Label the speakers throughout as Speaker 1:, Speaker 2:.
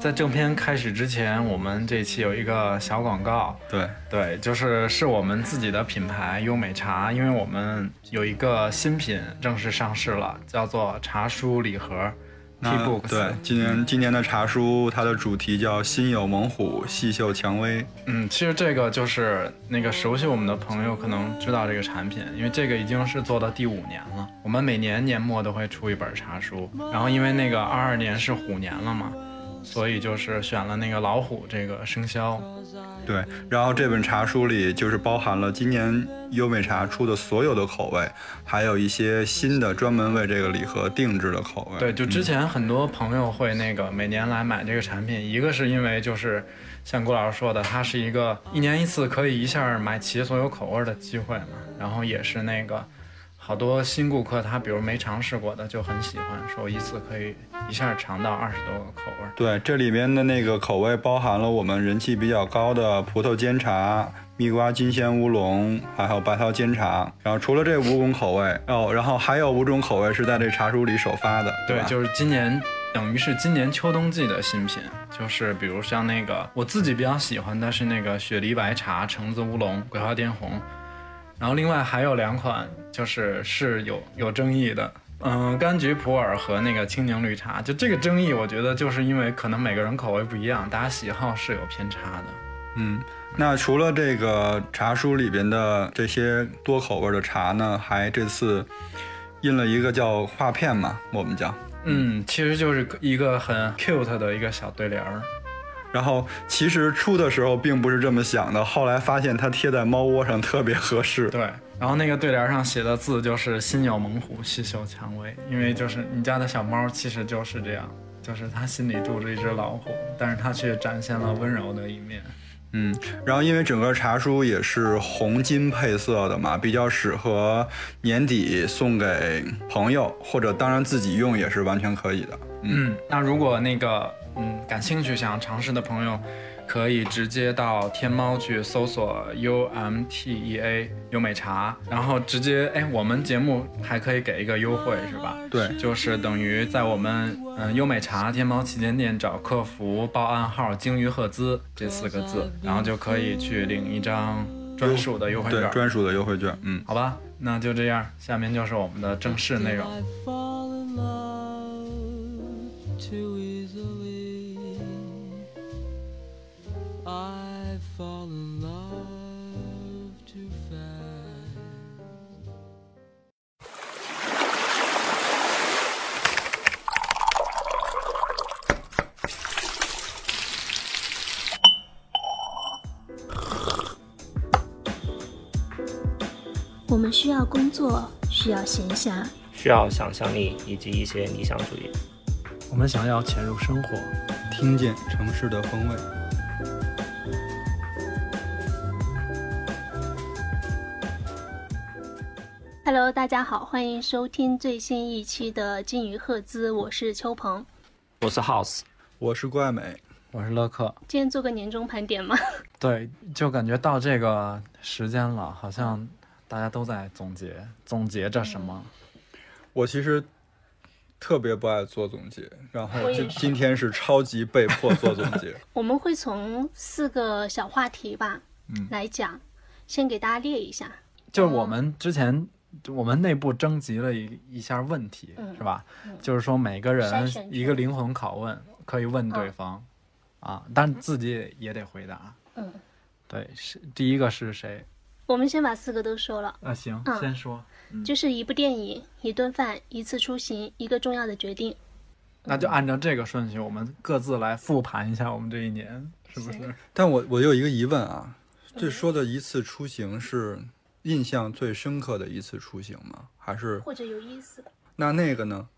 Speaker 1: 在正片开始之前，我们这期有一个小广告，
Speaker 2: 对，
Speaker 1: 对，就是是我们自己的品牌优美茶，因为我们有一个新品正式上市了，叫做茶书礼盒 T
Speaker 2: 那
Speaker 1: Books。
Speaker 2: 对，今年今年的茶书，它的主题叫“心有猛虎，细嗅蔷薇
Speaker 1: 嗯，其实这个就是那个熟悉我们的朋友可能知道这个产品，因为这个已经是做到第五年了。我们每年年末都会出一本茶书，然后因为那个二二年是虎年了嘛，所以就是选了那个老虎这个生肖。”。
Speaker 2: 对，然后这本茶书里就是包含了今年优美茶出的所有的口味，还有一些新的专门为这个礼盒定制的口味。嗯
Speaker 1: 对，就之前很多朋友会那个每年来买这个产品，一个是因为就是像郭老师说的，它是一个一年一次可以一下买齐所有口味的机会嘛，然后也是那个好多新顾客他比如没尝试过的就很喜欢，说一次可以一下尝到二十多个口味。
Speaker 2: 对，这里面的那个口味包含了我们人气比较高的葡萄煎茶、蜜瓜金鲜乌龙，还有白桃煎茶。然后除了这五种口味，哦，然后还有五种口味是在这茶书里首发的。
Speaker 1: 对，
Speaker 2: 吧
Speaker 1: 就是今年等于是今年秋冬季的新品，就是比如像那个我自己比较喜欢的是那个雪梨白茶、橙子乌龙、桂花滇红，然后另外还有两款就是是有有争议的。嗯，柑橘普洱和那个青柠绿茶，就这个争议，我觉得就是因为可能每个人口味不一样，大家喜好是有偏差的。
Speaker 2: 嗯。那除了这个茶书里边的这些多口味的茶呢，还这次印了一个叫画片嘛，我们叫。
Speaker 1: 嗯，其实就是一个很 cute 的一个小对联儿。
Speaker 2: 然后其实出的时候并不是这么想的，后来发现它贴在猫窝上特别合适。
Speaker 1: 对，然后那个对联上写的字就是“心有猛虎，细嗅蔷薇”，因为就是你家的小猫其实就是这样，就是它心里住着一只老虎，但是它却展现了温柔的一面。
Speaker 2: 嗯，然后因为整个茶书也是红金配色的嘛，比较适合年底送给朋友，或者当然自己用也是完全可以的。
Speaker 1: 嗯， 那如果那个嗯感兴趣想尝试的朋友，可以直接到天猫去搜索 U M T E A 优美茶，然后直接哎，我们节目还可以给一个优惠是吧？
Speaker 2: 对
Speaker 1: 就是等于在我们嗯优美茶天猫旗舰店找客服报暗号“鲸鱼赫兹”这四个字，然后就可以去领一张专属的优惠
Speaker 2: 对，
Speaker 1: 券。
Speaker 2: 专属的优惠券。嗯，
Speaker 1: 好吧，那就这样，下面就是我们的正式内容。
Speaker 3: I fall in love too easily. I fall in love too fast.
Speaker 4: 我们需要工作，需要闲暇，
Speaker 5: 需要想象力以及一些理想主义。
Speaker 1: 我们想要潜入生活，
Speaker 2: 听见城市的风味。
Speaker 4: Hello，大家好，欢迎收听最新一期的金鱼赫兹，我是秋鹏。
Speaker 5: 我是 House，
Speaker 2: 我是怪美，
Speaker 1: 我是乐克。
Speaker 4: 今天做个年终盘点 吗？
Speaker 1: 对，就感觉到这个时间了，好像大家都在总结，总结着什么。
Speaker 4: 嗯
Speaker 2: 我其实特别不爱做总结，然后
Speaker 4: 我也
Speaker 2: 今
Speaker 4: 是
Speaker 2: 今天是超级被迫做总 结。
Speaker 4: 我们会从四个小话题吧，嗯，来讲，先给大家列一下。
Speaker 1: 就是
Speaker 4: 嗯
Speaker 1: 我们之前，我们内部征集了一一下问题，
Speaker 4: 嗯
Speaker 1: 是吧？就是说每个人
Speaker 4: 筛选出
Speaker 1: 一个灵魂拷问，可以问对方，啊，但自己也得回答。
Speaker 4: 嗯，
Speaker 1: 对，是第一个是谁？
Speaker 4: 我们先把四个都说了，
Speaker 1: 啊，行，
Speaker 4: 嗯
Speaker 1: 先说。
Speaker 4: 就是一部电影、一顿饭、一次出行、一个重要的决定。
Speaker 1: 那就按照这个顺序，我们各自来复盘一下我们这一年，是不是？
Speaker 2: 但我我有一个疑问啊，
Speaker 4: 嗯
Speaker 2: 这说的一次出行是印象最深刻的一次出行吗？还是
Speaker 4: 或者有意思的，
Speaker 2: 那那个呢？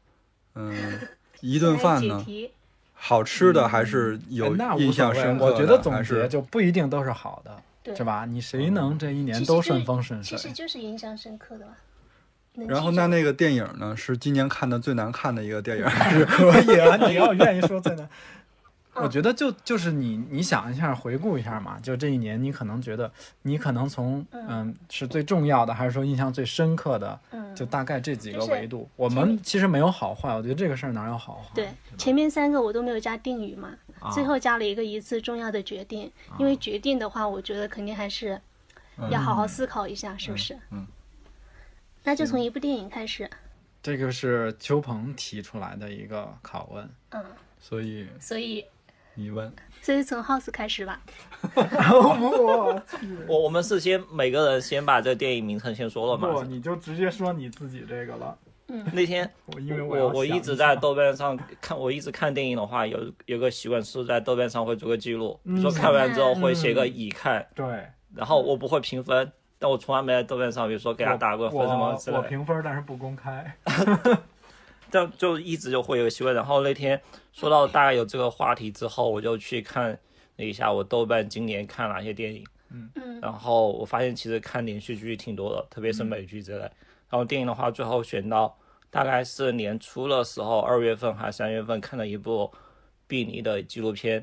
Speaker 2: 嗯，一 顿饭
Speaker 4: 来解
Speaker 2: 呢？
Speaker 4: 题
Speaker 2: 好吃的还是
Speaker 1: 嗯哎
Speaker 2: 有
Speaker 1: 那无
Speaker 2: 印象
Speaker 1: 所谓
Speaker 2: 深刻的？
Speaker 1: 我觉得总
Speaker 2: 还
Speaker 1: 结
Speaker 2: 是
Speaker 1: 就不一定都是好的。
Speaker 4: 对
Speaker 1: 是？吧？你谁能这一
Speaker 4: 其
Speaker 1: 年
Speaker 4: 实
Speaker 1: 都
Speaker 4: 就是
Speaker 1: 顺风顺水
Speaker 4: 其？实就是印象深刻的吧。能
Speaker 2: 然后
Speaker 4: 记
Speaker 2: 那
Speaker 4: 住
Speaker 2: 那个电影 呢？是今年看的最难看的一个电影，还是
Speaker 1: 可以啊，你要愿意说在哪。我觉得就就是你你想一下，回顾一下嘛，就这一年你可能觉得你可能从
Speaker 6: 嗯
Speaker 1: 嗯是最重要的，还是说印象最深刻的，
Speaker 6: 嗯，
Speaker 1: 就大概这几
Speaker 6: 就
Speaker 1: 个
Speaker 6: 是
Speaker 1: 维度。我们其实没有好坏，我觉得这个事儿哪有好
Speaker 5: 啊
Speaker 1: 坏？
Speaker 4: 对，前面三个我都没有加定语嘛，
Speaker 1: 啊
Speaker 4: 最后加了一个一次重要的决定，
Speaker 5: 啊
Speaker 4: 因为决定的话，我觉得肯定还是
Speaker 5: 嗯
Speaker 4: 要好好思考一下，是不是？
Speaker 1: 嗯
Speaker 4: 那就从一部电影开始，
Speaker 1: 这个是邱鹏提出来的一个拷 问，
Speaker 4: 嗯，
Speaker 1: 所以
Speaker 4: 所以
Speaker 2: 你问，
Speaker 4: 所以从 House 开始吧。
Speaker 5: 我我们是先每个人先把这电影名称先说了嘛。
Speaker 1: 你就直接说你自己这个了，
Speaker 5: 那天
Speaker 1: 我因为
Speaker 5: 我我一直在豆瓣上看，我一直看电影的话，有有个习惯是在豆瓣上会做个记录，
Speaker 1: 嗯
Speaker 5: 比如说看完之后会写个已看，
Speaker 1: 对
Speaker 5: 然后我不会评分，但我从来没在豆瓣上，比如说给他打过分什么之类的。
Speaker 1: 分，但是不公开。
Speaker 5: 但就一直就会有个习惯。然后那天说到大概有这个话题之后，我就去看了一下我豆瓣今年看哪些电影，
Speaker 4: 嗯
Speaker 5: 然后我发现其实看连续剧挺多的，特别
Speaker 1: 嗯
Speaker 5: 是美剧之类。然后电影的话，最后选到大概是年初的时候，二月份还是三月份看了一部毕尼的纪录片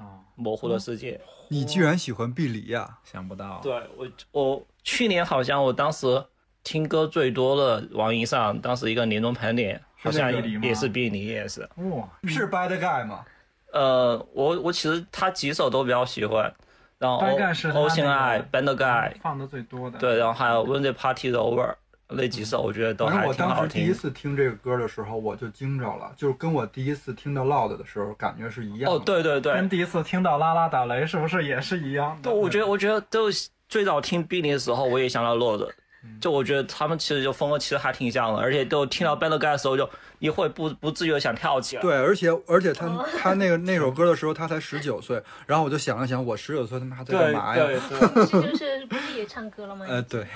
Speaker 1: 哦
Speaker 5: 《模糊的世界》。
Speaker 2: 你居然喜欢啊碧梨呀、
Speaker 1: 想不到，
Speaker 5: 对我，我去年好像我当时听歌最多的网易上，当时一个年终盘点，好
Speaker 1: 是那
Speaker 5: 像
Speaker 1: 个梨吗
Speaker 5: 也是毕尼，也是。
Speaker 1: 哇，
Speaker 2: 是 Bad Guy 吗？
Speaker 5: 呃，我我其实他几首都比较喜欢，然后
Speaker 1: 大概是他
Speaker 5: o c e
Speaker 1: 那
Speaker 5: a
Speaker 1: 个
Speaker 5: Band Guy，
Speaker 1: 放的最多的，
Speaker 5: 对，然后还有 When the Party is Over 那几首，我觉得都
Speaker 2: 反正
Speaker 5: 还
Speaker 2: 我
Speaker 5: 挺
Speaker 2: 当
Speaker 5: 好
Speaker 2: 时第一
Speaker 5: 听。
Speaker 2: 次听这个歌的时候，我就惊着了，就是跟我第一次听到《Loud》的时候感觉是一样的。
Speaker 5: 哦，对对对
Speaker 1: 跟，第一次听到拉拉打雷是不是也是一样的？
Speaker 5: 对，我觉得我觉得都最早听 b i l l 的时候，我也想到 Lord，就
Speaker 2: 嗯
Speaker 5: 我觉得他们其实就风格其实还挺像的，而且都听到 Band Guy 的时候就，你会不不自觉地想跳起来。
Speaker 2: 对，而且而且他、他那个那首歌的时候，他才十九岁，然后我就想了想，我十九岁他妈在干嘛呀？
Speaker 5: 对对
Speaker 4: 这
Speaker 5: 对，
Speaker 4: 就是不是也唱歌了吗？
Speaker 2: 呃，对。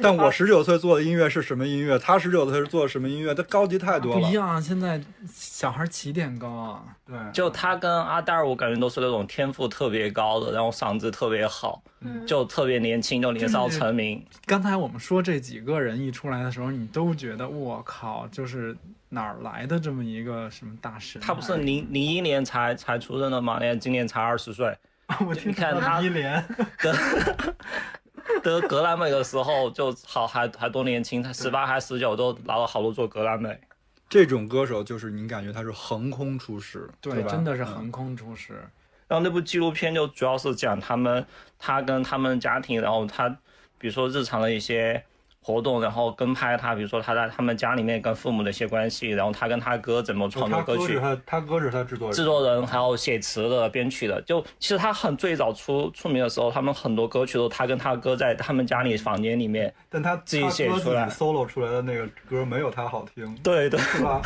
Speaker 2: 但我十九岁做的音乐是什么音乐？他十九岁是做的什么音乐？他高级太多
Speaker 1: 不一
Speaker 2: 了。
Speaker 1: 样，啊现在小孩起点高啊，对，
Speaker 5: 就他跟阿黛尔，我感觉都是那种天赋特别高的，然后嗓子特别好，
Speaker 2: 嗯
Speaker 5: 就特别年轻，就年少
Speaker 1: 就是
Speaker 5: 成名。
Speaker 1: 刚才我们说这几个人一出来的时候，你都觉得我靠，就是哪儿来的这么一个什么大神？啊
Speaker 5: 他不是零零一年才才出生的吗？那今年才二十岁，
Speaker 1: 我听
Speaker 5: 你看他
Speaker 1: 一连，
Speaker 5: 得格莱美的时候就好还还多年轻，他十八还十九都拿了好多座格莱美。
Speaker 2: 这种歌手就是你感觉他是横空出世，对
Speaker 1: 对，嗯
Speaker 2: 吧？
Speaker 1: 真的是横空出世。
Speaker 5: 然后那部纪录片就主要是讲他们他跟他们家庭，然后他比如说日常的一些活动，然后跟拍他，比如说他在他们家里面跟父母的一些关系，然后他跟他哥怎么创作
Speaker 2: 哦他
Speaker 5: 歌
Speaker 2: 哥
Speaker 5: 曲
Speaker 2: 是。他，他哥是他制作人。
Speaker 5: 制作人，还有写词的、编曲的，就其实他很最早出出名的时候，他们很多歌曲都他跟他哥在他们家里房间里面，
Speaker 2: 但他
Speaker 5: 自己写
Speaker 2: 他哥
Speaker 5: 出来
Speaker 2: 自己 solo 出来的那个歌没有他好听，
Speaker 5: 对对，
Speaker 2: 是 吧？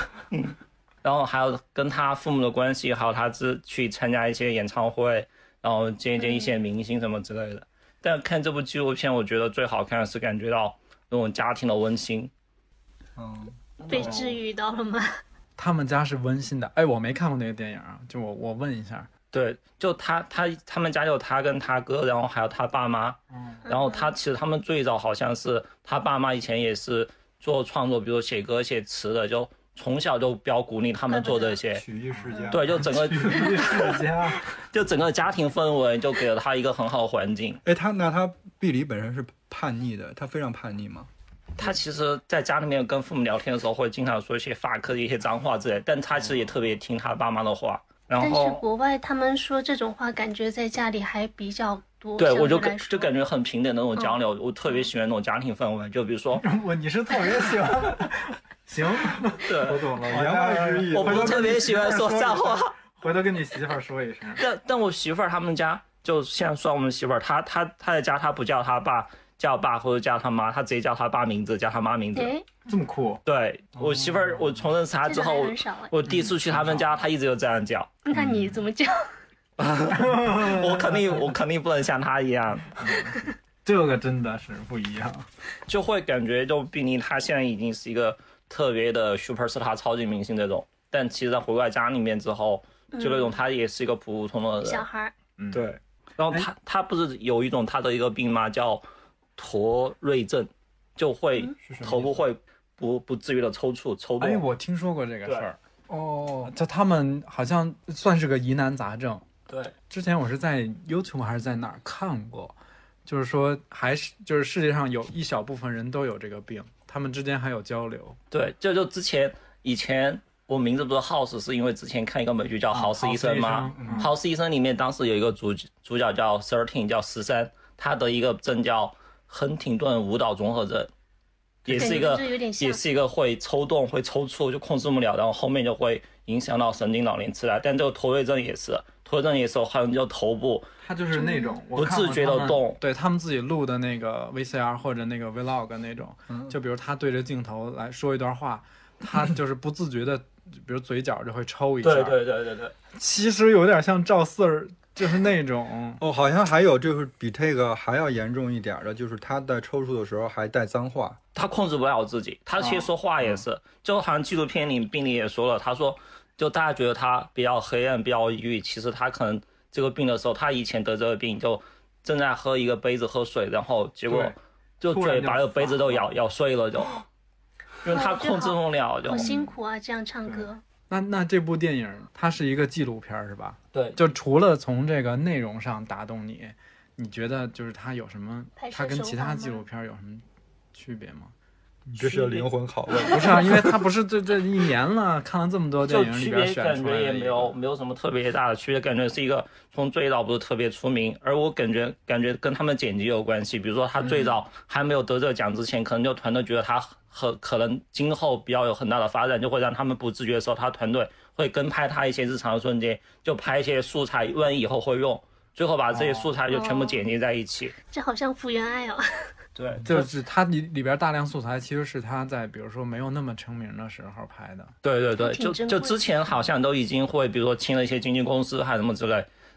Speaker 5: 然后还有跟他父母的关系，还有他自去参加一些演唱会，然后见一见一些明星什么之类的。但看这部纪录片，我觉得最好看的是感觉到那种家庭的温馨。
Speaker 2: 嗯，
Speaker 4: 被治愈到了吗？
Speaker 1: 他们家是温馨的，哎，我没看过那个电影啊，就我我问一 下，
Speaker 5: 对，就他他他们家就他跟他哥，然后还有他爸妈，然后他其实他们最早好像是他爸妈以前也是做创作，比如写歌写词的，就从小就比较鼓励他们做这些。
Speaker 2: 曲艺世家。
Speaker 5: 对，就整个
Speaker 1: 世家
Speaker 5: 就整个家庭氛围就给了他一个很好的环境。
Speaker 2: 哎，他那他碧梨本身是叛逆的，他非常叛逆吗？
Speaker 4: 嗯
Speaker 5: 他其实在家里面跟父母聊天的时候，会经常说一些法克的一些脏话之类，但他其实也特别听他爸妈的话。然
Speaker 4: 哦但是
Speaker 5: 后，
Speaker 4: 国外他们说这种话，感觉在家里还比较多。
Speaker 5: 对
Speaker 4: 相
Speaker 5: 我就
Speaker 4: 来
Speaker 5: 感
Speaker 4: 说嗯
Speaker 5: 就感觉很平等的那种交流，我特别喜欢那种家庭氛围。就比如说，
Speaker 1: 我你是特别喜 欢，行，
Speaker 5: 对，
Speaker 1: 懂了
Speaker 2: 言外
Speaker 4: 嗯
Speaker 2: 之意
Speaker 5: 我不是特别喜欢说脏话。
Speaker 1: 回头跟你媳妇儿说一声。
Speaker 5: 但但我媳妇儿他们家，就现在算我们媳妇儿，她她她在家，她不叫她爸叫爸或者叫她妈，她直接叫她爸名字，叫她妈名字。
Speaker 4: 哎，
Speaker 1: 这么酷，
Speaker 5: 对我媳妇儿，我从认识她之
Speaker 4: 哦这个
Speaker 5: 后
Speaker 4: 还，很少哎。
Speaker 5: 我第一次去他们家，她一直就这样叫。
Speaker 4: 那
Speaker 5: 嗯
Speaker 4: 你怎么叫？嗯
Speaker 5: 我肯定我肯定不能像她一样，
Speaker 1: 这个真的是不一样。
Speaker 5: 就会感觉就比利她现在已经是一个特别的 super star 超级明星这种，但其实她回到家里面之后，就那种她也是一个普普通通的人。
Speaker 4: 小孩儿，
Speaker 5: 对，然后他他不是有一种他的一个病吗？叫驼瑞症，就会头部会不不自觉的抽搐抽动。
Speaker 1: 哎哎，我听说过这个事儿，哦，就他们好像算是个疑难杂症。
Speaker 5: 对，
Speaker 1: 之前我是在 YouTube 还是在哪儿看过，就是说还是就是世界上有一小部分人都有这个病，他们之间还有交流。
Speaker 5: 对，这就之前以前我名字不是 House，是因为之前看一个美剧叫《豪斯医生》嗯吗？《豪啊斯医生》里面当时有一个主主角叫 Thirteen，叫十三，他得一个症叫亨廷顿舞蹈综合症，也是一个
Speaker 4: 这有点像
Speaker 5: 也是一个会抽动、会抽搐，就控制不了，然后后面就会影响到神经脑龄痴呆。但这个妥瑞症也是，妥瑞症也是，好像就头部
Speaker 1: 他就是那种
Speaker 5: 嗯不自觉地动
Speaker 1: 对他们自己录的那个 VCR 或者那个 Vlog 那种，就比如他对着镜头来说一段话，他就是不自觉的，比如嘴角就会抽一下。
Speaker 5: 对对对对对，
Speaker 1: 其实有点像赵四儿，就是那种
Speaker 2: 哦，好像还有就是比这个还要严重一点儿的，就是他在抽搐的时候还带脏话。
Speaker 5: 他控制不了自己，他其实说话也是，
Speaker 1: 哦
Speaker 5: 就好像纪录片里病例也说了，他说就大家觉得他比较黑暗、比较抑郁，其实他可能这个病的时候，他以前得这个病就正在喝一个杯子喝水，然后结果
Speaker 1: 对
Speaker 5: 就
Speaker 1: 突然
Speaker 5: 嘴
Speaker 1: 就
Speaker 5: 把这个杯子都咬咬碎了 就，因为他
Speaker 4: 哇这
Speaker 5: 控制不了就
Speaker 4: 好。辛苦啊，这样唱歌。
Speaker 1: 那那这部电影它是一个纪录片儿是吧？
Speaker 5: 对，
Speaker 1: 就除了从这个内容上打动你，你觉得就是它有什么
Speaker 4: 拍？摄
Speaker 1: 它跟
Speaker 4: 手
Speaker 1: 其
Speaker 4: 法
Speaker 1: 他
Speaker 4: 吗
Speaker 1: 纪录片儿有什么区别吗？
Speaker 2: 你这是个灵魂拷问。
Speaker 1: 不是啊，因为它不是这这一年了，看了这么多电
Speaker 5: 就
Speaker 1: 影里
Speaker 5: 区
Speaker 1: 边
Speaker 5: 别
Speaker 1: 选
Speaker 5: 感
Speaker 1: 出来
Speaker 5: 觉
Speaker 1: 的
Speaker 5: 也
Speaker 1: 一
Speaker 5: 没
Speaker 1: 个
Speaker 5: 有没有什么特别大的区别，感觉是一个从最早不是特别出名，而我感觉感觉跟他们剪辑有关系。比如说他
Speaker 1: 嗯
Speaker 5: 最早还没有得这个奖之前，可能就团队觉得他很可能今后比较有很大的发展，就会让他们不自觉的时候，他团队会跟拍他一些日常的瞬间，就拍一些素材，万一以后会用，最后把这些素材就
Speaker 1: 哦
Speaker 5: 全部剪辑在一起。
Speaker 4: 这好像福原爱哦，
Speaker 5: 对，
Speaker 1: 就是它里里边大量素材其实是他在比如说没有那么成名的时候拍的，
Speaker 5: 对对对，
Speaker 4: 挺
Speaker 5: 就
Speaker 4: 珍
Speaker 5: 就
Speaker 4: 贵
Speaker 5: 之前好像都已经会，比如说签了一些经纪公司还是什么之类，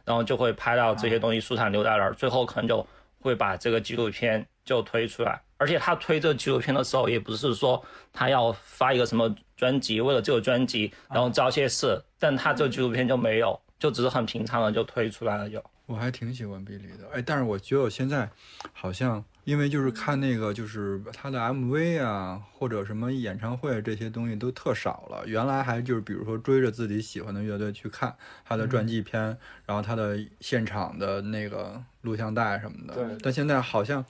Speaker 5: 然后就会拍到这些东西，舒坦留在那儿，最后可能就会把这个纪录片就推出来。而且他推这个纪录片的时候，也不是说他要发一个什么专辑，为了这个专辑然后招些事，但他这个纪录片就没有，就只是很平常的就推出来了就。
Speaker 2: 我还挺喜欢比利的，哎，但是我觉得我现在好像因为就是看那个就是他的 MV 啊，或者什么演唱会这些东西都特少了。原来还就是比如说追着自己喜欢的乐队去看他的传记片，然后他的现场的那个录像带什么的。
Speaker 5: 对
Speaker 2: 但现在好像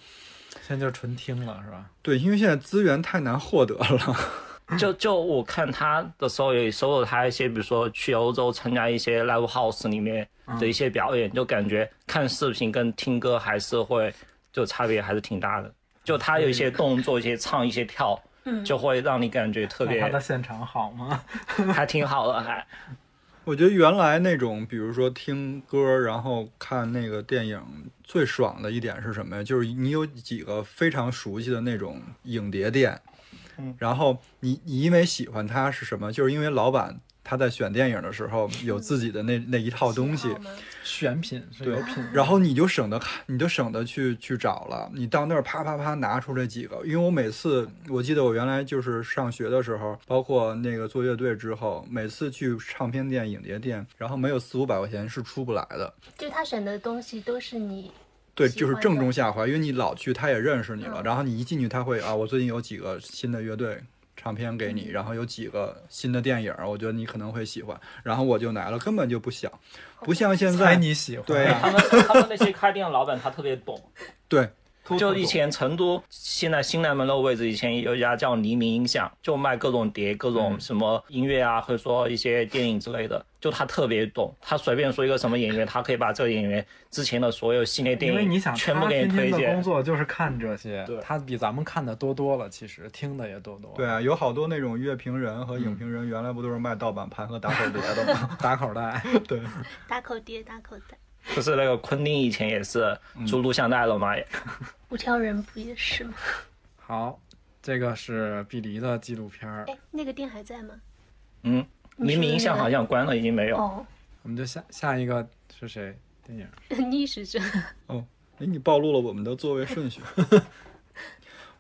Speaker 1: 现在就纯听了是吧？
Speaker 2: 对，因为现在资源太难获得了。
Speaker 5: 就就我看他的时候，也收了他一些，比如说去欧洲参加一些 live house 里面的一些表演，就感觉看视频跟听歌还是会就差别还是挺大的。就他有一些动作、一些唱、一些跳，
Speaker 4: 嗯
Speaker 5: 就会让你感觉特
Speaker 1: 那他的
Speaker 5: 别
Speaker 1: 现场好吗？
Speaker 5: 还挺好哎的，还
Speaker 2: 我觉得原来那种，比如说听歌，然后看那个电影，最爽的一点是什么呀？就是你有几个非常熟悉的那种影碟店，
Speaker 5: 嗯
Speaker 2: 然后你你因为喜欢它是什么？就是因为老板他在选电影的时候有自己的那那一套东西，
Speaker 4: 好吗
Speaker 1: 选品是有品
Speaker 2: 然后你就省得看，你就省得去去找了。你到那儿啪啪啪拿出来几个，因为我每次我记得我原来就是上学的时候，包括那个做乐队之后，每次去唱片店、影碟店，然后没有四五百块钱是出不来的。
Speaker 4: 就他选的东西都是你
Speaker 2: 对，
Speaker 4: 喜
Speaker 2: 就是
Speaker 4: 欢
Speaker 2: 正
Speaker 4: 的嗯
Speaker 2: 中下怀，因为你老去，他也认识你了。然后你一进去，他会啊，我最近有几个新的乐队唱片给
Speaker 4: 嗯
Speaker 2: 你，然后有几个新的电影，我觉得你可能会喜欢。然后我就拿了，根本就不想，不像现
Speaker 1: 猜
Speaker 2: 在，
Speaker 1: 你喜欢。
Speaker 2: 对呀、
Speaker 5: 他们他们那些开店的老板他特别懂，
Speaker 2: 对，
Speaker 5: 就以前成都现在新南门路位置，以前有一家叫黎明音响，就卖各种碟、各种什么音乐啊，或者说一些电影之类的。就他特别懂，他随便说一个什么演员，他可以把这个演员之前的所有系列电
Speaker 1: 因为你
Speaker 5: 影
Speaker 1: 想，
Speaker 5: 全部
Speaker 1: 他
Speaker 5: 给你
Speaker 1: 天
Speaker 5: 推
Speaker 1: 天的工
Speaker 5: 荐。
Speaker 1: 作就是看这些
Speaker 5: 对，
Speaker 1: 他比咱们看的多多了，其实听的也多多。
Speaker 2: 对，啊，有好多那种乐评人和影评人，原来不都是卖盗版盘和打口碟的吗？
Speaker 1: 打口袋。
Speaker 2: 对，
Speaker 4: 打口碟打口袋。
Speaker 5: 就是那个昆汀以前也是做录像带了嘛，也
Speaker 4: 五条人不也是吗？
Speaker 1: 好，这个是碧梨的纪录片儿，
Speaker 4: 哎，那个店还在吗？
Speaker 5: 嗯，
Speaker 4: 你
Speaker 5: 黎
Speaker 4: 说
Speaker 5: 明音响好像关了，已经没有。
Speaker 4: 哦，
Speaker 1: 我们就下下一个是谁？电影
Speaker 4: 逆时针。
Speaker 2: 哎，你暴露了我们的座位顺序。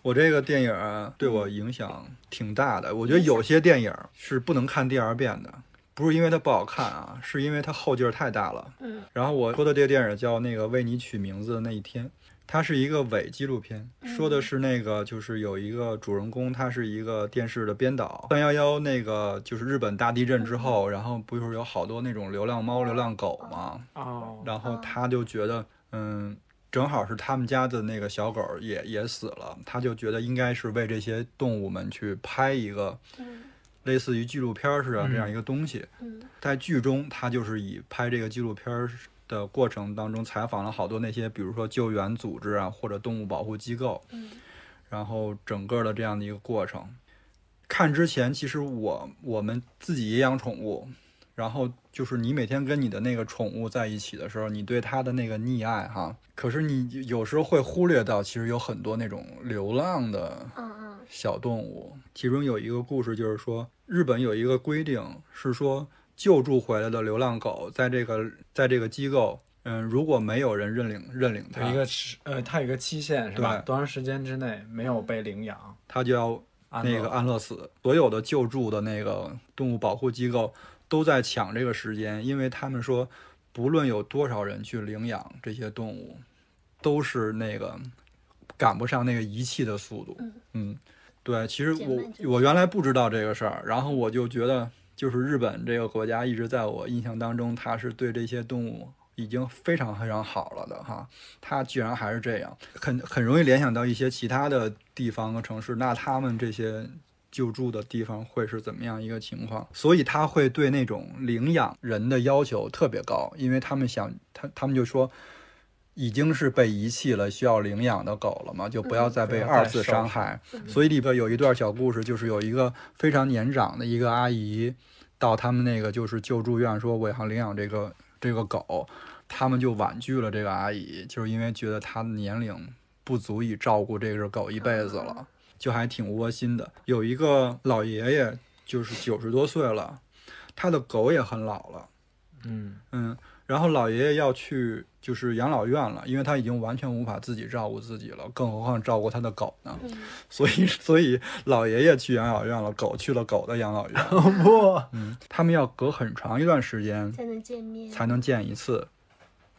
Speaker 2: 我这个电影啊对我影响挺大的，我觉得有些电影是不能看第二遍的，不是因为它不好看啊，是因为它后劲儿太大了。
Speaker 4: 嗯，
Speaker 2: 然后我说的这个电影叫那个为你取名字的那一天，它是一个伪纪录片，说的是那个就是有一个主人公，他是一个电视的编导。三幺幺那个就是日本大地震之后，然后不是有好多那种流浪猫、流浪狗吗？
Speaker 1: 哦，
Speaker 2: 然后他就觉得，嗯，正好是他们家的那个小狗也也死了，他就觉得应该是为这些动物们去拍一个
Speaker 4: 嗯
Speaker 2: 类似于纪录片儿似的这样一个东西。
Speaker 4: 嗯
Speaker 2: 在剧中，他就是以拍这个纪录片儿的过程当中，采访了好多那些，比如说救援组织啊，或者动物保护机构，
Speaker 4: 嗯
Speaker 2: 然后整个的这样的一个过程。看之前，其实我我们自己也养宠物，然后就是你每天跟你的那个宠物在一起的时候，你对它的那个溺爱哈，可是你有时候会忽略到，其实有很多那种流浪的
Speaker 4: 嗯
Speaker 2: 小动物，其中有一个故事就是说，日本有一个规定是说，救助回来的流浪狗在这个在这个机构，嗯，如果没有人认领认领
Speaker 7: 有
Speaker 2: 它，
Speaker 7: 一个时呃，它有一个期限是吧？
Speaker 2: 对
Speaker 7: 多长时间之内没有被领养？
Speaker 2: 它就要
Speaker 7: 安
Speaker 2: 那个啊
Speaker 7: 乐
Speaker 2: 安乐死。所有的救助的那个动物保护机构都在抢这个时间，因为他们说，不论有多少人去领养这些动物，都是那个赶不上那个仪器的速度
Speaker 4: 嗯。
Speaker 2: 嗯，对，其实
Speaker 4: 减慢这
Speaker 2: 我我原来不知道这个事儿，然后我就觉得，就是日本这个国家一直在我印象当中，它是对这些动物。已经非常非常好了的哈，它居然还是这样，很很容易联想到一些其他的地方和城市，那他们这些救助的地方会是怎么样一个情况，所以他会对那种领养人的要求特别高，因为他们想他他们就说已经是被遗弃了需要领养的狗了嘛，就不要再被
Speaker 7: 嗯不要再
Speaker 2: 二次
Speaker 7: 受
Speaker 2: 伤
Speaker 7: 伤
Speaker 2: 害。
Speaker 4: 嗯
Speaker 2: 所以里边有一段小故事，就是有一个非常年长的一个阿姨到他们那个就是救助院说我想领养这个这个狗，他们就婉拒了这个阿姨，就是因为觉得她的年龄不足以照顾这只狗一辈子
Speaker 7: 啊
Speaker 2: 了。就还挺窝心的。有一个老爷爷，就是九十多岁了，他的狗也很老了，
Speaker 7: 嗯
Speaker 2: 嗯，然后老爷爷要去就是养老院了，因为他已经完全无法自己照顾自己了，更何况照顾他的狗呢？
Speaker 4: 嗯
Speaker 2: 所以， 所以老爷爷去养老院了，狗去了狗的养老院。
Speaker 7: 不，
Speaker 2: 嗯，他们要隔很长一段时间
Speaker 4: 才能见面，
Speaker 2: 才能见一次。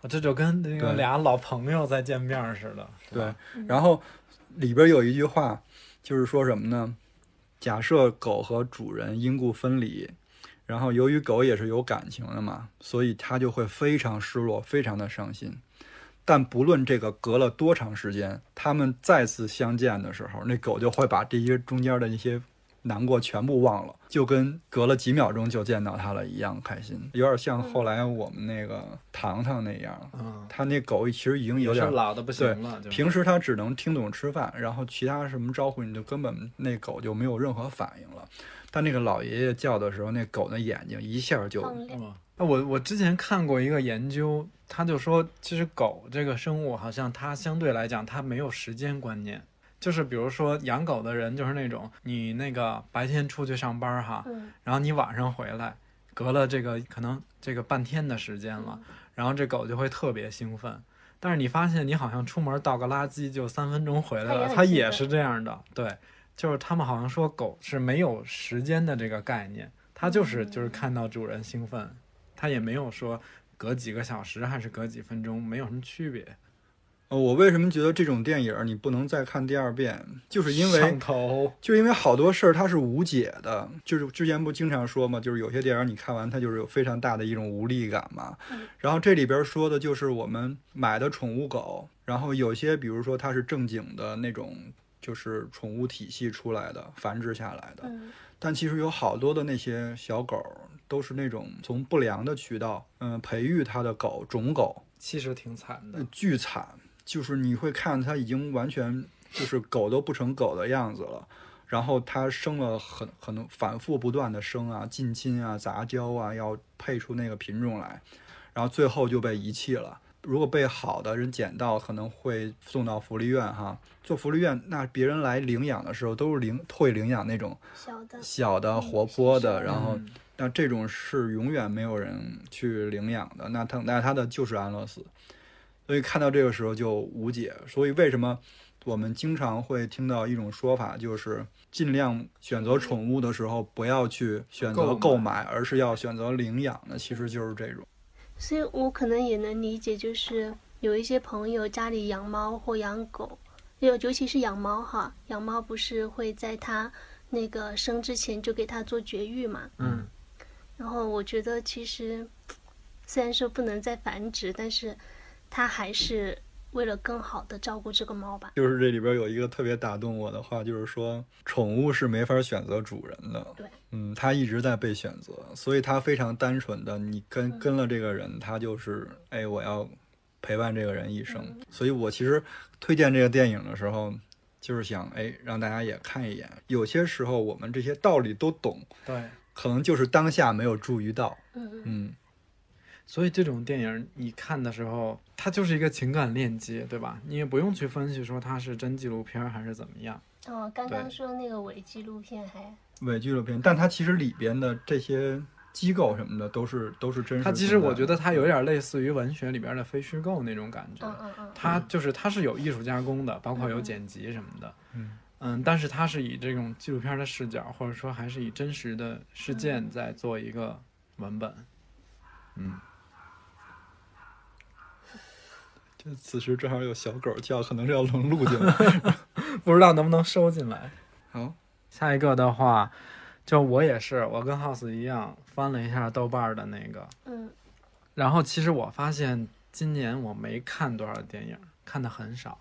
Speaker 1: 哦
Speaker 7: 这就跟那个
Speaker 2: 对
Speaker 7: 俩老朋友再见面似的。是吧
Speaker 2: 对，然后里边有一句话，就是说什么呢？假设狗和主人因故分离，然后由于狗也是有感情的嘛，所以它就会非常失落，非常的伤心。但不论这个隔了多长时间，它们再次相见的时候，那狗就会把这些中间的一些难过全部忘了，就跟隔了几秒钟就见到它了一样开心，有点像后来我们那个糖糖那样，
Speaker 7: 嗯，
Speaker 2: 它那狗其实已经有
Speaker 7: 也是
Speaker 2: 点
Speaker 7: 老的不行了，就是
Speaker 2: 平时它只能听懂吃饭，然后其他什么招呼你就根本那狗就没有任何反应了。但那个老爷爷叫的时候，那狗的眼睛一下就
Speaker 4: 放亮，
Speaker 7: 哇，那我我之前看过一个研究，他就说，其实狗这个生物好像它相对来讲它没有时间观念，就是比如说养狗的人就是那种你那个白天出去上班哈，
Speaker 4: 嗯
Speaker 7: 然后你晚上回来，隔了这个可能这个半天的时间了，然后这狗就会特别兴奋。但是你发现你好像出门倒个垃圾就三分钟回来了，它
Speaker 4: 它也
Speaker 7: 也
Speaker 4: 很兴奋
Speaker 7: 是这样的。对，就是他们好像说狗是没有时间的这个概念，它就是就是
Speaker 4: 嗯
Speaker 7: 看到主人兴奋，它也没有说隔几个小时还是隔几分钟没有什么区别。
Speaker 2: 呃，我为什么觉得这种电影儿你不能再看第二遍，就是因为嗯
Speaker 7: 上头，
Speaker 2: 就因为好多事儿它是无解的，就是之前不经常说嘛，就是有些电影你看完它就是有非常大的一种无力感嘛。然后这里边说的就是我们买的宠物狗，然后有些比如说它是正经的那种，就是宠物体系出来的繁殖下来的，
Speaker 4: 嗯
Speaker 2: 但其实有好多的那些小狗儿都是那种从不良的渠道，嗯、培育它的狗种狗，
Speaker 7: 其实挺惨的
Speaker 2: 呃。巨惨，就是你会看它已经完全就是狗都不成狗的样子了，然后它生了很很多反复不断的生啊、近亲啊、杂交啊，要配出那个品种来，然后最后就被遗弃了。如果被好的人捡到，可能会送到福利院哈。做福利院，那别人来领养的时候都是领会领养那种
Speaker 4: 小的，
Speaker 2: 嗯小的、活泼的，
Speaker 4: 是
Speaker 2: 然后
Speaker 7: 嗯
Speaker 2: 那这种是永远没有人去领养的，那他那他的就是安乐死，所以看到这个时候就无解。所以为什么我们经常会听到一种说法，就是尽量选择宠物的时候不要去选择
Speaker 7: 购买
Speaker 2: 购买，而是要选择领养的，其实就是这种。
Speaker 4: 所以我可能也能理解，就是有一些朋友家里养猫或养狗，尤尤其是养猫哈，养猫不是会在它那个生之前就给它做绝育嘛？
Speaker 1: 嗯，
Speaker 4: 然后我觉得其实虽然说不能再繁殖，但是它还是为了更好的照顾这个猫吧。
Speaker 2: 就是这里边有一个特别打动我的话，就是说宠物是没法选择主人的。
Speaker 4: 对，
Speaker 2: 嗯，它一直在被选择，所以它非常单纯的，你跟跟了这个人，它就是哎，我要陪伴这个人一生。所以我其实推荐这个电影的时候，就是想哎让大家也看一眼。有些时候我们这些道理都懂，
Speaker 1: 对。
Speaker 2: 可能就是当下没有注意到。
Speaker 4: 嗯嗯，
Speaker 2: 嗯，
Speaker 1: 所以这种电影你看的时候，它就是一个情感链接，对吧？你也不用去分析说它是真纪录片还是怎么样。
Speaker 4: 哦，刚
Speaker 1: 对
Speaker 4: 刚说那个伪纪录片还
Speaker 2: 伪纪录片，但它其实里边的这些机构什么的都是都是真实存在的。嗯
Speaker 1: 它其实我觉得它有点类似于文学里边的非虚构那种感觉。
Speaker 4: 嗯嗯嗯，
Speaker 1: 它就是它是有艺术加工的，包括有剪辑什么的。嗯但是它是以这种纪录片的视角，或者说还是以真实的事件在做一个文本。
Speaker 2: 这此时正好有小狗叫，可能是要能录进来。
Speaker 1: 不知道能不能收进来。
Speaker 2: 好，
Speaker 1: 下一个的话，就我也是，我跟 House 一样翻了一下豆瓣儿的那个，
Speaker 4: 嗯
Speaker 1: 然后其实我发现今年我没看多少电影，看的很少，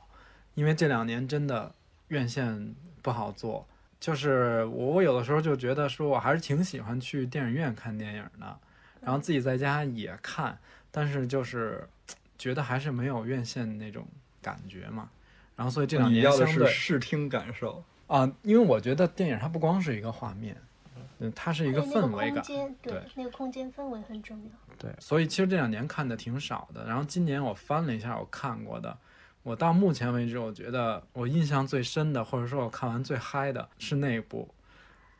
Speaker 1: 因为这两年真的院线不好做。就是我我有的时候就觉得说我还是挺喜欢去电影院看电影的，然后自己在家也看，但是就是嘖觉得还是没有院线那种感觉嘛。然后所以这两
Speaker 2: 哦你
Speaker 1: 年
Speaker 2: 要的
Speaker 1: 相
Speaker 2: 是
Speaker 1: 对
Speaker 2: 视听感受，
Speaker 1: 啊，因为我觉得电影它不光是一个画面，嗯，它是一个
Speaker 4: 还有那
Speaker 1: 氛围
Speaker 4: 哦空
Speaker 1: 感，
Speaker 4: 间，对
Speaker 1: 对，
Speaker 4: 那个空间氛围很重要。
Speaker 1: 对，所以其实这两年看的挺少的。然后今年我翻了一下我看过的，我到目前为止，我觉得我印象最深的，或者说我看完最嗨的是那部，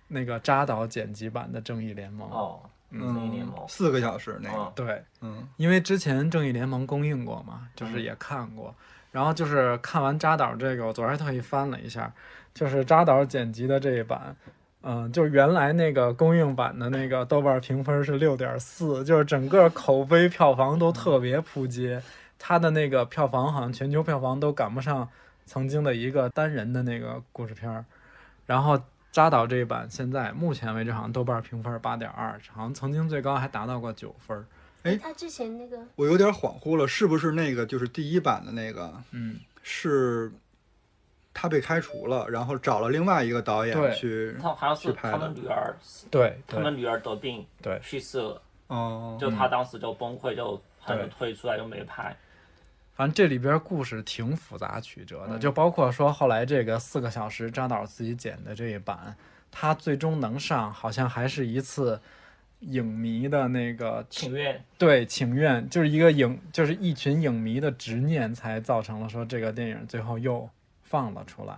Speaker 1: 那个扎导剪辑版的《正义联盟》。
Speaker 5: 哦，正义联
Speaker 2: 嗯
Speaker 5: 盟，
Speaker 2: 四个小时那个，
Speaker 5: 嗯，
Speaker 1: 对，
Speaker 2: 嗯，
Speaker 1: 因为之前《正义联盟》公映过嘛，就是也看过。然后就是看完扎导这个，我昨儿还特意翻了一下，就是扎导剪辑的这一版，嗯，就是原来那个公映版的那个豆瓣评分是六点四，就是整个口碑票房都特别扑街，它的那个票房好像全球票房都赶不上曾经的一个单人的那个故事片儿。然后扎导这一版现在目前为止好像豆瓣评分八点二，好像曾经最高还达到过九分儿。
Speaker 2: 哎
Speaker 4: 他之前那个
Speaker 2: 我有点恍惚了，是不是那个就是第一版的那个
Speaker 1: 嗯，
Speaker 2: 是他被开除了，然后找了另外一个导
Speaker 1: 对
Speaker 2: 演去，
Speaker 5: 他好像是
Speaker 2: 去拍的
Speaker 5: 他们女儿，
Speaker 1: 对，
Speaker 5: 他们女儿得病
Speaker 1: 对
Speaker 5: 去世了，
Speaker 2: 哦，
Speaker 5: 就他当时就崩溃，就
Speaker 1: 对
Speaker 5: 很退出来，就没拍。
Speaker 1: 反正这里边故事挺复杂曲折的，就包括说后来这个四个小时扎导自己剪的这一版，他最终能上，好像还是一次影迷的那个
Speaker 5: 请愿，
Speaker 1: 对请愿，就是一个影，就是一群影迷的执念，才造成了说这个电影最后又放了出来。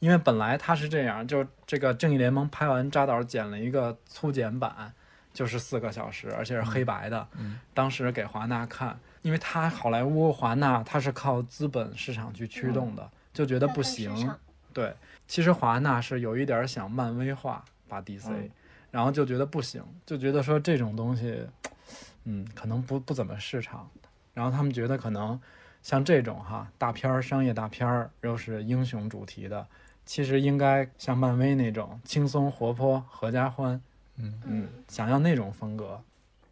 Speaker 1: 因为本来他是这样，就这个《正义联盟》拍完，扎导剪了一个粗剪版，就是四个小时，而且是黑白的。当时给华纳看，因为他好莱坞华纳他是靠资本市场去驱动的，就觉得不行
Speaker 4: 大概市。场
Speaker 1: 对，其实华纳是有一点儿想漫威化把 DC，、然后就觉得不行，就觉得说这种东西，嗯，可能不不怎么市场。然后他们觉得可能像这种哈大片儿、商业大片儿，又是英雄主题的，其实应该像漫威那种轻松活泼、合家欢，嗯嗯，想要那种风格。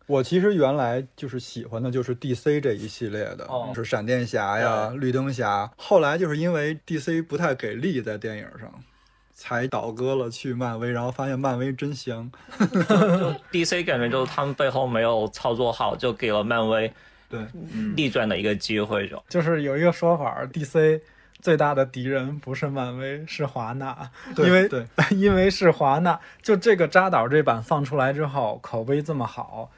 Speaker 2: 我其实原来就是喜欢的就是 DC 这一系列的，
Speaker 5: 哦
Speaker 2: 是闪电侠呀、绿灯侠。后来就是因为 DC 不太给力在电影上，才倒戈了去漫威，然后发现漫威真香。
Speaker 5: DC 感觉就是他们背后没有操作好，就给了漫威
Speaker 2: 对，
Speaker 5: 逆转的一个机会就。
Speaker 1: 就是有一个说法儿，DC 最大的敌人不是漫威，是华纳，
Speaker 2: 对
Speaker 1: 因为
Speaker 2: 对
Speaker 1: 因为是华纳，就这个扎导这版放出来之后，口碑这么好。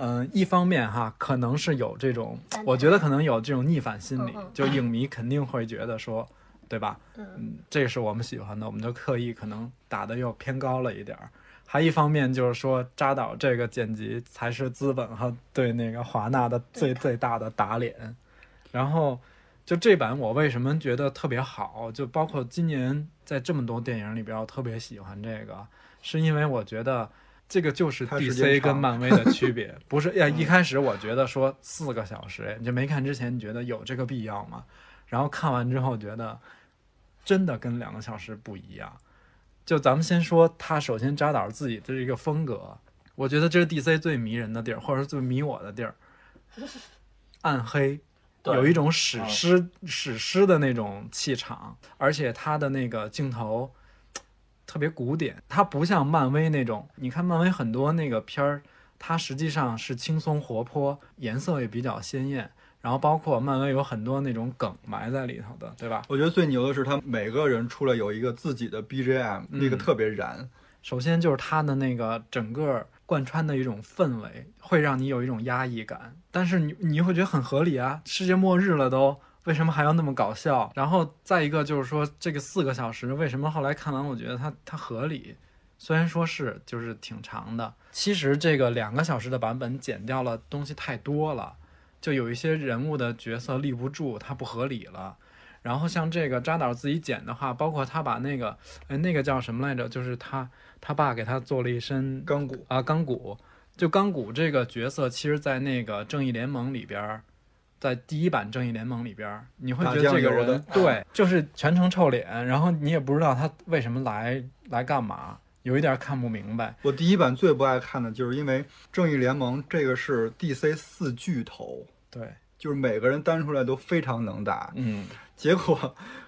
Speaker 1: 嗯，一方面哈，可能是有这种
Speaker 4: 反，弹
Speaker 1: 我觉得可能有这种逆反心理
Speaker 4: 嗯嗯，
Speaker 1: 就影迷肯定会觉得说，对吧？
Speaker 4: 嗯
Speaker 1: 嗯，这是我们喜欢的，我们就刻意可能打的又偏高了一点儿。还一方面就是说，扎导这个剪辑才是资本和对那个华纳的最最大的打脸。然后就这版我为什么觉得特别好，就包括今年在这么多电影里边，我特别喜欢这个，是因为我觉得这个就是
Speaker 2: 它时间
Speaker 1: DC
Speaker 2: 长嗯
Speaker 1: 跟漫威的区 别，不是呀？一开始我觉得说四个小时，你就没看之前你觉得有这个必要吗？然后看完之后觉得真的跟两个小时不一样。就咱们先说他首先扎导自己的这个风格，我觉得这是 DC 最迷人的地儿，或者是最迷我的地儿，暗黑。
Speaker 5: 对
Speaker 1: 有一种史诗、史诗的那种气场，而且它的那个镜头特别古典，它不像漫威那种。你看漫威很多那个片儿，它实际上是轻松活泼，颜色也比较鲜艳，然后包括漫威有很多那种梗埋在里头的，对吧？
Speaker 2: 我觉得最牛的是他每个人出来有一个自己的 BGM，、那个特别燃。
Speaker 1: 首先就是它的那个整个贯穿的一种氛围，会让你有一种压抑感，但是你你会觉得很合理啊，世界末日了都。为什么还要那么搞笑？然后再一个就是说，这个四个小时为什么后来看完我觉得它它合理？虽然说是就是挺长的，其实这个两个小时的版本剪掉了东西太多了，就有一些人物的角色立不住，它不合理了。然后像这个扎导自己剪的话，包括他把那个哎那个叫什么来着，就是他他爸给他做了一身
Speaker 2: 钢骨
Speaker 1: 啊钢骨，就钢骨这个角色，其实，在那个正义联盟里边儿，在第一版正义联盟里边儿，你会觉得这个
Speaker 2: 打酱油的
Speaker 1: 人对，就是全程臭脸，然后你也不知道他为什么来来干嘛，有一点看不明白。
Speaker 2: 我第一版最不爱看的就是因为《正义联盟》这个是 DC 四巨头，
Speaker 1: 对，
Speaker 2: 就是每个人单出来都非常能打，
Speaker 1: 嗯，
Speaker 2: 结果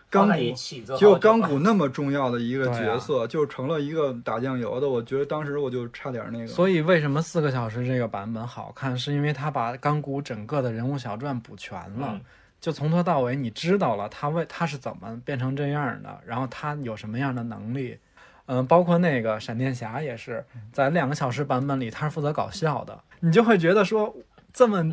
Speaker 5: 放
Speaker 2: 钢
Speaker 5: 在一
Speaker 2: 骨。
Speaker 5: 起之后
Speaker 2: 结
Speaker 5: 就
Speaker 2: 果钢骨那么重要的一个
Speaker 1: 对啊
Speaker 2: 角色，就成了一个打酱油的，我觉得当时我就差点那个。
Speaker 1: 所以为什么四个小时这个版本好看，是因为他把钢骨整个的人物小传补全了。
Speaker 5: 嗯
Speaker 1: 就从头到尾，你知道了他为他是怎么变成这样的，然后他有什么样的能力，嗯，包括那个闪电侠也是在两个小时版本里，他是负责搞笑的，你就会觉得说这么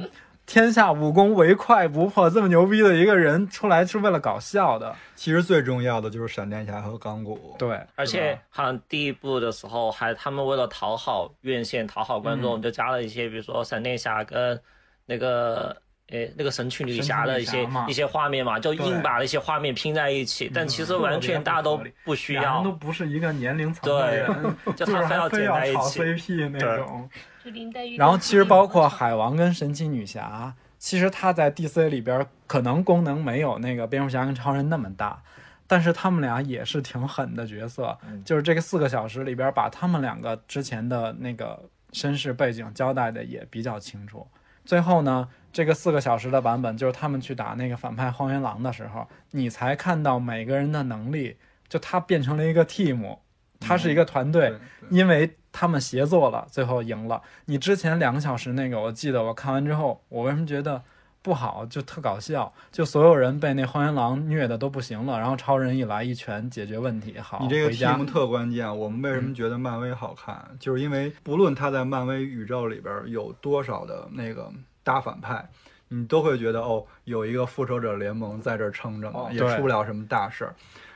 Speaker 1: 天下武功唯快不破这么牛逼的一个人出来是为了搞笑的，
Speaker 2: 其实最重要的就是闪电侠和钢骨。
Speaker 1: 对，
Speaker 5: 而且好像第一部的时候，还他们为了讨好院线、讨好观众，就加了一些，比如说闪电侠跟那个诶那个神奇女侠的一
Speaker 1: 神奇
Speaker 5: 些
Speaker 1: 女侠嘛
Speaker 5: 一些画面嘛，就硬把那些画面拼在一起，但其实完全大家都不需
Speaker 1: 俩人
Speaker 5: 要
Speaker 1: 都，不是一个年龄层的
Speaker 5: 对
Speaker 1: 人，
Speaker 5: 就
Speaker 1: 就是还
Speaker 5: 他非要
Speaker 1: 非
Speaker 5: 剪
Speaker 1: 要
Speaker 5: 在一
Speaker 1: 炒
Speaker 5: 起。
Speaker 1: CP 那
Speaker 5: 对
Speaker 1: 种。
Speaker 8: 就林黛玉跟
Speaker 1: 然后其实包括
Speaker 8: 自己
Speaker 1: 海王跟神奇女侠，其实它在 DC 里边儿可能功能没有那个蝙蝠侠跟超人那么大，但是他们俩也是挺狠的角色。就是这个四个小时里边儿，把他们两个之前的那个身世背景交代的也比较清楚。最后呢，这个四个小时的版本就是他们去打那个反派荒原狼的时候，你才看到每个人的能力，就他变成了一个 team，他是一个团队。
Speaker 2: 对，
Speaker 1: 因为他们协作了，最后赢了。你之前两个小时那个，我记得我看完之后，我为什么觉得不好？就特搞笑，就所有人被那荒原狼虐的都不行了，然后超人一来一拳解决问题，好，
Speaker 2: 你这个
Speaker 1: 回家 嗯
Speaker 2: team 特关键。我们为什么觉得漫威好看，就是因为不论他在漫威宇宙里边有多少的那个大反派，你都会觉得哦，有一个复仇者联盟在这儿撑着呢，
Speaker 1: 哦
Speaker 2: 也
Speaker 1: 对
Speaker 2: 出不了什么大事儿。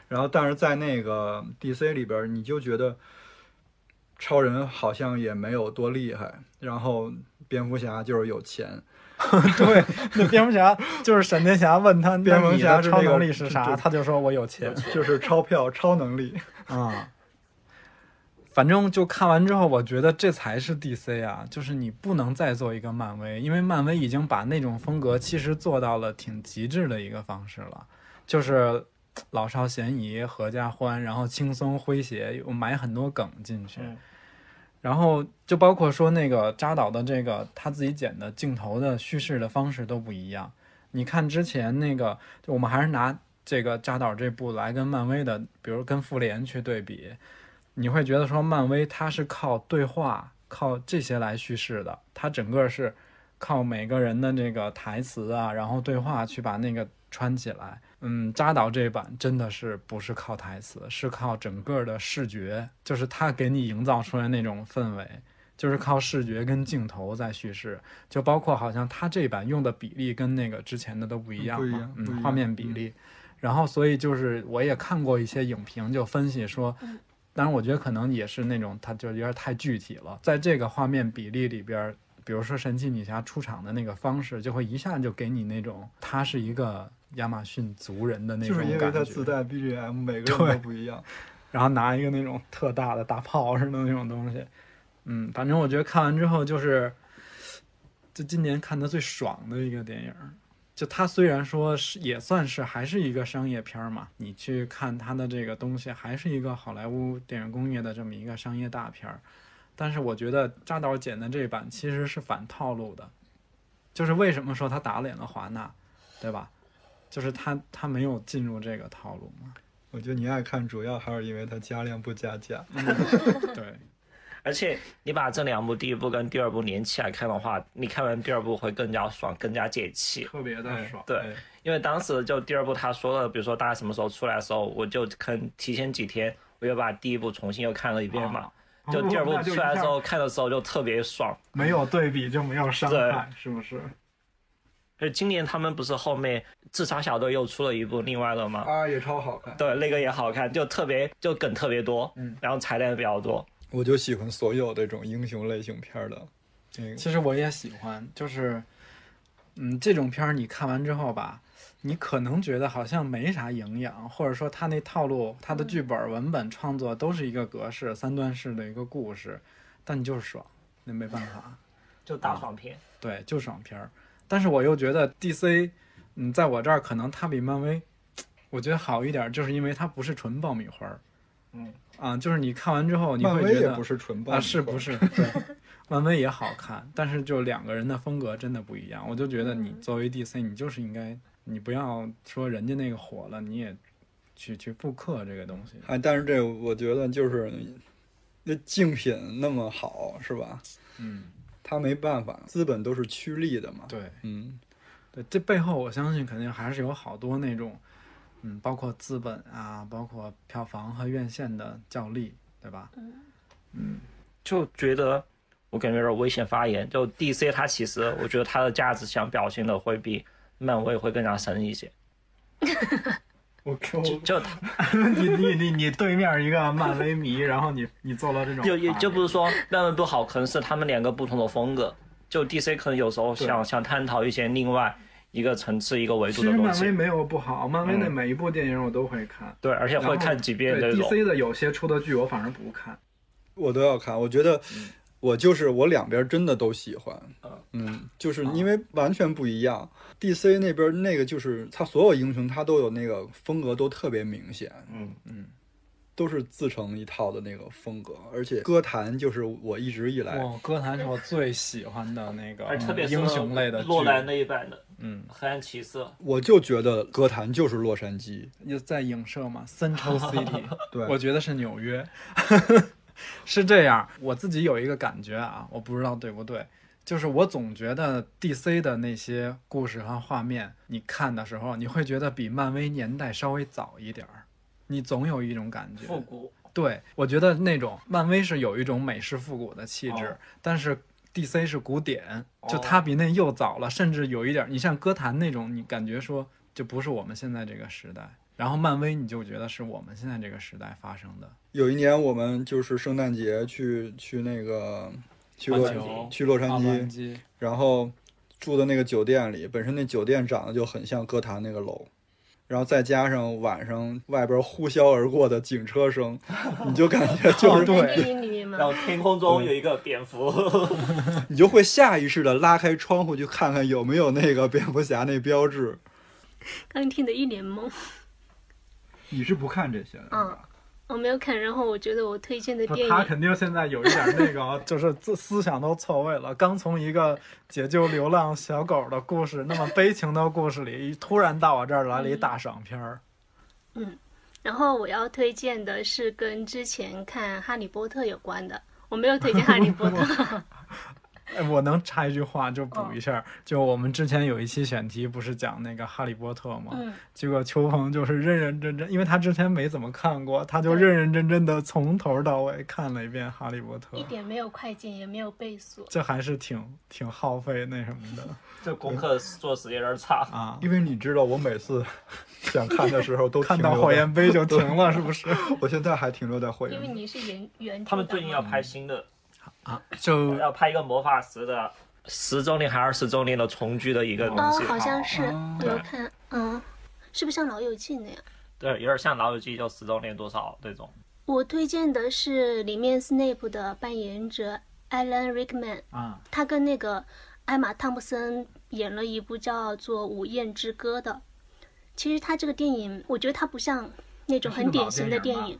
Speaker 2: 然后，但是在那个 DC 里边，你就觉得超人好像也没有多厉害，然后蝙蝠侠就是有钱，
Speaker 1: 对，那蝙蝠侠就是闪电侠问他，
Speaker 2: 蝙蝠侠
Speaker 1: 那你
Speaker 2: 是
Speaker 1: 的
Speaker 2: 那
Speaker 1: 超
Speaker 2: 个
Speaker 1: 能力是啥？
Speaker 2: 就
Speaker 1: 他就说我有钱。
Speaker 2: 就是钞票、超能力。
Speaker 1: 啊、反正就看完之后，我觉得这才是 DC 啊，就是你不能再做一个漫威，因为漫威已经把那种风格其实做到了挺极致的一个方式了，就是老少咸宜、合家欢，然后轻松诙谐，又埋很多梗进去。
Speaker 5: 嗯
Speaker 1: 然后就包括说那个扎导的这个他自己剪的镜头的叙事的方式都不一样。你看之前那个，就我们还是拿这个扎导这部来跟漫威的，比如跟复联去对比，你会觉得说漫威它是靠对话、靠这些来叙事的，它整个是靠每个人的这个台词啊，然后对话去把那个穿起来。嗯，扎导这版真的是不是靠台词，是靠整个的视觉，就是他给你营造出来那种氛围，就是靠视觉跟镜头在叙事，就包括好像他这版用的比例跟那个之前的都不一样
Speaker 2: 不一
Speaker 1: 嘛
Speaker 2: 样，不一
Speaker 1: 嗯，
Speaker 2: 样
Speaker 1: 画面比例。然后，所以就是我也看过一些影评，就分析说，当然我觉得可能也是那种它就有点太具体了，在这个画面比例里边儿，比如说神奇女侠出场的那个方式，就会一下就给你那种她是一个亚马逊族人的那
Speaker 2: 就
Speaker 1: 种
Speaker 2: 是因为
Speaker 1: 感
Speaker 2: 它
Speaker 1: 觉，
Speaker 2: 自带 BGM，每个人都不一样。
Speaker 1: 然后拿一个那种特大的大炮似的那种东西，嗯，反正我觉得看完之后就是，就今年看的最爽的一个电影儿。就它虽然说是也算是还是一个商业片儿嘛，你去看它的这个东西，还是一个好莱坞电影工业的这么一个商业大片儿。但是我觉得扎导剪的这版其实是反套路的，就是为什么说他打脸了华纳，对吧？就是他他没有进入这个套路嘛。
Speaker 2: 我觉得你爱看主要还是因为它加量不加价。
Speaker 1: 对，
Speaker 5: 而且你把这两部第一部跟第二部连起来看的话，你看完第二部会更加爽，更加解气。
Speaker 1: 特别的爽。
Speaker 5: 对，因为当时就第二部他说了，比如说大家什么时候出来的时候，我就可能提前几天，我又把第一部重新又看了一遍嘛。哦就第二部
Speaker 1: 那就
Speaker 5: 出
Speaker 1: 一
Speaker 5: 来的时
Speaker 1: 下
Speaker 5: 候，看的时候就特别爽。
Speaker 1: 没有对比就没有伤害，是不是？
Speaker 5: 而今年他们不是后面自杀小队又出了一部另外的吗？
Speaker 2: 啊，也超好看。
Speaker 5: 对，那个也好看，就特别就梗特别多，嗯，然后彩蛋也比较多。
Speaker 2: 我就喜欢所有这种英雄类型片儿的那个。
Speaker 1: 其实我也喜欢，就是，嗯，这种片儿你看完之后吧，你可能觉得好像没啥营养，或者说他那套路、他的剧本、文本创作都是一个格式、三段式的一个故事，但你就是爽，那没办法。
Speaker 5: 就大爽片，
Speaker 1: 对，就爽片儿。但是我又觉得 DC，嗯，在我这儿可能它比漫威，我觉得好一点儿，就是因为它不是纯爆米花儿。
Speaker 5: 嗯，
Speaker 1: 啊，就是你看完之后你
Speaker 2: 漫
Speaker 1: 会
Speaker 2: 威
Speaker 1: 觉
Speaker 2: 也
Speaker 1: 得
Speaker 2: 不是纯棒
Speaker 1: 啊，是不？是？对，漫威也好看，但是就两个人的风格真的不一样。我就觉得你作为 DC，你就是应该，你不要说人家那个火了，你也去去复刻这个东西。
Speaker 2: 哎，但是这我觉得就是那竞品那么好，是吧？
Speaker 1: 嗯，
Speaker 2: 他没办法，资本都是趋利的嘛。
Speaker 1: 对。
Speaker 2: 嗯，
Speaker 1: 对，这背后我相信肯定还是有好多那种，嗯，包括资本啊，包括票房和院线的较力，对吧？
Speaker 5: 就觉得我感觉有点危险发言。就 DC 它其实我觉得它的价值想表现的会比漫威会更加深一些。
Speaker 1: 我靠，
Speaker 5: 就它
Speaker 1: 你你你你对面一个漫威迷，然后你你做了这种
Speaker 5: 就也就不是说漫威不好，可能是他们两个不同的风格。就 DC 可能有时候想想探讨一些另外一个层次、一个维
Speaker 1: 其
Speaker 5: 度
Speaker 1: 实
Speaker 5: 的东
Speaker 1: 漫威
Speaker 5: 西。
Speaker 1: 没有不好，漫威的
Speaker 5: 嗯
Speaker 1: 每一部电影我都会看，
Speaker 5: 对，而且
Speaker 1: 然后
Speaker 5: 会看几遍
Speaker 1: 对
Speaker 5: 这种。
Speaker 1: DC 的有些出的剧我反而不看，
Speaker 2: 我都要看。我觉得
Speaker 1: 嗯
Speaker 2: 我就是我两边真的都喜欢。
Speaker 1: 啊
Speaker 2: 嗯，就是因为完全不一样。DC 那边那个就是他所有英雄他都有那个风格都特别明显，
Speaker 5: 嗯，
Speaker 2: 都是自成一套的那个风格，而且歌坛就是我一直以来
Speaker 1: 哇，歌坛是我最喜欢的那个
Speaker 5: 而哎特别是
Speaker 1: 英雄类的剧，
Speaker 5: 洛兰那一版的，
Speaker 1: 嗯，
Speaker 5: 黑暗骑士，
Speaker 2: 我就觉得歌坛就是洛杉矶，
Speaker 1: 又在影射 嘛，Central City，
Speaker 2: 对
Speaker 1: 我觉得是纽约， 是这样。我自己有一个感觉啊，我不知道对不对，就是我总觉得 DC 的那些故事和画面，你看的时候，你会觉得比漫威年代稍微早一点儿，你总有一种感觉，
Speaker 5: 复古。
Speaker 1: 对，我觉得那种漫威是有一种美式复古的气质，
Speaker 5: 哦
Speaker 1: 但是 DC 是古典，就
Speaker 5: 哦
Speaker 1: 它比那又早了，甚至有一点儿，你像歌坛那种，你感觉说就不是我们现在这个时代。然后漫威你就觉得是我们现在这个时代发生的，
Speaker 2: 有一年我们就是圣诞节去去那个去
Speaker 1: 环
Speaker 2: 洛
Speaker 1: 球
Speaker 2: 去洛杉
Speaker 1: 奥兰
Speaker 2: 矶，
Speaker 1: 基，
Speaker 2: 然后住的那个酒店里，本身那酒店长得就很像歌坛那个楼，然后再加上晚上外边呼啸而过的警车声，你就感 觉就
Speaker 1: 哦
Speaker 2: 是
Speaker 4: 在
Speaker 1: 对，
Speaker 4: 电影里面
Speaker 5: 然
Speaker 4: 嘛，
Speaker 5: 后天空中有一个蝙蝠，
Speaker 1: 嗯
Speaker 2: 你就会下意识的拉开窗户去看看有没有那个蝙蝠侠那标志。
Speaker 4: 刚听得一脸懵。
Speaker 2: 你是不看这些的
Speaker 4: 嗯，我没有看。然后我觉得我推荐的
Speaker 1: 不
Speaker 4: 电
Speaker 1: 他
Speaker 4: 影，
Speaker 1: 肯定现在有一点那 个，啊就是自思想都错位了。刚从一个解救流浪小狗的故事，那么悲情的故事里，突然到我这儿
Speaker 4: 嗯
Speaker 1: 来了一大爽片儿。
Speaker 4: 然后我要推荐的是跟之前看《哈利波特》有关的。我没有推荐《哈利波特》
Speaker 1: 哎，我能插一句话，就
Speaker 4: 嗯
Speaker 1: 补一下儿，就我们之前有一期选题不是讲那个《哈利波特》吗？
Speaker 4: 嗯
Speaker 1: 结果秋鹏就是认认真真，因为他之前没怎么看过，他就认认真真的从头到尾看了一遍《哈利波特
Speaker 4: 一》，点没有快进，也没有倍速。
Speaker 1: 这还是挺挺耗费那什么 的
Speaker 5: 这功课做时间有点差。
Speaker 1: 啊。
Speaker 2: 因为你知道，我每次 想 看的时候都
Speaker 1: 看
Speaker 2: 停
Speaker 1: 到
Speaker 2: 留
Speaker 1: 火
Speaker 2: 在
Speaker 1: 焰 杯就停了，是不是？
Speaker 2: 我现在还停留在火焰
Speaker 4: 因为
Speaker 2: 杯。
Speaker 4: 你是原原著
Speaker 5: 他们
Speaker 4: 党
Speaker 5: 最近要拍新的，
Speaker 1: 啊，就
Speaker 5: 要拍一个魔法石的十周年还是二十周年的重聚的一个东
Speaker 4: 哦
Speaker 5: 西，，
Speaker 4: 好像是我有
Speaker 5: 对
Speaker 4: 看，嗯，是不是像老友记那样？
Speaker 5: 对，有点像老友记就十周年多少那种。
Speaker 4: 我推荐的是里面 Snape 的扮演者 Alan Rickman，
Speaker 1: 啊，
Speaker 4: 他跟那个艾玛汤普森演了一部叫做《午宴之歌》的。其实他这个电影，我觉得它不像那种很典型的电
Speaker 1: 是一个老电
Speaker 4: 影，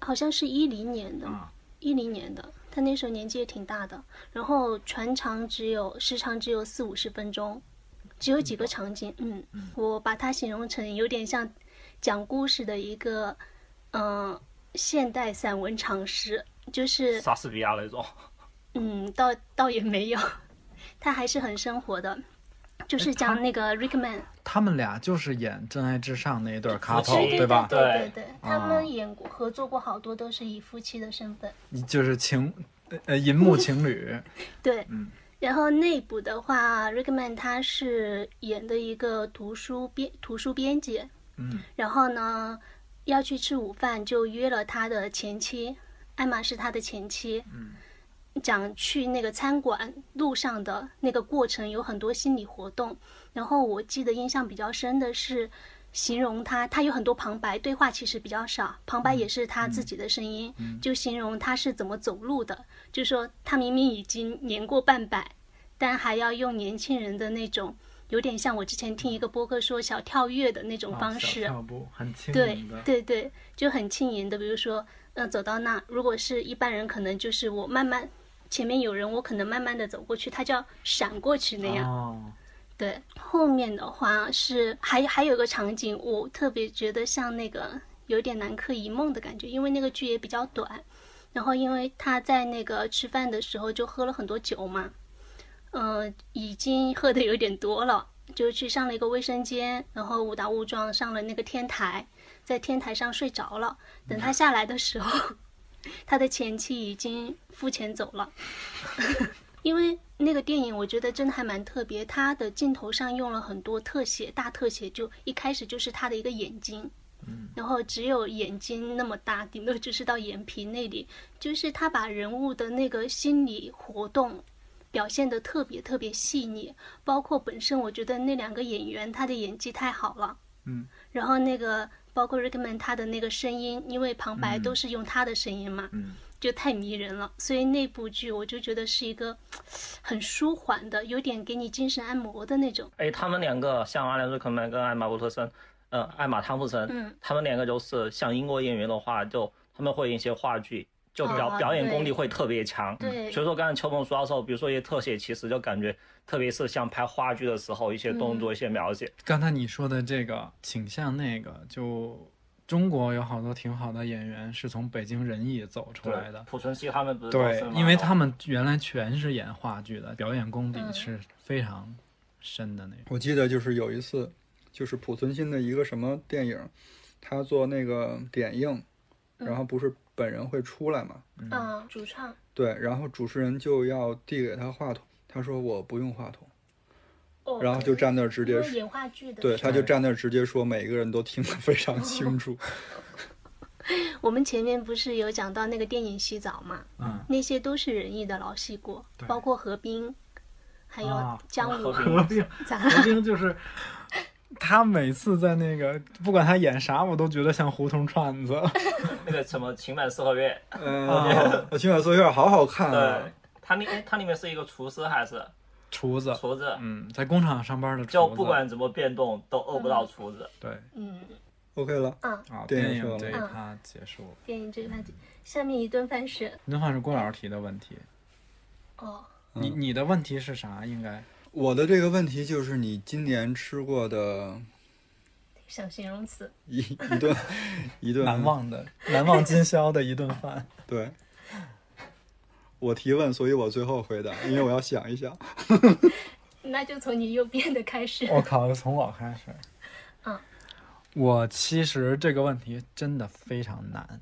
Speaker 4: 好像是一零年的
Speaker 1: 啊，
Speaker 4: 一零、年的，他那时候年纪也挺大的。然后全长只有时长只有四五十分钟，只有几个场景。嗯，我把它形容成有点像讲故事的一个，嗯、现代散文长诗，就是
Speaker 5: 莎士比亚那种，
Speaker 4: 嗯，倒倒也没有，他还是很生活的，就是讲那个 Rickman，
Speaker 1: 他们俩就是演《真爱至上》那一对儿
Speaker 5: 夫妻
Speaker 1: couple，
Speaker 4: 对
Speaker 1: 吧？
Speaker 4: 对对
Speaker 5: 对
Speaker 4: 对，他们演过合作过好多都是以夫妻的身份，
Speaker 1: 就是情，呃呃，银幕情 侣，
Speaker 4: 对
Speaker 1: 嗯。
Speaker 4: 然后内部的话，Rickman 他是演的一个图书编图书编辑，
Speaker 1: 嗯，
Speaker 4: 然后呢，要去吃午饭，就约了他的前妻，艾玛是他的前妻，嗯，讲去那个餐馆路上的那个过程有很多心理活动。然后我记得印象比较深的是，形容他，他有很多旁白，对话其实比较少，
Speaker 1: 嗯
Speaker 4: 旁白也是他自己的声音，就形容他是怎么走路的，就说他明明已经年过半百，但还要用年轻人的那种。有点像我之前听一个播客说小跳跃的那种方式，
Speaker 1: 啊小跳步很轻
Speaker 4: 对
Speaker 1: 盈的，
Speaker 4: 对对，就很轻盈的。比如说，呃，走到那，如果是一般人，可能就是我慢慢前面有人，我可能慢慢的走过去，他就要闪过去那样。
Speaker 1: 哦，
Speaker 4: 对，后面的话是还还有一个场景，我特别觉得像那个有点南柯一梦的感觉，因为那个剧也比较短，然后因为他在那个吃饭的时候就喝了很多酒嘛，呃， 已经喝的有点多了，就去上了一个卫生间，然后误打误撞上了那个天台，在天台上睡着了。等他下来的时候， 他的前妻已经付钱走了。因为那个电影，我觉得真的还蛮特别。它的镜头上用了很多特写，大特写，就一开始就是他的一个眼睛，
Speaker 1: 嗯
Speaker 4: 然后只有眼睛那么大，顶多就是到眼皮那里，就是他把人物的那个心理活动表现得特别特别细腻，包括本身我觉得那两个演员他的演技太好了，
Speaker 1: 嗯，
Speaker 4: 然后那个包括 Rickman 他的那个声音，因为旁白都是用他的声音嘛，
Speaker 1: 嗯，
Speaker 4: 就太迷人了，所以那部剧我就觉得是一个很舒缓的，有点给你精神按摩的那种，
Speaker 5: 哎，他们两个像阿兰·瑞克曼跟艾玛·沃特森，呃，艾玛·汤普森，
Speaker 4: 嗯
Speaker 5: 他们两个就是像英国演员的话，就他们会演一些话剧，就表、
Speaker 4: 啊
Speaker 5: 表演
Speaker 4: 对
Speaker 5: 功力会特别强。
Speaker 4: 对
Speaker 5: 所以说刚才秋梦说到的时候，比如说一些特写，其实就感觉，特别是像拍话剧的时候，一些动
Speaker 4: 嗯
Speaker 5: 作、一些描写，
Speaker 1: 刚才你说的这个倾向，那个就中国有好多挺好的演员是从北京人艺走出来的，
Speaker 5: 濮存昕他们不是都
Speaker 1: 对
Speaker 5: 是，吗
Speaker 1: 因为他们原来全是演话剧的，表演功底是非常深的那种。
Speaker 2: 我记得就是有一次，就是濮存昕的一个什么电影，他做那个点映，然后不是本人会出来嘛？
Speaker 4: 嗯，主创，
Speaker 2: 对，然后主持人就要递给他话筒，他说我不用话筒，
Speaker 4: 哦
Speaker 2: 然后就站那儿直
Speaker 4: 因
Speaker 2: 接
Speaker 4: 为
Speaker 2: 说，
Speaker 4: 演话剧的，
Speaker 2: 对，他就
Speaker 1: 嗯
Speaker 2: 站那儿直接说，每一个人都听得非常清楚。
Speaker 4: 我们前面不是有讲到那个电影《洗澡》嘛，
Speaker 1: 嗯，
Speaker 4: 那些都是仁义的老戏骨，包括何冰，还有
Speaker 1: 啊
Speaker 4: 姜武，
Speaker 1: 何 冰，
Speaker 4: 咱
Speaker 1: 何冰就是 他每次在那个不管他演啥，我都觉得像胡同串子。
Speaker 5: 那个什么《情满四合院》
Speaker 2: 嗯，
Speaker 1: 哦
Speaker 2: 我《情感岁月》好好看
Speaker 1: 嗯
Speaker 2: 啊
Speaker 5: 对，，它里面它里面是一个厨师还是
Speaker 1: 厨子，
Speaker 5: 厨子，
Speaker 1: 嗯，在工厂上班的厨子，
Speaker 5: 就不管怎么变动都饿不到厨子。
Speaker 1: 对
Speaker 4: 嗯，
Speaker 2: ，OK 了。
Speaker 1: 啊，
Speaker 2: 电影
Speaker 1: 电影
Speaker 2: 说了
Speaker 1: 这一
Speaker 4: 嗯
Speaker 1: 趴结束了。
Speaker 4: 电影这个话题，下面一顿饭是
Speaker 1: 那话是郭老师提的问题，
Speaker 4: 哦，
Speaker 1: 你
Speaker 2: 嗯
Speaker 1: 你的问题是啥？应该
Speaker 2: 我的这个问题就是你今年吃过的
Speaker 4: 想形容词，
Speaker 2: 一一顿一顿
Speaker 1: 难忘的难忘今宵的一顿饭。
Speaker 2: 对，我提问，所以我最后回答，因为我要想一想。
Speaker 4: 那就从你右边的开始。
Speaker 2: 哦
Speaker 1: 我靠，从我开始。
Speaker 4: 嗯，
Speaker 1: 我其实这个问题真的非常难，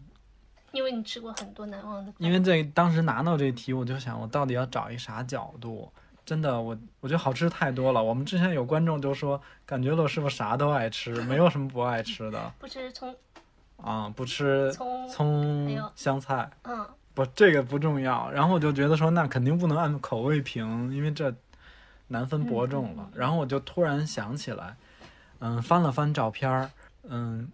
Speaker 4: 因为你吃过很多难忘的饭，
Speaker 1: 因为这当时拿到这题，我就想我到底要找一啥角度。真的，我我觉得好吃太多了。我们之前有观众就说，感觉乐师傅啥都爱吃，没有什么不爱吃的
Speaker 4: 不吃葱，
Speaker 1: 啊、不吃
Speaker 4: 葱还
Speaker 1: 葱
Speaker 4: 有、
Speaker 1: 香菜，
Speaker 4: 嗯，
Speaker 1: 不，这个不重要。然后我就觉得说，那肯定不能按口味评，因为这难分伯仲了。然后我就突然想起来，嗯，翻了翻照片儿，嗯，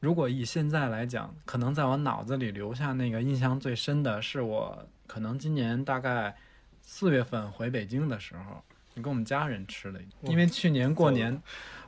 Speaker 1: 如果以现在来讲，可能在我脑子里留下那个印象最深的是我可能今年大概四月份回北京的时候，你跟我们家人吃了一顿，因为去年过年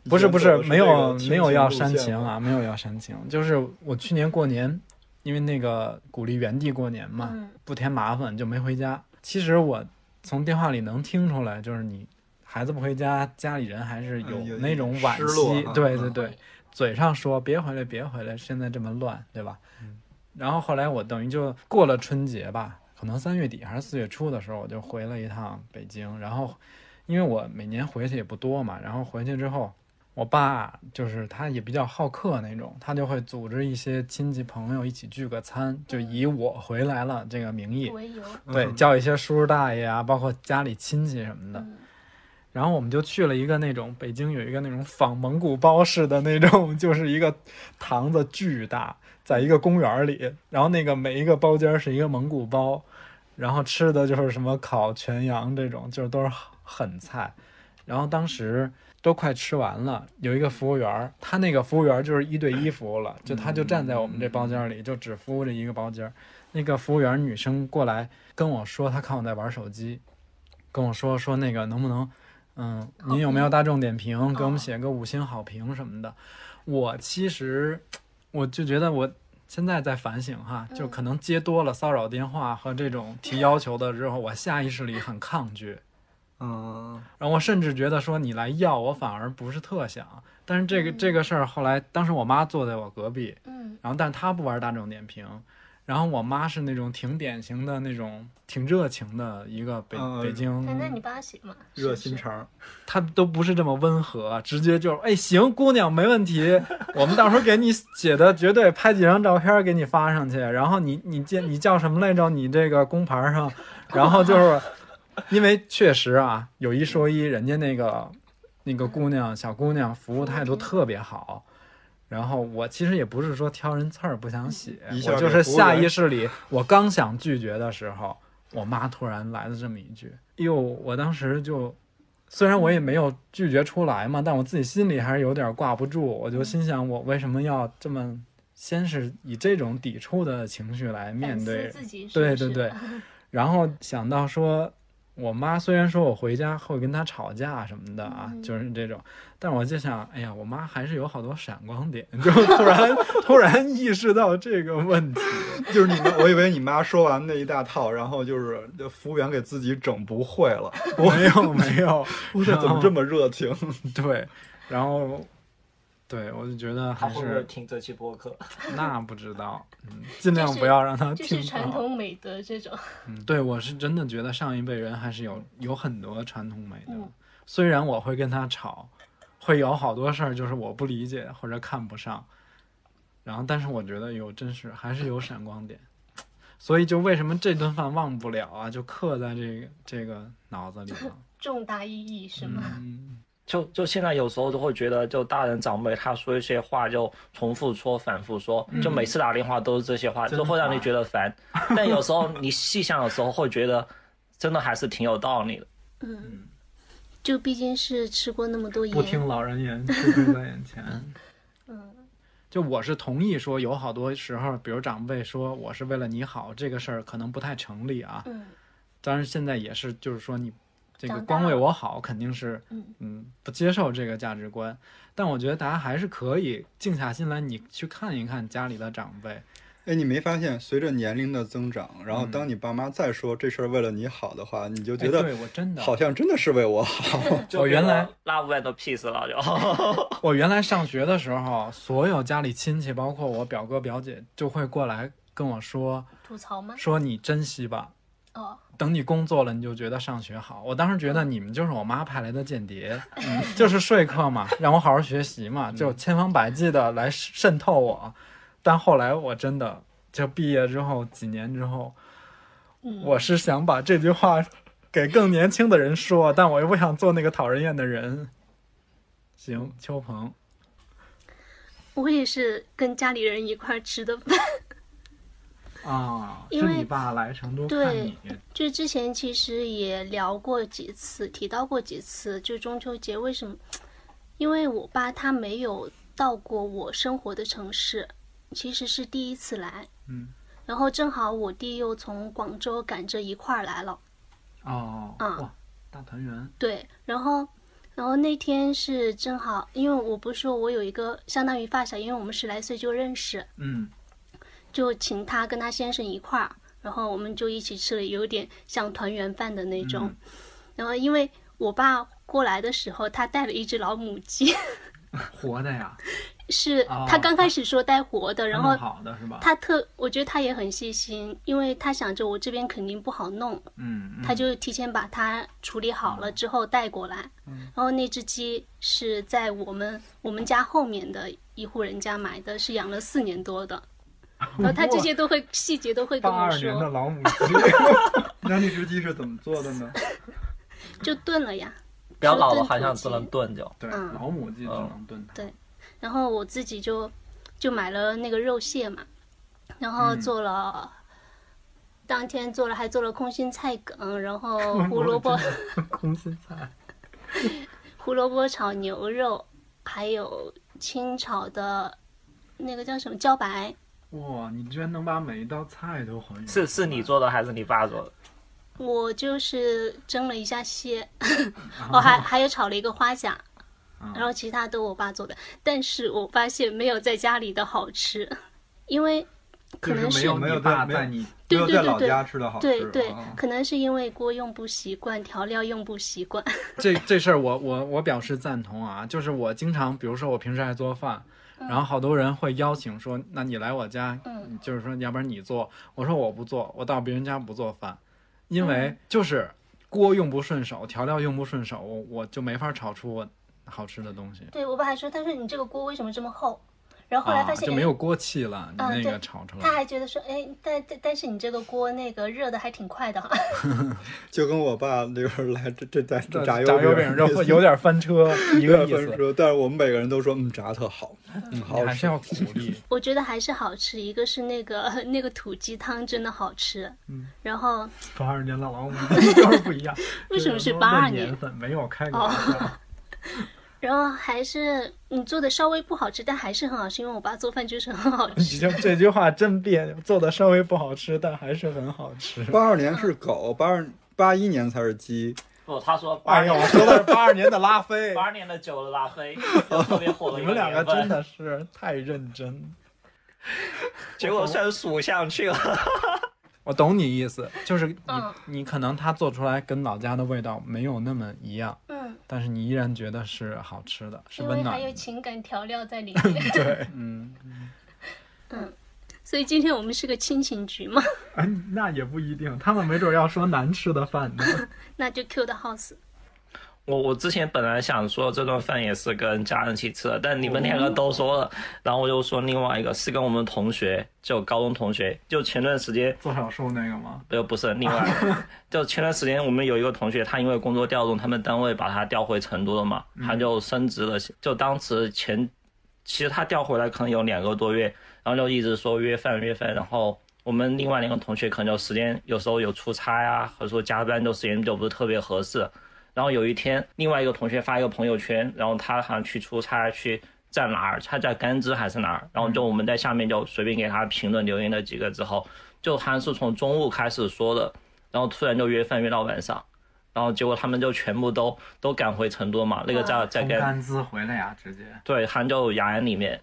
Speaker 1: 不是不是没有没有要煽情啊，没有要煽情，就是我去年过年，因为那个鼓励原地过年嘛，
Speaker 4: 嗯，
Speaker 1: 不添麻烦就没回家。其实我从电话里能听出来，就是你孩子不回家，家里人还是有
Speaker 2: 嗯有
Speaker 1: 那种惋
Speaker 2: 失
Speaker 1: 惜。
Speaker 2: 落啊
Speaker 1: 对
Speaker 2: 嗯
Speaker 1: 对对，嘴上说别回来，别回来，现在这么乱，对吧？
Speaker 2: 嗯
Speaker 1: 然后后来我等于就过了春节吧，可能三月底还是四月初的时候，我就回了一趟北京。然后，因为我每年回去也不多嘛，然后回去之后，我爸就是他也比较好客那种，他就会组织一些亲戚朋友一起聚个餐，就以我回来了这个名义，
Speaker 4: 为由，
Speaker 1: 对，叫一些叔叔大爷啊，包括家里亲戚什么的。
Speaker 4: 嗯
Speaker 1: 然后我们就去了一个那种北京有一个那种仿蒙古包式的那种，就是一个堂子巨大，在一个公园里，然后那个每一个包间是一个蒙古包，然后吃的就是什么烤全羊这种，就是都是狠菜。然后当时都快吃完了，有一个服务员儿，他那个服务员儿就是一对一服务了，就他就站在我们这包间里，就只服务这一个包间儿。那个服务员女生过来跟我说，她看我在玩手机，跟我说说那个能不能，嗯，您有没有大众点评，给我们写个五星好评什么的。我其实我就觉得我现在在反省哈，就
Speaker 4: 嗯
Speaker 1: 可能接多了骚扰电话和这种提要求的时候，我下意识里很抗拒。
Speaker 2: 嗯，
Speaker 1: 然后我甚至觉得说你来要我反而不是特想，但是这个这个事儿后来，当时我妈坐在我隔壁，
Speaker 4: 嗯，
Speaker 1: 然后但她不玩大众点评，然后我妈是那种挺典型的那种挺热情的一个北、
Speaker 2: 嗯
Speaker 1: 北京
Speaker 4: 哎那那你帮他写嘛，是
Speaker 2: 热
Speaker 4: 不是
Speaker 2: 心肠，
Speaker 1: 他都不是这么温和，直接就是哎行，姑娘没问题， 我们到时候给你写的绝对拍几张照片给你发上去，然后你你叫你叫什么来着？你这个工牌上，然后就是因为确实啊，有一说一，人家那个那个姑娘小姑娘服务态度特别好。然后我其实也不是说挑人刺儿不想写
Speaker 2: 一，下
Speaker 1: 我就
Speaker 2: 给
Speaker 1: 是
Speaker 2: 服务
Speaker 1: 下
Speaker 2: 员
Speaker 1: 意识里，我刚想拒绝的时候，我妈突然来了这么一句，哎呦，我当时就虽然我也没有拒绝出来嘛，但我自己心里还是有点挂不住。我就心想，我为什么要这么先是以这种抵触的情绪来
Speaker 4: 反
Speaker 1: 面
Speaker 4: 思
Speaker 1: 对？
Speaker 4: 自己是
Speaker 1: 对
Speaker 4: 不
Speaker 1: 对
Speaker 4: 是，
Speaker 1: 对。 然后想到说，我妈虽然说我回家会跟她吵架什么的啊，
Speaker 4: 嗯
Speaker 1: 就是这种，但我就想，哎呀，我妈还是有好多闪光点， 就突然突然意识到这个问题。
Speaker 2: 就是你们，我以为你妈说完那一大套，然后就是服务员给自己整不会 了，
Speaker 1: 没有没有，
Speaker 2: 我这怎么这么热情？
Speaker 1: 对，然后对我就觉得
Speaker 5: 他
Speaker 1: 还
Speaker 5: 会不会
Speaker 1: 是
Speaker 5: 听这期播客？
Speaker 1: 那不知道，嗯，尽量
Speaker 4: 是
Speaker 1: 不要让他
Speaker 4: 这
Speaker 1: 听
Speaker 4: 是传
Speaker 1: 到。
Speaker 4: 统美德这种，
Speaker 1: 嗯，对我是真的觉得上一辈人还是有有很多传统美德
Speaker 4: 嗯，
Speaker 1: 虽然我会跟他吵，会有好多事儿就是我不理解或者看不上，然后但是我觉得有真是还是有闪光点。所以就为什么这顿饭忘不了啊，就刻在这个这个脑子里 了。
Speaker 4: 重大意义是吗？
Speaker 1: 嗯，
Speaker 5: 就就现在有时候都会觉得，就大人长辈他说一些话就重复说、反复说，就每次打电话都是这些话，
Speaker 1: 嗯真
Speaker 5: 就会让你
Speaker 1: 烦
Speaker 5: 觉得烦。但有时候你细想的时候，会觉得真的还是挺有道理的。
Speaker 1: 哦
Speaker 4: 嗯，就毕竟是吃过那么多
Speaker 1: 不
Speaker 4: 盐，
Speaker 1: 听老人言，吃亏在眼前。
Speaker 4: 嗯
Speaker 1: 就我是同意说，有好多时候，比如长辈说我是为了你好，这个事儿可能不太成立啊。
Speaker 4: 嗯，
Speaker 1: 当然现在也是，就是说你这个
Speaker 4: 长大
Speaker 1: 光为我好，肯定是
Speaker 4: 嗯
Speaker 1: 不接受这个价值观。但我觉得大家还是可以静下心来，你去看一看家里的长辈，
Speaker 2: 哎，你没发现随着年龄的增长，然后
Speaker 1: 嗯
Speaker 2: 当你爸妈再说这事儿为了你好的话，你就
Speaker 1: 哎
Speaker 2: 觉得
Speaker 1: 对我真的
Speaker 2: 好像真的是为我好。
Speaker 5: 就
Speaker 1: 我原来
Speaker 5: 拉 o v e and peace 了，就
Speaker 1: 我原来上学的时候，所有家里亲戚，包括我表哥表姐，就会过来跟我说
Speaker 4: 吐槽吗？
Speaker 1: 说你珍惜吧，
Speaker 4: 哦，
Speaker 1: 等你工作了，你就觉得上学好。我当时觉得
Speaker 4: 嗯
Speaker 1: 你们就是我妈派来的间 谍，嗯 就是说客嘛，让我好好学习
Speaker 4: 嗯
Speaker 1: 嘛，就千方百计的来渗透我。但后来我真的就毕业之后几年之后，
Speaker 4: 嗯，
Speaker 1: 我是想把这句话给更年轻的人说，但我又不想做那个讨人厌的人。
Speaker 4: 嗯
Speaker 1: 行，秋鹏，
Speaker 4: 我也是跟家里人一块儿吃的饭。
Speaker 1: 啊，
Speaker 4: 因
Speaker 1: 是
Speaker 4: 为
Speaker 1: 你爸来成都看
Speaker 4: 对
Speaker 1: 你，
Speaker 4: 就之前其实也聊过几次，提到过几次，就中秋节为什么？因为我爸他没有到过我生活的城市，其实是第一次来。
Speaker 1: 嗯，
Speaker 4: 然后正好我弟又从广州赶着一块儿来了，
Speaker 1: 哦，
Speaker 4: 嗯
Speaker 1: 哇，大团圆，
Speaker 4: 对，然后，然后那天是正好，因为我不是说我有一个相当于发小，因为我们十来岁就认识，
Speaker 1: 嗯，
Speaker 4: 就请他跟他先生一块儿，然后我们就一起吃了有点像团圆饭的那
Speaker 1: 嗯
Speaker 4: 种。然后因为我爸过来的时候，他带了一只老母鸡，
Speaker 1: 活的呀，
Speaker 4: 是
Speaker 1: 哦
Speaker 4: 他刚开始说带活的，然后
Speaker 1: 弄好的是吧？
Speaker 4: 他特，我觉得他也很细心，因为他想着我这边肯定不好弄，
Speaker 1: 嗯，嗯
Speaker 4: 他就提前把它处理好了之后带过来。
Speaker 1: 嗯
Speaker 4: 然后那只鸡是在我们我们家后面的一户人家买的，是养了四年 多的。然后他这些都会细节都会跟
Speaker 1: 八
Speaker 4: 我
Speaker 1: 二年的
Speaker 4: 说，
Speaker 1: 老 母鸡，
Speaker 2: 那那只鸡是怎么做的呢？
Speaker 4: 就炖了呀。
Speaker 5: 比较老了，好像只能炖就。
Speaker 1: 对，
Speaker 4: 嗯
Speaker 1: 老母鸡只能炖它。
Speaker 4: 然后我自己就就买了那个肉蟹嘛，
Speaker 1: 嗯
Speaker 4: 然后做了、当天做了还做了空心菜梗，然后哦胡萝卜
Speaker 1: 空心菜，
Speaker 4: 胡萝卜炒牛肉，还有清炒的那个叫什么茭白，
Speaker 1: 哇，你居然能把每一道菜都还原，
Speaker 5: 是是你做的还是你爸做的？
Speaker 4: 我就是蒸了一下 蟹，哦还还有炒了一个花甲。
Speaker 1: 嗯
Speaker 4: 然后其他都我爸做的，但是我发现没有在家里的好吃，因为可能
Speaker 1: 就是
Speaker 4: 是
Speaker 1: 没有
Speaker 2: 没有
Speaker 1: 你爸
Speaker 2: 在没有
Speaker 1: 在你
Speaker 2: 没
Speaker 4: 对
Speaker 2: 有
Speaker 4: 对
Speaker 2: 在
Speaker 4: 对
Speaker 2: 老
Speaker 4: 对
Speaker 2: 家吃的好吃。
Speaker 4: 对对
Speaker 1: 嗯
Speaker 2: 啊，
Speaker 4: 可能是因为锅用不习惯，调料用不习惯。
Speaker 1: 这这事儿我我我表示赞同啊，就是我经常，比如说我平时爱做饭，然后好多人会邀请说，那你来我家，
Speaker 4: 嗯
Speaker 1: 就是说要不然你做，我说我不做，我到别人家不做饭，因
Speaker 4: 嗯
Speaker 1: 为就是锅用不顺手，调料用不顺手，我我就没法炒出我好吃的东西
Speaker 4: 对我爸还说，他说你这个锅为什么这么厚？然后后来
Speaker 1: 啊，
Speaker 4: 发现，
Speaker 1: 就没有锅气了，你
Speaker 4: 啊
Speaker 1: 那
Speaker 4: 对
Speaker 1: 个炒出
Speaker 4: 哎他
Speaker 1: 来，
Speaker 4: 还觉得说，哎，但但但是你这个锅那个热的还挺快的哈。
Speaker 2: 就跟我爸那会儿来这这炸这
Speaker 1: 炸
Speaker 2: 油
Speaker 1: 油
Speaker 2: 饼
Speaker 1: 饼就有点翻车，一个意
Speaker 2: 啊分
Speaker 1: 思，
Speaker 2: 说，但是我们每个人都说，嗯，炸得特好，嗯，好
Speaker 1: 你还
Speaker 2: 吃
Speaker 1: 是。要鼓励，
Speaker 4: 我觉得还是好吃，一个是那个 那个土鸡汤真的好吃，
Speaker 1: 嗯，
Speaker 4: 然后
Speaker 1: 八二年的老母鸡就是不一样，
Speaker 4: 为什么是
Speaker 1: 这个都
Speaker 4: 八二
Speaker 1: 论
Speaker 4: 年哦
Speaker 1: 年？份？没有开过玩笑。
Speaker 4: 然后还是你做的稍微不好吃，但还是很好吃，因为我爸做饭就是很好
Speaker 1: 你
Speaker 4: 吃。
Speaker 1: 就这句话真别扭，做的稍微不好吃，但还是很好吃。
Speaker 2: 八二年是狗，八二八一年才是鸡。
Speaker 5: 不，他说八
Speaker 1: 哎呦，我说的是八二年的拉 菲
Speaker 5: 八，二年的酒的 拉黑，就特别火的
Speaker 1: 你
Speaker 5: 一
Speaker 1: 们两
Speaker 5: 年
Speaker 1: 个
Speaker 5: 份
Speaker 1: 真，的是太认真。
Speaker 5: 结果算属相去了。
Speaker 1: 我懂你意思，就是你、
Speaker 4: 嗯
Speaker 1: 你可能它做出来跟老家的味道没有那么一样，
Speaker 4: 嗯，
Speaker 1: 但是你依然觉得是好吃的，是
Speaker 4: 因为
Speaker 1: 温暖
Speaker 4: 还
Speaker 1: 的
Speaker 4: 有。情感调料 在里面，
Speaker 1: 对，嗯，
Speaker 4: 嗯所以今天我们是个亲情局嘛，
Speaker 1: 哎，那也不一定，他们没准要说难吃的饭呢。
Speaker 4: 那就 Q 的 house。
Speaker 5: 我我之前本来想说这顿饭也是跟家人一起吃的，但你们两个都说了，然后我就说另外一个是跟我们同学，就高中同学，就前段时间
Speaker 1: 做手术那个吗？
Speaker 5: 呃不是另外一个，就前段时间我们有一个同学，他因为工作调动，他们单位把他调回成都了嘛，他就升职了，就当时前其实他调回来可能有两个多月，然后就一直说约饭约饭，然后我们另外两个同学可能就时间有时候有出差啊，或者说加班，就时间就不是特别合适。然后有一天，另外一个同学发一个朋友圈，然后他好像去出差去在哪儿，他在甘孜还是哪儿，然后就我们在下面就随便给他评论留言了几个之后，就他是从中午开始说的，然后突然就约饭约到晚上。然后结果他们就全部都都赶回成都嘛，那个在在
Speaker 1: 从
Speaker 5: 甘
Speaker 1: 甘孜回来呀，直接。
Speaker 5: 对，杭州雅安里面，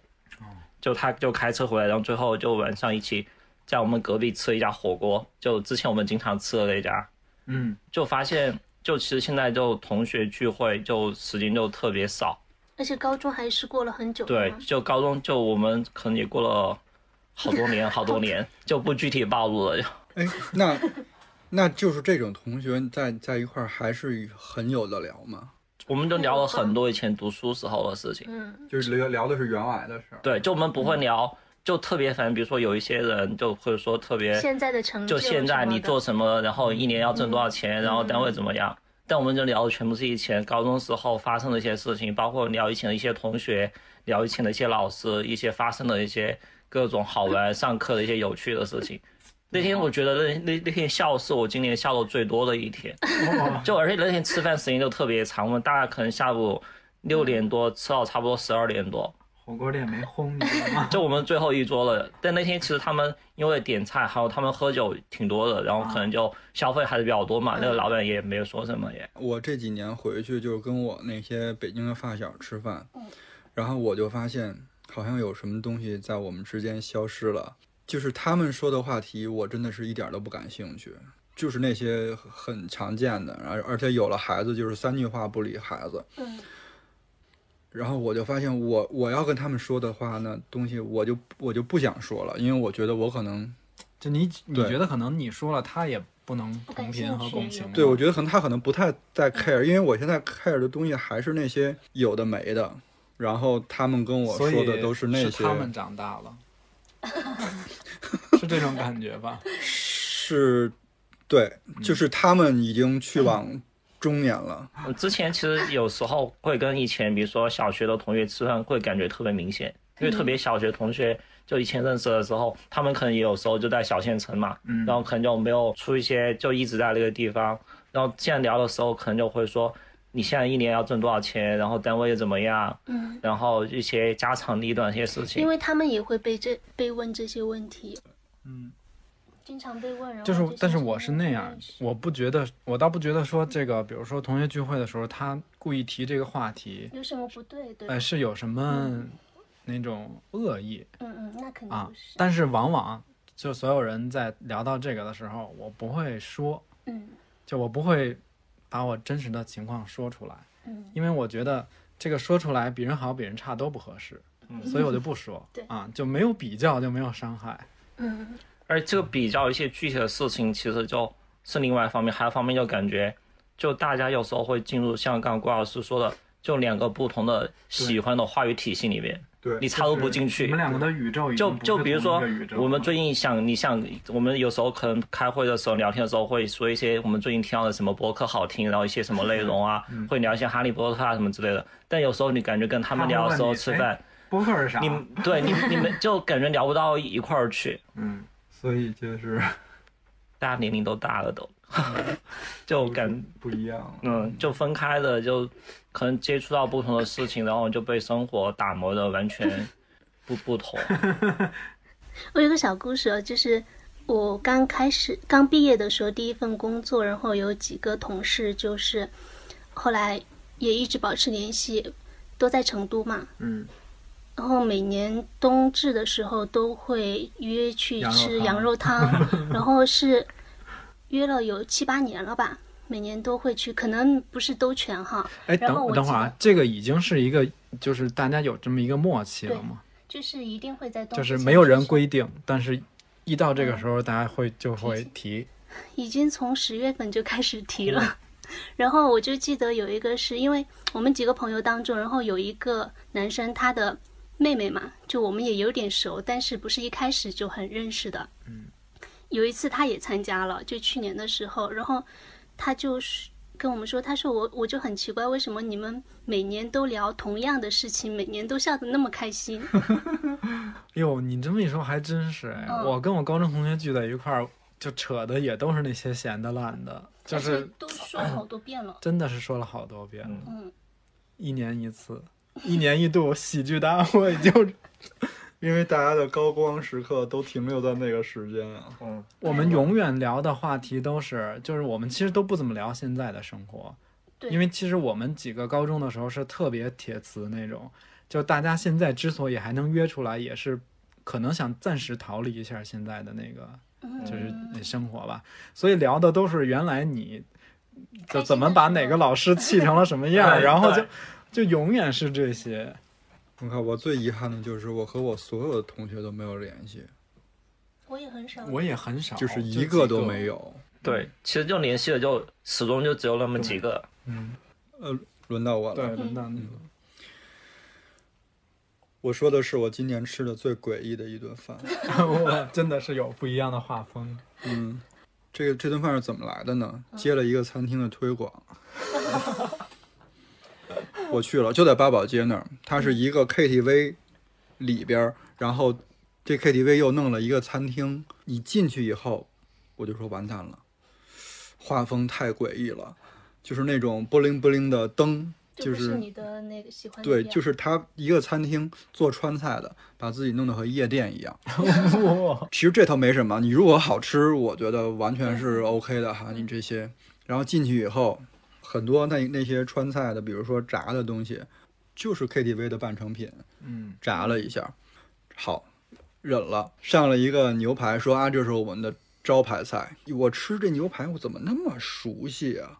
Speaker 5: 就他就开车回来，然后最后就晚上一起在我们隔壁吃了一家火锅，就之前我们经常吃的那家，
Speaker 1: 嗯，
Speaker 5: 就发现就其实现在就同学聚会就时间就特别少，
Speaker 4: 而且高中还是过了很久的
Speaker 5: 对
Speaker 4: 嘛，
Speaker 5: 就高中就我们可能也过了好多年好多年，就不具体暴露了，
Speaker 2: 哎，那那就是这种同学在在一块儿还是很有的聊嘛，
Speaker 5: 我们就聊了很多以前读书时候的事情。
Speaker 4: 嗯，
Speaker 2: 就是聊聊的是原来的事儿。
Speaker 5: 对，就我们不会聊，就特别烦，比如说有一些人就或者说特别
Speaker 4: 现在的成
Speaker 5: 就现在你做
Speaker 4: 什
Speaker 5: 什么，然后一年要挣多少钱，然后单位怎么样。但我们就聊的全部是以前高中时候发生的一些事情，包括聊以前的一些同学，聊以前的一些老师，一些发生的一些各种好玩、上课的一些有趣的事情。那天我觉得那那那天笑是我今年笑的最多的一天，就而且那天吃饭时间就特别长，我们大概可能下午六点多吃到差不多十二点多，
Speaker 1: 火锅店没轰，你知道吗？
Speaker 5: 就我们最后一桌了。但那天其实他们因为点菜还有他们喝酒挺多的，然后可能就消费还是比较多嘛。那个老板也没有说什么也。
Speaker 2: 我这几年回去就是跟我那些北京的发小吃饭，然后我就发现好像有什么东西在我们之间消失了，就是他们说的话题，我真的是一点儿都不感兴趣。就是那些很常见的，然后而且有了孩子，就是三句话不离孩子。
Speaker 4: 嗯
Speaker 2: 然后我就发现我，我要跟他们说的话呢，东西我就我就不想说了，因为我觉得我可能
Speaker 1: 就你你
Speaker 2: 对
Speaker 1: 觉得可能你说了，他也不能同频和共情。
Speaker 2: 对，我觉得可能他可能不太在 care，因为我现在 care 的东西还是那些有的没的，然后他们跟我
Speaker 1: 所以
Speaker 2: 说的都是那些，
Speaker 1: 他们长大了，是这种感觉吧？
Speaker 2: 是对，就是他们已经去往中年了，
Speaker 5: 我之前其实有时候会跟以前，比如说小学的同学吃饭，会感觉特别明显，因为特别小学同学就以前认识的时候，他们可能也有时候就在小县城嘛，然后可能就没有出一些，就一直在那个地方，然后现在聊的时候，可能就会说你现在一年要挣多少钱，然后单位怎么样，
Speaker 4: 嗯，
Speaker 5: 然后一些家长里短一些事情
Speaker 4: 因。为他们也会被这被问这些问题，
Speaker 1: 嗯，
Speaker 4: 经常被问，然后
Speaker 1: 就是
Speaker 4: 就，
Speaker 1: 但是
Speaker 4: 像
Speaker 1: 我是那样，我不觉得，我倒不觉得说这个，比如说同学聚会的时候，他故意提这个话题，
Speaker 4: 有什么不对，对吧
Speaker 1: 呃，？是有什么那种恶意
Speaker 4: 嗯嗯，那肯定
Speaker 1: 啊
Speaker 4: 不？是，
Speaker 1: 但是往往就所有人在聊到这个的时候，我不会说，
Speaker 4: 嗯
Speaker 1: 就我不会把我真实的情况说出来，
Speaker 4: 嗯
Speaker 1: 因为我觉得这个说出来比人好比人差都不合适，
Speaker 5: 嗯
Speaker 1: 所以我就不说，
Speaker 4: 对
Speaker 1: 啊，就没有比较就没有伤害，
Speaker 4: 嗯
Speaker 5: 而这个比较一些具体的事情，其实就是另外一方面，还有一方面就感觉，就大家有时候会进入像刚刚郭老师说的，就两个不同的喜欢的话语体系里面，
Speaker 2: 对
Speaker 5: 你插入不进
Speaker 1: 你
Speaker 5: 去
Speaker 1: 们。两个的宇宙已
Speaker 5: 就
Speaker 1: 经不是
Speaker 5: 就比如说
Speaker 1: 同一个宇宙，了
Speaker 5: 我们最近想，你想，我们有时候可能开会的时候、聊天的时候会说一些我们最近听到的什么博客好听，然后一些什么内容啊， 会聊一些哈利波特啊什么之类的。但有时候你感觉跟他们
Speaker 1: 嗯他会
Speaker 5: 聊的
Speaker 1: 问
Speaker 5: 时候
Speaker 1: 你
Speaker 5: 吃
Speaker 1: 哎啊
Speaker 5: 饭，
Speaker 1: 播客是啥？
Speaker 5: 你对你你们就感觉聊不到一块儿去。
Speaker 1: 嗯，
Speaker 2: 所以就是
Speaker 5: 大家年龄都大了都， 就感
Speaker 2: 不一样。
Speaker 5: 嗯就分开了，就可能接触到不同的事情，然后就被生活打磨的完全不 不同。
Speaker 4: 我有个小故事哦，就是我刚开始刚毕业的时候，第一份工作，然后有几个同事，就是后来也一直保持联系，都在成都嘛。
Speaker 1: 嗯。
Speaker 4: 然后每年冬至的时候都会约去
Speaker 1: 羊肉
Speaker 4: 吃
Speaker 1: 汤
Speaker 4: 羊肉汤， 然后是约了有七八年了吧，每年都会去，可能不是都全哈，
Speaker 1: 哎，
Speaker 4: 然后
Speaker 1: 等
Speaker 4: 我
Speaker 1: 等会儿
Speaker 4: 记
Speaker 1: 啊，这个已经是一个，就是大家有这么一个默契了
Speaker 4: 对
Speaker 1: 吗？
Speaker 4: 就是一定会在冬
Speaker 1: 就
Speaker 4: 至
Speaker 1: 是
Speaker 4: 前
Speaker 1: 没有
Speaker 4: 去
Speaker 1: 人
Speaker 4: 吃
Speaker 1: 规定，但是一到这个
Speaker 4: 嗯
Speaker 1: 时候，大家会就会提，
Speaker 4: 已经从十月份就开始提了。
Speaker 1: 嗯
Speaker 4: 然后我就记得有一个是因为我们几个朋友当中，然后有一个男生他的妹妹嘛，就我们也有点熟，但是不是一开始就很认识的。嗯，有一次他也参加了，就去年的时候，然后他就是。跟我们说，他说我我就很奇怪，为什么你们每年都聊同样的事情，每年都笑得那么开 心？
Speaker 1: 哟，哎你这么一说还真是哎，
Speaker 4: 嗯
Speaker 1: 我跟我高中同学聚在一块儿，就扯的也都是那些闲的烂的，就
Speaker 4: 而且
Speaker 1: 是
Speaker 4: 都说好多遍了。
Speaker 1: 真的是说了好多遍了，
Speaker 4: 嗯
Speaker 1: 一年一次，一年一度喜剧大会 就。
Speaker 2: 因为大家的高光时刻都停留在那个时间啊，
Speaker 1: 我们永远聊的话题都是，就是我们其实都不怎么聊现在的生活，
Speaker 4: 对
Speaker 1: 因为其实我们几个高中的时候是特别铁磁那种，就大家现在之所以还能约出来，也是可能想暂时逃离一下现在的那个
Speaker 4: 嗯，
Speaker 1: 就是哎生活吧，所以聊的都是原来你
Speaker 4: 开
Speaker 1: 就
Speaker 4: 心
Speaker 1: 怎么把哪个老师气成了什 么样，
Speaker 5: 对
Speaker 1: 然后就
Speaker 5: 对
Speaker 1: 就永远是这些，
Speaker 4: 嗯
Speaker 2: 我靠，我最遗憾的就是我和我所有的同学都没有联系，
Speaker 4: 我也很少。
Speaker 1: 我也很少，
Speaker 2: 哦就是一
Speaker 1: 就
Speaker 2: 个都
Speaker 1: 几
Speaker 2: 没。有。
Speaker 5: 对，其实就联系的就始终就只有那么几个。
Speaker 2: 轮到我了，嗯
Speaker 1: 对，轮到你了。
Speaker 2: 我说的是我今年吃的最诡异的一顿饭。
Speaker 1: 我 真的是有不一样的画风。
Speaker 2: 嗯，这个这顿饭是怎么来的呢？接了一个餐厅的推广， 我去了，就在八宝街那儿，它是一个 KTV 里边儿，然后这 KTV 又弄了一个餐厅，你进去以后，我就说完蛋了，画风太诡异了，就是那种不灵不灵的灯，
Speaker 4: 就不
Speaker 2: 就是
Speaker 4: 是你的那个喜欢的
Speaker 2: 对，
Speaker 4: 店
Speaker 2: 就是他一个餐厅做川菜的，把自己弄得和夜店一样。其实这头没什么，你如果好吃，我觉得完全是 OK 的哈。你这些，然后进去以后，很多那那些川菜的，比如说炸的东西，就是 KTV 的半成品，
Speaker 1: 嗯，
Speaker 2: 炸了一下，好，忍了，上了一个牛排，说啊，这是我们的招牌菜。我吃这牛排，我怎么那么熟悉啊？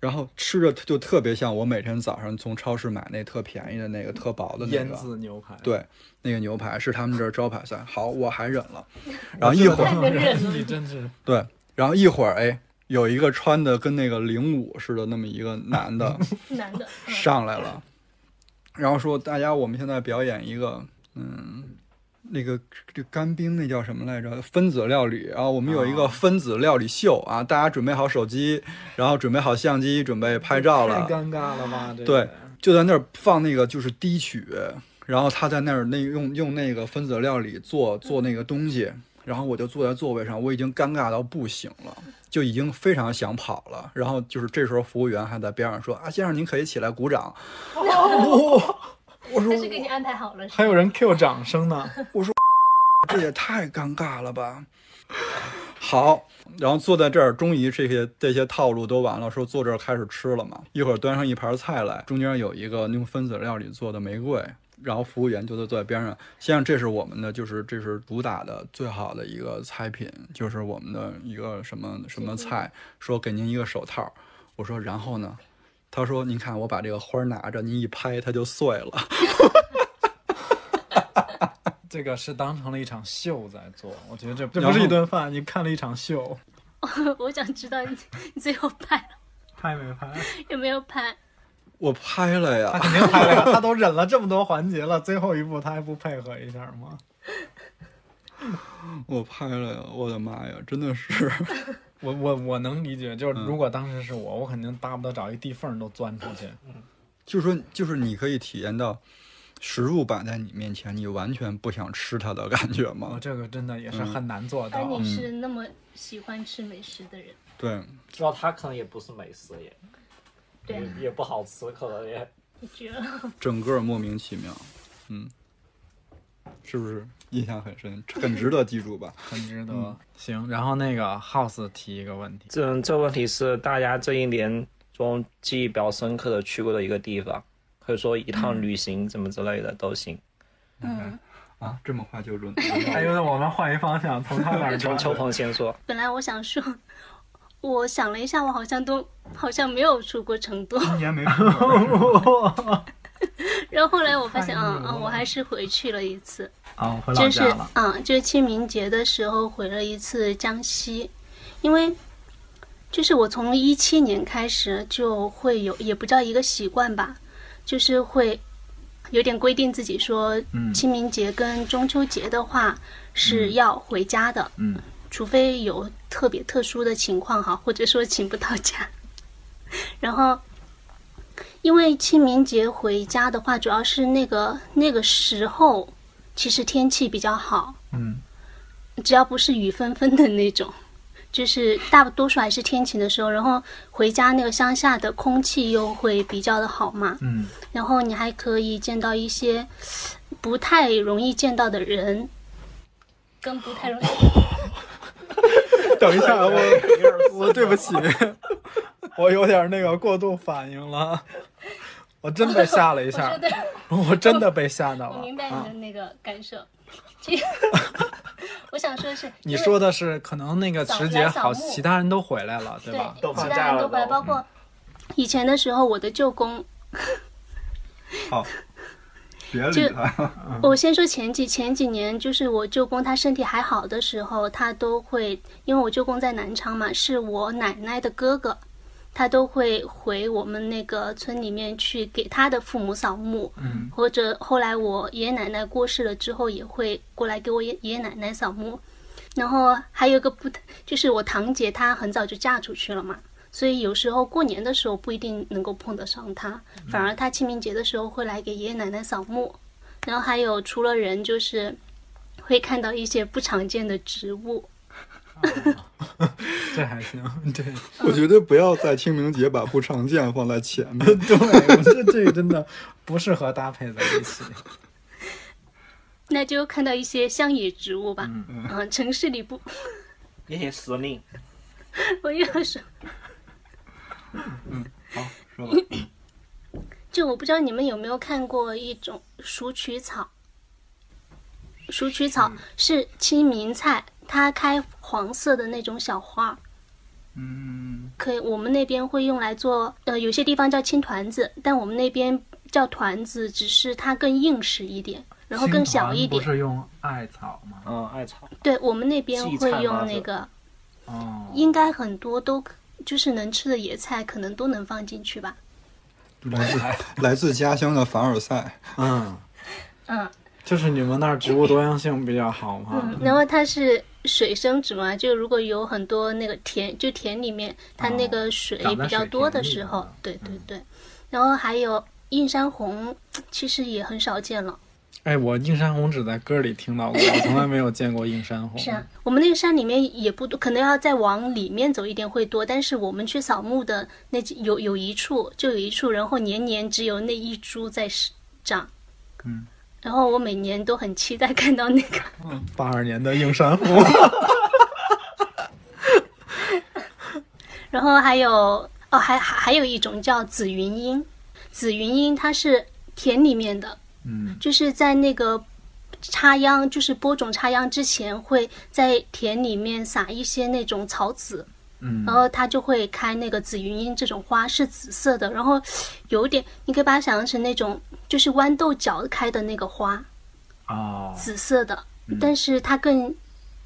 Speaker 2: 然后吃着就特别像我每天早上从超市买那特便宜的那个特薄的那
Speaker 1: 腌
Speaker 2: 个，
Speaker 1: 制牛排，
Speaker 2: 对，那个牛排是他们这儿招牌菜。好，我还忍了，
Speaker 1: 我
Speaker 2: 然后
Speaker 1: 知
Speaker 2: 一
Speaker 1: 道
Speaker 2: 会儿，
Speaker 4: 太忍了
Speaker 1: 你 真是
Speaker 2: 对，然后一会儿，哎，有一个穿的跟那个领舞似的那么一个男的
Speaker 4: 男的，嗯
Speaker 2: 上来了，然后说大家我们现在表演一个，嗯。那个这干冰那叫什么来着？分子料理啊，我们有一
Speaker 4: 哦
Speaker 2: 个分子料理秀啊，大家准备好手机，然后准备好相机，准备拍照了。
Speaker 1: 太尴尬了吧？这个
Speaker 2: 对，就在那儿放那个就是低曲，然后他在那儿那用用那个分子料理做做那个东西，然后我就坐在座位上，我已经尴尬到不行了，就已经非常想跑了。然后就是这时候服务员还在边上说啊，先生您可以起来鼓掌。
Speaker 1: 哦
Speaker 2: 我说
Speaker 4: 他是给你安排好了，是
Speaker 1: 还有人 Q 掌声呢，
Speaker 2: 这也太尴尬了吧。好，然后坐在这儿，终于这些这些套路都完了，说坐这儿开始吃了嘛。一会儿端上一盘菜来，中间有一个用分子料理做的玫瑰，然后服务员就在坐在边上，先生，这是我们的，就是这是主打的最好的一个菜品，就是我们的一个什么什么菜，说给您一个手套。我说然后呢？他说您看我把这个花儿拿着，您一拍它就碎了。
Speaker 1: 这个是当成了一场秀在做，我觉得这这
Speaker 2: 然后
Speaker 1: 不是一顿饭，你看了一场秀，
Speaker 4: 吗 我想知道你你最后拍了
Speaker 1: 拍没拍？
Speaker 4: 有没有
Speaker 1: 哦
Speaker 4: 拍？
Speaker 2: 我拍了呀
Speaker 1: 他。肯定拍了呀， 他都忍了这么多环节了，最后一步他还不配合一下吗？
Speaker 2: 我拍了呀！我的妈呀，真的是
Speaker 1: 我我我能理解，就是
Speaker 2: 嗯
Speaker 1: 如果当时是我，我肯定巴不得找一地缝儿都钻出去。
Speaker 2: 嗯就是说，就是你可以体验到食物摆在你面前，你完全不想吃它的感觉
Speaker 1: 我
Speaker 2: 吗？
Speaker 1: 哦这个真的
Speaker 2: 嗯
Speaker 1: 也是很难做
Speaker 4: 而
Speaker 1: 到。
Speaker 4: 你是那么喜欢吃美食的人，
Speaker 2: 对，
Speaker 5: 知道它可能也不是美食也，
Speaker 4: 对啊
Speaker 1: 嗯
Speaker 5: 也也不好吃，可能也
Speaker 4: 你绝了。
Speaker 2: 整个莫名其妙，嗯，是不是印象很深，很值得记住吧？
Speaker 1: 很值得。行，然后那个 House 提一个问题，
Speaker 5: 这这问题是大家这一年中记忆比较深刻的去过的一个地方，可以说一趟旅行怎么之类的都行。
Speaker 4: 嗯，
Speaker 2: 啊，这么快就轮
Speaker 1: 还有我们换一方向，从他那儿
Speaker 5: 从 秋鹏先说，
Speaker 4: 本来我想说，我想了一下，我好像都好像没有出过成都，
Speaker 1: 一年没过
Speaker 4: 然后后来我发现，
Speaker 1: 太牛
Speaker 4: 嗯
Speaker 1: 了
Speaker 4: 嗯，我还是回去了一次。
Speaker 1: 啊，我回老
Speaker 4: 就是
Speaker 1: 家了。
Speaker 4: 嗯，就是清明节的时候回了一次江西，因为就是我从一七年开始就会有，也不叫一个习惯吧，就是会有点规定自己说，
Speaker 1: 嗯
Speaker 4: 清明节跟中秋节的话是要回家的，
Speaker 1: 嗯
Speaker 4: 除非有特别特殊的情况哈，或者说请不到假。 然后，因为清明节回家的话，主要是那个那个时候，其实天气比较好，
Speaker 1: 嗯，
Speaker 4: 只要不是雨纷纷的那种，就是大多数还是天晴的时候。然后回家那个乡下的空气又会比较的好嘛，
Speaker 1: 嗯，
Speaker 4: 然后你还可以见到一些不太容易见到的人，跟不太容易。
Speaker 1: 等一下，我 我对不起， 我有点那个过度反应 了，我真被吓了一
Speaker 4: 我
Speaker 1: 下
Speaker 4: 觉，得
Speaker 1: 我真的被吓到
Speaker 4: 我
Speaker 1: 了
Speaker 4: 明白你
Speaker 1: 啊
Speaker 4: 的！那个感受。其实我想说的是，
Speaker 1: 你
Speaker 4: 因为
Speaker 1: 说的是可能那个
Speaker 4: 扫
Speaker 1: 池姐
Speaker 4: 来扫
Speaker 1: 好，
Speaker 4: 墓
Speaker 1: 其他人都回来了，对
Speaker 4: 对
Speaker 1: 吧？，
Speaker 5: 都
Speaker 4: 其
Speaker 5: 放
Speaker 4: 他
Speaker 5: 假
Speaker 4: 人
Speaker 5: 了
Speaker 4: 都回来，
Speaker 5: 都嗯
Speaker 4: 包括以前的时候，我的舅公，
Speaker 2: 好，别
Speaker 4: 就
Speaker 2: 理他。
Speaker 4: 我先说前几前几年，就是我舅公他身体还好的时候，他都会，因为我舅公在南昌嘛，是我奶奶的哥哥，他都会回我们那个村里面去给他的父母扫墓，
Speaker 1: 嗯
Speaker 4: 或者后来我爷爷奶奶过世了之后，也会过来给我爷爷爷奶奶扫墓。然后还有一个不，就是我堂姐她很早就嫁出去了嘛，所以有时候过年的时候不一定能够碰得上她，反而她清明节的时候会来给爷爷奶奶扫墓。然后还有除了人，就是会看到一些不常见的植物，
Speaker 1: 这还行， 这
Speaker 2: 我觉得不要在清明节把不常见放在前面。
Speaker 1: 对，我这这个真的不适合搭配在一起。
Speaker 4: 那就看到一些乡野植物吧。嗯，城市里不，
Speaker 8: 有点时令。
Speaker 4: 我又要说，
Speaker 8: 嗯好，说吧。
Speaker 4: 就我不知道你们有没有看过一种鼠曲草。鼠曲
Speaker 8: 嗯
Speaker 4: 草是清明菜，它开黄色的那种小花儿。
Speaker 8: 嗯，
Speaker 4: 可以，我们那边会用来做，呃，有些地方叫青团子，但我们那边叫团子，只是它更硬实一点，然后更小一
Speaker 1: 青团
Speaker 4: 点。
Speaker 1: 不是用艾草吗？
Speaker 8: 嗯，艾草。
Speaker 4: 对我们那边
Speaker 8: 荠
Speaker 4: 会
Speaker 8: 菜吗
Speaker 4: 用
Speaker 8: 是
Speaker 4: 那个，
Speaker 1: 哦，
Speaker 4: 应该很多都可就是能吃的野菜，可能都能放进去吧。
Speaker 2: 来自来自家乡的凡尔赛，
Speaker 1: 嗯，
Speaker 4: 嗯
Speaker 1: 就是你们那儿植物多样性比较好吗？
Speaker 4: 嗯，然后它是水生植嘛，就如果有很多那个田，就田里面它那个水
Speaker 1: 哦长在
Speaker 4: 比较
Speaker 1: 水
Speaker 4: 多
Speaker 1: 田
Speaker 4: 的
Speaker 1: 里
Speaker 4: 时
Speaker 1: 的啊
Speaker 4: 候，对对对。然后还有映山红，其实也很少见了。
Speaker 1: 哎，我映山红只在歌里听到过，我从来没有见过映山红。
Speaker 4: 是啊，我们那个山里面也不多，可能要再往里面走一点会多。但是我们去扫墓的那几有有一处，就有一处，然后年年只有那一株在生长。
Speaker 1: 嗯。
Speaker 4: 然后我每年都很期待看到那个，
Speaker 1: 八二年的映山红，
Speaker 4: 然后还有哦，还还还有一种叫紫云英，紫云英它是田里面的，
Speaker 1: 嗯，
Speaker 4: 就是在那个插秧，就是播种插秧之前，会在田里面撒一些那种草籽，
Speaker 1: 嗯
Speaker 4: 然后它就会开那个紫云英这种花，是紫色的，然后有点，你可以把它想象成那种就是豌豆角开的那个花，
Speaker 1: 哦，
Speaker 4: 紫色的，但是它更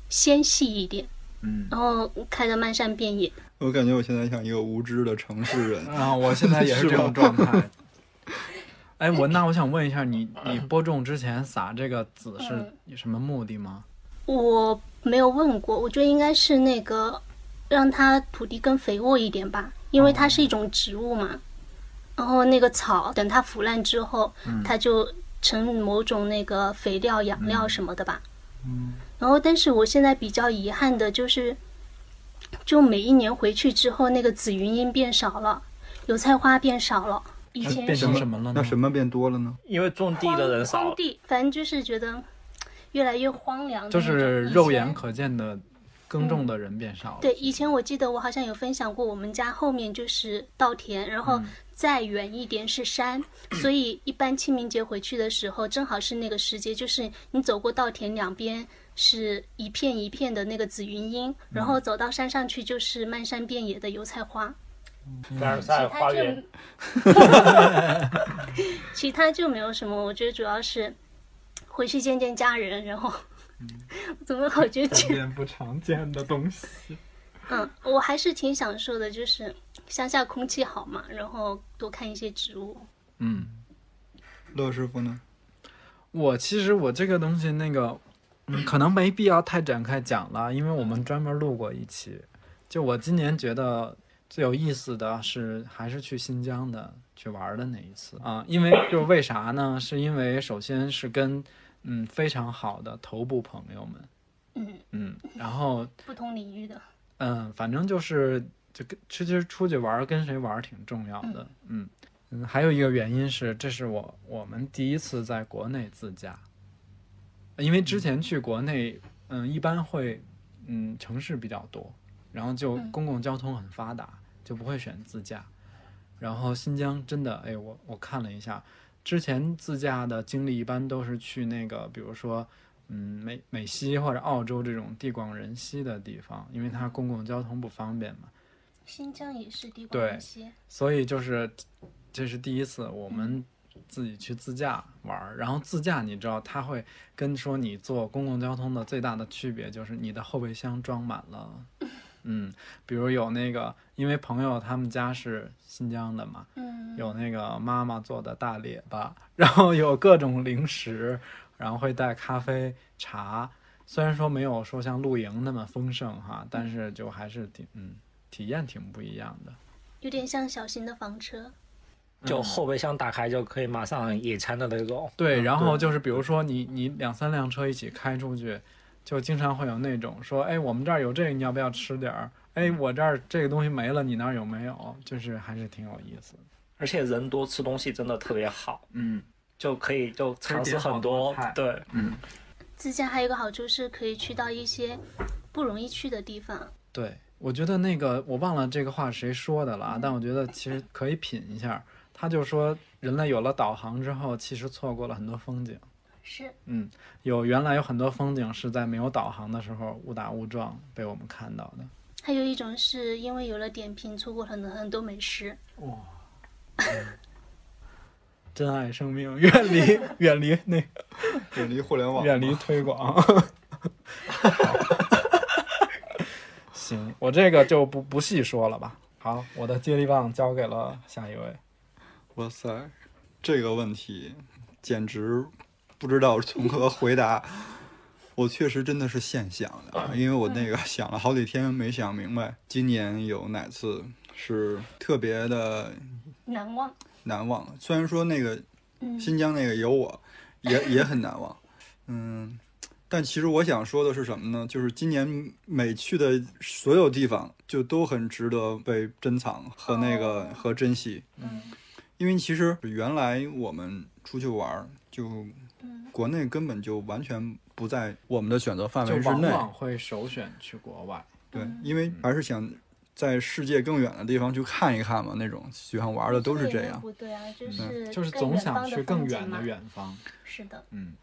Speaker 4: 纤细一点，
Speaker 1: 嗯，
Speaker 4: 然后开的漫山遍野。
Speaker 2: 我感觉我现在像一个无知的城市人。
Speaker 1: 啊，我现在也是这种状态。 哎，我那我想问一下，你你播种之前撒这个籽是
Speaker 4: 嗯
Speaker 1: 有什么目的吗？
Speaker 4: 我没有问过，我觉得应该是那个让它土地更肥沃一点吧，因为它是一种植物嘛。然后那个草等它腐烂之后，
Speaker 1: 嗯
Speaker 4: 它就成某种那个肥料、养料什么的吧。
Speaker 1: 嗯
Speaker 4: 然后，但是我现在比较遗憾的就是，就每一年回去之后，那个紫云英变少了，油菜花变少了。以前
Speaker 1: 变
Speaker 4: 是
Speaker 1: 成什么了呢？
Speaker 2: 那什么变多了呢？
Speaker 5: 因为种地的人
Speaker 4: 荒
Speaker 5: 少，
Speaker 4: 地，反正就是觉得越来越荒凉的那
Speaker 1: 就
Speaker 4: 种。
Speaker 1: 是
Speaker 4: 以
Speaker 1: 肉
Speaker 4: 前
Speaker 1: 眼可见的耕种的人变少了。
Speaker 4: 对，以前我记得我好像有分享过，我们家后面就是稻田，然后再远一点是山，所以一般清明节回去的时候，正好是那个时节，就是你走过稻田两边是一片一片的那个紫云英，然后走到山上去就是漫山遍野的油菜花，
Speaker 5: 凡尔赛
Speaker 4: 其他
Speaker 5: 花
Speaker 4: 就
Speaker 5: 园，
Speaker 4: 其他就没有什么，我觉得主要是回去见见家人，然后怎么老觉得见
Speaker 1: 嗯见不常见的东西。
Speaker 4: 嗯，我还是挺享受的，就是乡下空气好嘛，然后多看一些植物。
Speaker 1: 嗯，
Speaker 2: 乐师傅呢？
Speaker 1: 我其实我这个东西那个，嗯，可能没必要太展开讲了，因为我们专门录过一期。就我今年觉得最有意思的是，还是去新疆的去玩的那一次啊，因为就是为啥呢？是因为首先是跟嗯非常好的头部朋友们，
Speaker 4: 嗯
Speaker 1: 嗯，然后
Speaker 4: 不同领域的，
Speaker 1: 嗯，反正就是就跟其实出去玩儿跟谁玩儿挺重要的，嗯嗯，还有一个原因是，这是我我们第一次在国内自驾，因为之前去国内，嗯，一般会嗯城市比较多，然后就公共交通很发达，就不会选自驾。然后新疆真的，哎，我我看了一下，之前自驾的经历一般都是去那个，比如说嗯，美美西或者澳洲这种地广人稀的地方，因为它公共交通不方便嘛，
Speaker 4: 新疆也是地
Speaker 1: 对
Speaker 4: 广人稀。
Speaker 1: 所以就是这是第一次我们自己去自驾玩儿。然后自驾你知道，它会跟说你坐公共交通的最大的区别就是你的后备箱装满了，嗯，比如有那个，因为朋友他们家是新疆的嘛，
Speaker 4: 嗯，
Speaker 1: 有那个妈妈做的大列巴，然后有各种零食，然后会带咖啡、茶。虽然说没有说像露营那么丰盛哈，但是就还是挺嗯，体验挺不一样的。
Speaker 4: 有点像小型的房车。
Speaker 5: 就后备箱打开就可以马上野餐的那种。
Speaker 1: 对，然后就是比如说你你两三辆车一起开出去，就经常会有那种说，哎，我们这儿有这个，你要不要吃点儿？哎，我这儿这个东西没了，你那儿有没有？就是还是挺有意思的。
Speaker 5: 而且人多吃东西真的特别好，
Speaker 7: 嗯，
Speaker 5: 就可以就尝
Speaker 7: 可
Speaker 5: 试很
Speaker 7: 以点好多菜
Speaker 5: 对，
Speaker 4: 自驾还有一个好处是可以去到一些不容易去的地方。
Speaker 1: 对，我觉得那个我忘了这个话谁说的了啊，但我觉得其实可以品一下。他就说，人类有了导航之后，其实错过了很多风景。
Speaker 4: 是，
Speaker 1: 嗯，有原来有很多风景是在没有导航的时候误打误撞被我们看到的。
Speaker 4: 还有一种是因为有了点评，错过了很多很多美食。
Speaker 1: 珍爱生命，远离远离那个，
Speaker 2: 远离互联网，
Speaker 1: 远离推广。
Speaker 2: 嗯
Speaker 1: 行，我这个就不不细说了吧。好，我的接力棒交给了下一位。
Speaker 2: 哇塞，这个问题简直不知道从何回答。我确实真的是现想的啊，因为我那个想了好几天没想明白，今年有哪次是特别的
Speaker 4: 难忘，
Speaker 2: 难忘的。虽然说那个
Speaker 4: 嗯
Speaker 2: 新疆那个有我，也也很难忘，嗯。但其实我想说的是什么呢？就是今年每去的所有地方，就都很值得被珍藏和那个、和珍惜。
Speaker 4: 嗯
Speaker 2: 因为其实原来我们出去玩儿，就
Speaker 4: 嗯
Speaker 2: 国内根本就完全不在我们的选择范
Speaker 1: 就
Speaker 2: 围之
Speaker 1: 往
Speaker 2: 内。
Speaker 1: 往会首选去国外。
Speaker 2: 对，
Speaker 4: 嗯
Speaker 2: 因为还是想在世界更远的地方去看一看嘛，那种喜欢玩儿的都是这样。
Speaker 4: 不对啊，就
Speaker 2: 嗯
Speaker 4: 是
Speaker 1: 就是
Speaker 4: 更
Speaker 1: 总
Speaker 4: 远
Speaker 1: 想
Speaker 4: 方
Speaker 1: 去更
Speaker 4: 风景
Speaker 1: 远的
Speaker 4: 嘛。
Speaker 1: 远方。
Speaker 4: 是的，
Speaker 7: 嗯，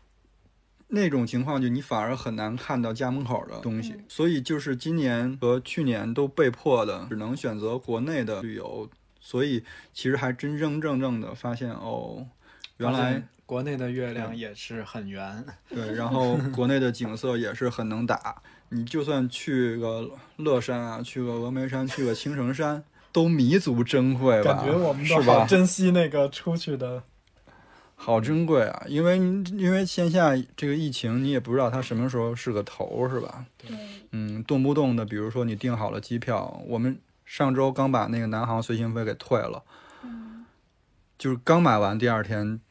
Speaker 2: 那种情况就你反而很难看到家门口的东西
Speaker 4: 嗯，
Speaker 2: 所以就是今年和去年都被迫的只能选择国内的旅游，所以其实还真真正正的发现哦，原
Speaker 1: 发
Speaker 2: 来
Speaker 1: 现国内的月亮也是很圆，
Speaker 2: 对，然后国内的景色也是很能打，你就算去个乐山啊，去个峨眉山，去个青城山，都弥足珍贵吧？
Speaker 1: 感觉我们
Speaker 2: 是
Speaker 1: 都好
Speaker 2: 吧？
Speaker 1: 珍惜那个出去的。
Speaker 2: 好珍贵啊！因为因为线下这个疫情，你也不知道它什么时候是个头儿，是吧？
Speaker 4: 对，
Speaker 2: 嗯，动不动的，比如说你订好了机票，我们上周刚把那个南航随行飞给退了，
Speaker 4: 嗯，
Speaker 2: 就是刚买完第二天。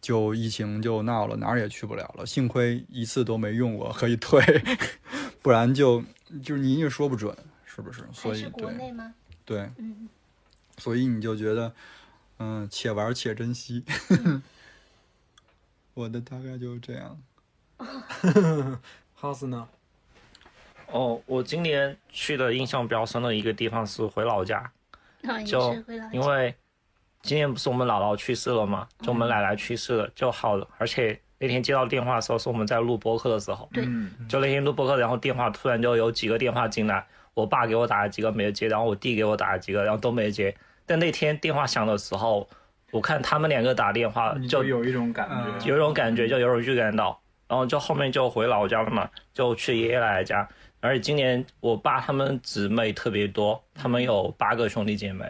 Speaker 2: 就疫情就闹了，哪儿也去不了了。幸亏一次都没用过，可以 退，不然就就是你也说不准，是不是？所
Speaker 4: 还
Speaker 2: 以
Speaker 4: 是国
Speaker 2: 对
Speaker 4: 内 吗？
Speaker 2: 对，
Speaker 4: 嗯，
Speaker 2: 所以你就觉得，嗯、且玩且珍惜。
Speaker 4: 嗯
Speaker 2: 我的大概就是这样。
Speaker 1: House 呢？
Speaker 5: 哦，我今年去的印象比较深的一个地方是回老家，
Speaker 4: 然后也
Speaker 5: 啊就是
Speaker 4: 回老
Speaker 5: 因
Speaker 4: 家
Speaker 5: 为今年不是我们姥姥去世了嘛，就我们奶奶去世了，就好了。而且那天接到电话的时候，是我们在录播客的时候，
Speaker 4: 对
Speaker 5: 就那天录播客，然后电话突然就有几个电话进来，我爸给我打了几个没接，然后我弟给我打了几个，然后都没接。但那天电话响的时候，我看他们两个打电话，就
Speaker 1: 有一种感
Speaker 2: 觉
Speaker 5: 有一种感觉，就有种预感到。然后就后面就回老家了嘛，就去爷爷奶奶家。而且今年我爸他们姊妹特别多，他们有八个兄弟姐妹。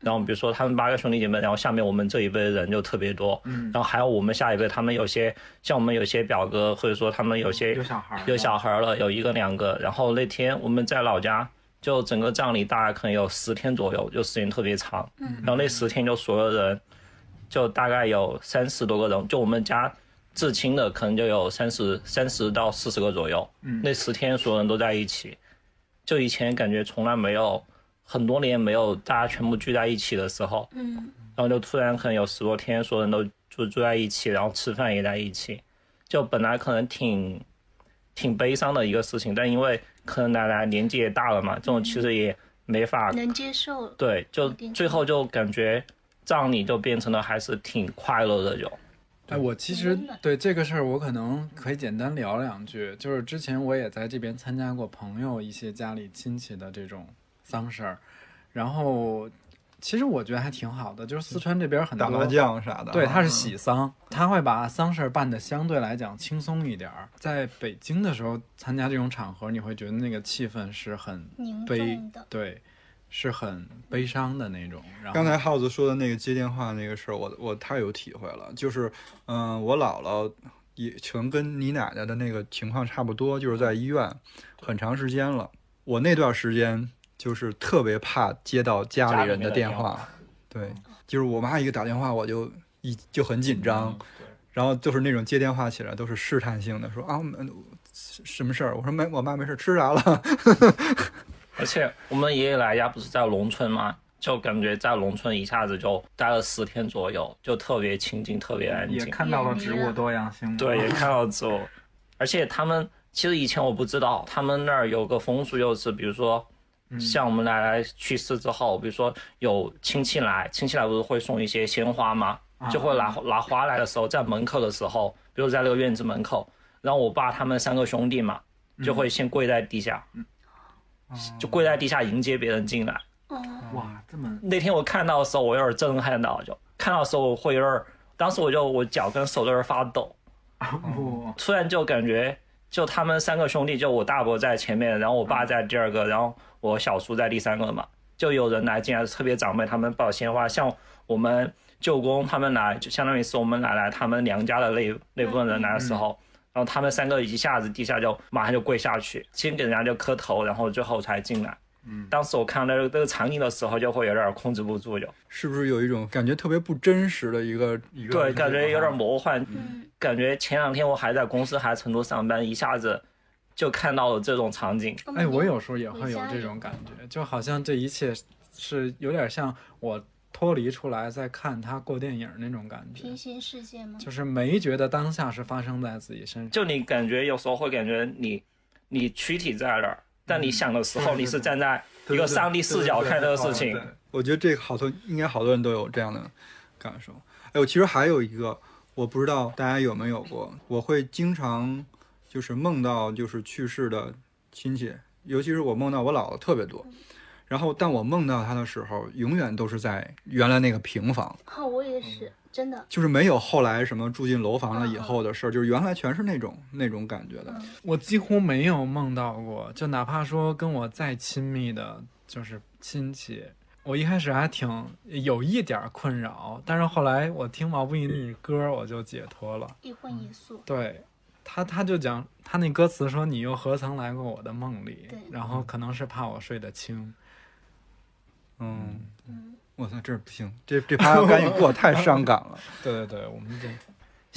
Speaker 5: 然后比如说他们八个兄弟姐妹，然后下面我们这一辈人就特别多。嗯。然后还有我们下一辈，他们有些像我们有些表哥，或者说他们有些
Speaker 1: 有小孩儿，
Speaker 5: 有小孩了，有一个两个。然后那天我们在老家，就整个葬礼大概可能有十天左右，就时间特别长。嗯，然后那十天就所有人，就大概有三十多个人，就我们家至亲的可能就有三十三十到四十个左右。嗯，那十天所有人都在一起，就以前感觉从来没有很多年没有大家全部聚在一起的时候，
Speaker 4: 嗯，
Speaker 5: 然后就突然可能有十多天，所有人都住住在一起，然后吃饭也在一起，就本来可能挺挺悲伤的一个事情，但因为可能奶奶年纪也大了嘛，这种其实也没法、
Speaker 4: 能接受。
Speaker 5: 对，就
Speaker 4: 嗯一定
Speaker 5: 最后就感觉葬礼就变成了还是挺快乐的就，
Speaker 1: 哎，我其实
Speaker 4: 真的
Speaker 1: 对这个事儿，我可能可以简单聊两句。就是之前我也在这边参加过朋友一些家里亲戚的这种丧事儿，然后其实我觉得还挺好的。就是四川这边很多
Speaker 2: 打麻将啥的，啊嗯
Speaker 1: 对，它是喜丧，他会把丧事儿办得相对来讲轻松一点儿。在北京的时候参加这种场合，你会觉得那个气氛是很
Speaker 4: 凝
Speaker 1: 悲
Speaker 4: 重的，
Speaker 1: 对，是很悲伤的那种。然后
Speaker 2: 刚才耗子说的那个接电话那个事儿，我我太有体会了。就是，嗯、我姥姥也可能跟你奶奶的那个情况差不多，就是在医院很长时间了。我那段时间就是特别怕接到家里人的电话，对，就是我妈一个打电话，我就一就很紧张，然后就是那种接电话起来都是试探性的，说啊，嗯什么事儿？我说没，我妈没事，吃啥了？
Speaker 5: 而且我们爷爷奶奶不是在农村吗？就感觉在农村一下子就待了十天左右，就特别清静，特别安
Speaker 8: 也
Speaker 5: 静。
Speaker 8: 看到了植物多样性。
Speaker 5: 对，也看到植物。而且他们其实以前我不知道，他们那儿有个风俗，就是比如说，像我们奶奶去世之后，比如说有亲戚来，亲戚来不是会送一些鲜花吗？就会拿拿花来的时候，在门口的时候，比如在那个院子门口，然后我爸他们三个兄弟嘛，就会先跪在地下，就跪在地下迎接别人进来。
Speaker 4: 哦，
Speaker 8: 哇，这么
Speaker 5: 那天我看到的时候，我有点震撼到，就看到的时候我会有点，当时我就我脚跟手都有点发抖，
Speaker 8: 不
Speaker 5: 突然就感觉，就他们三个兄弟，就我大伯在前面，然后我爸在第二个，然后我小叔在第三个嘛，就有人来进来，特别长辈他们抱鲜花，像我们舅公他们来，就相当于是我们奶奶他们娘家的那那部分人来的时候。然后他们三个一下子地下就马上就跪下去，先给人家就磕头，然后最后才进来。嗯，当时我看到这个这个场景的时候，就会有点控制不住，就是
Speaker 2: 不是有一种感觉特别不真实的一个一个？
Speaker 5: 对，感觉有点魔幻。
Speaker 4: 嗯，
Speaker 5: 感觉前两天我还在公司，还成都上班，一下子就看到了这种场景。
Speaker 4: 我们
Speaker 1: 哎，我
Speaker 4: 也
Speaker 1: 有时候也会有这种感觉，就好像这一切是有点像我脱离出来在看他过电影那种感觉
Speaker 4: 平，行世界吗？
Speaker 1: 就是没觉得当下是发生在自己身上。
Speaker 5: 就你感觉有时候会感觉你，你躯体在那儿，但
Speaker 1: 嗯
Speaker 5: 你想的时候，你是站在一个上帝视角看这个事情。
Speaker 2: 我觉得这个好多应该好多人都有这样的感受。哎，我其实还有一个，我不知道大家有没有过，我会经常就是梦到就是去世的亲戚，尤其是我梦到我姥姥特别多。然后，但我梦到她的时候，永远都是在原来那个平房，
Speaker 4: 哦，我
Speaker 1: 嗯
Speaker 4: 也是，真的。
Speaker 2: 就是没有后来什么住进楼房了以后的事儿，就是原来全是那种那种感觉的。
Speaker 1: 我几乎没有梦到过，就哪怕说跟我再亲密的，就是亲戚，我一开始还挺有一点困扰，但是后来我听毛不易那歌，我就解脱了。
Speaker 4: 一荤
Speaker 1: 嗯
Speaker 4: 一素，
Speaker 1: 对他，他就讲他那歌词说：“你又何曾来过我的梦里
Speaker 4: 对？”
Speaker 1: 然后可能是怕我睡得轻，
Speaker 2: 嗯，
Speaker 4: 嗯，
Speaker 2: 我操，这不行，这这趴要赶紧过，太伤感 了。
Speaker 1: 对对对，我们这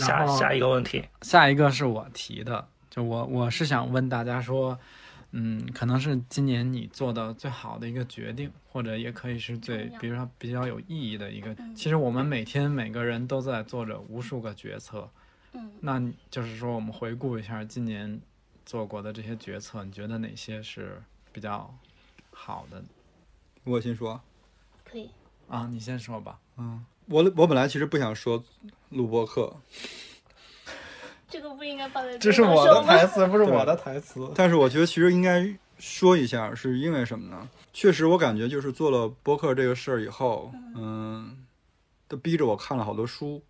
Speaker 5: 下
Speaker 1: 然后
Speaker 5: 下一个问题，
Speaker 1: 下一个是我提的，就我我是想问大家说，嗯，可能是今年你做的最好的一个决定，或者也可以是最
Speaker 4: 重要，
Speaker 1: 比如说比较有意义的一个
Speaker 4: 嗯。
Speaker 1: 其实我们每天每个人都在做着无数个决策，
Speaker 4: 嗯，
Speaker 1: 那你就是说我们回顾一下今年做过的这些决策，你觉得哪些是比较好的
Speaker 2: 我先说，
Speaker 4: 可以。
Speaker 1: 啊？你先说吧。
Speaker 2: 嗯，我我本来其实不想说录播课，
Speaker 4: 这个不应该放在
Speaker 1: 这
Speaker 4: 最
Speaker 1: 是
Speaker 4: 后
Speaker 1: 我
Speaker 4: 说
Speaker 1: 的
Speaker 4: 吗
Speaker 1: 台词，不是
Speaker 2: 对
Speaker 1: 我的台词。
Speaker 2: 但是我觉得其实应该说一下，是因为什么呢？确实，我感觉就是做了播客这个事儿以后，嗯，都逼着我看了好多书，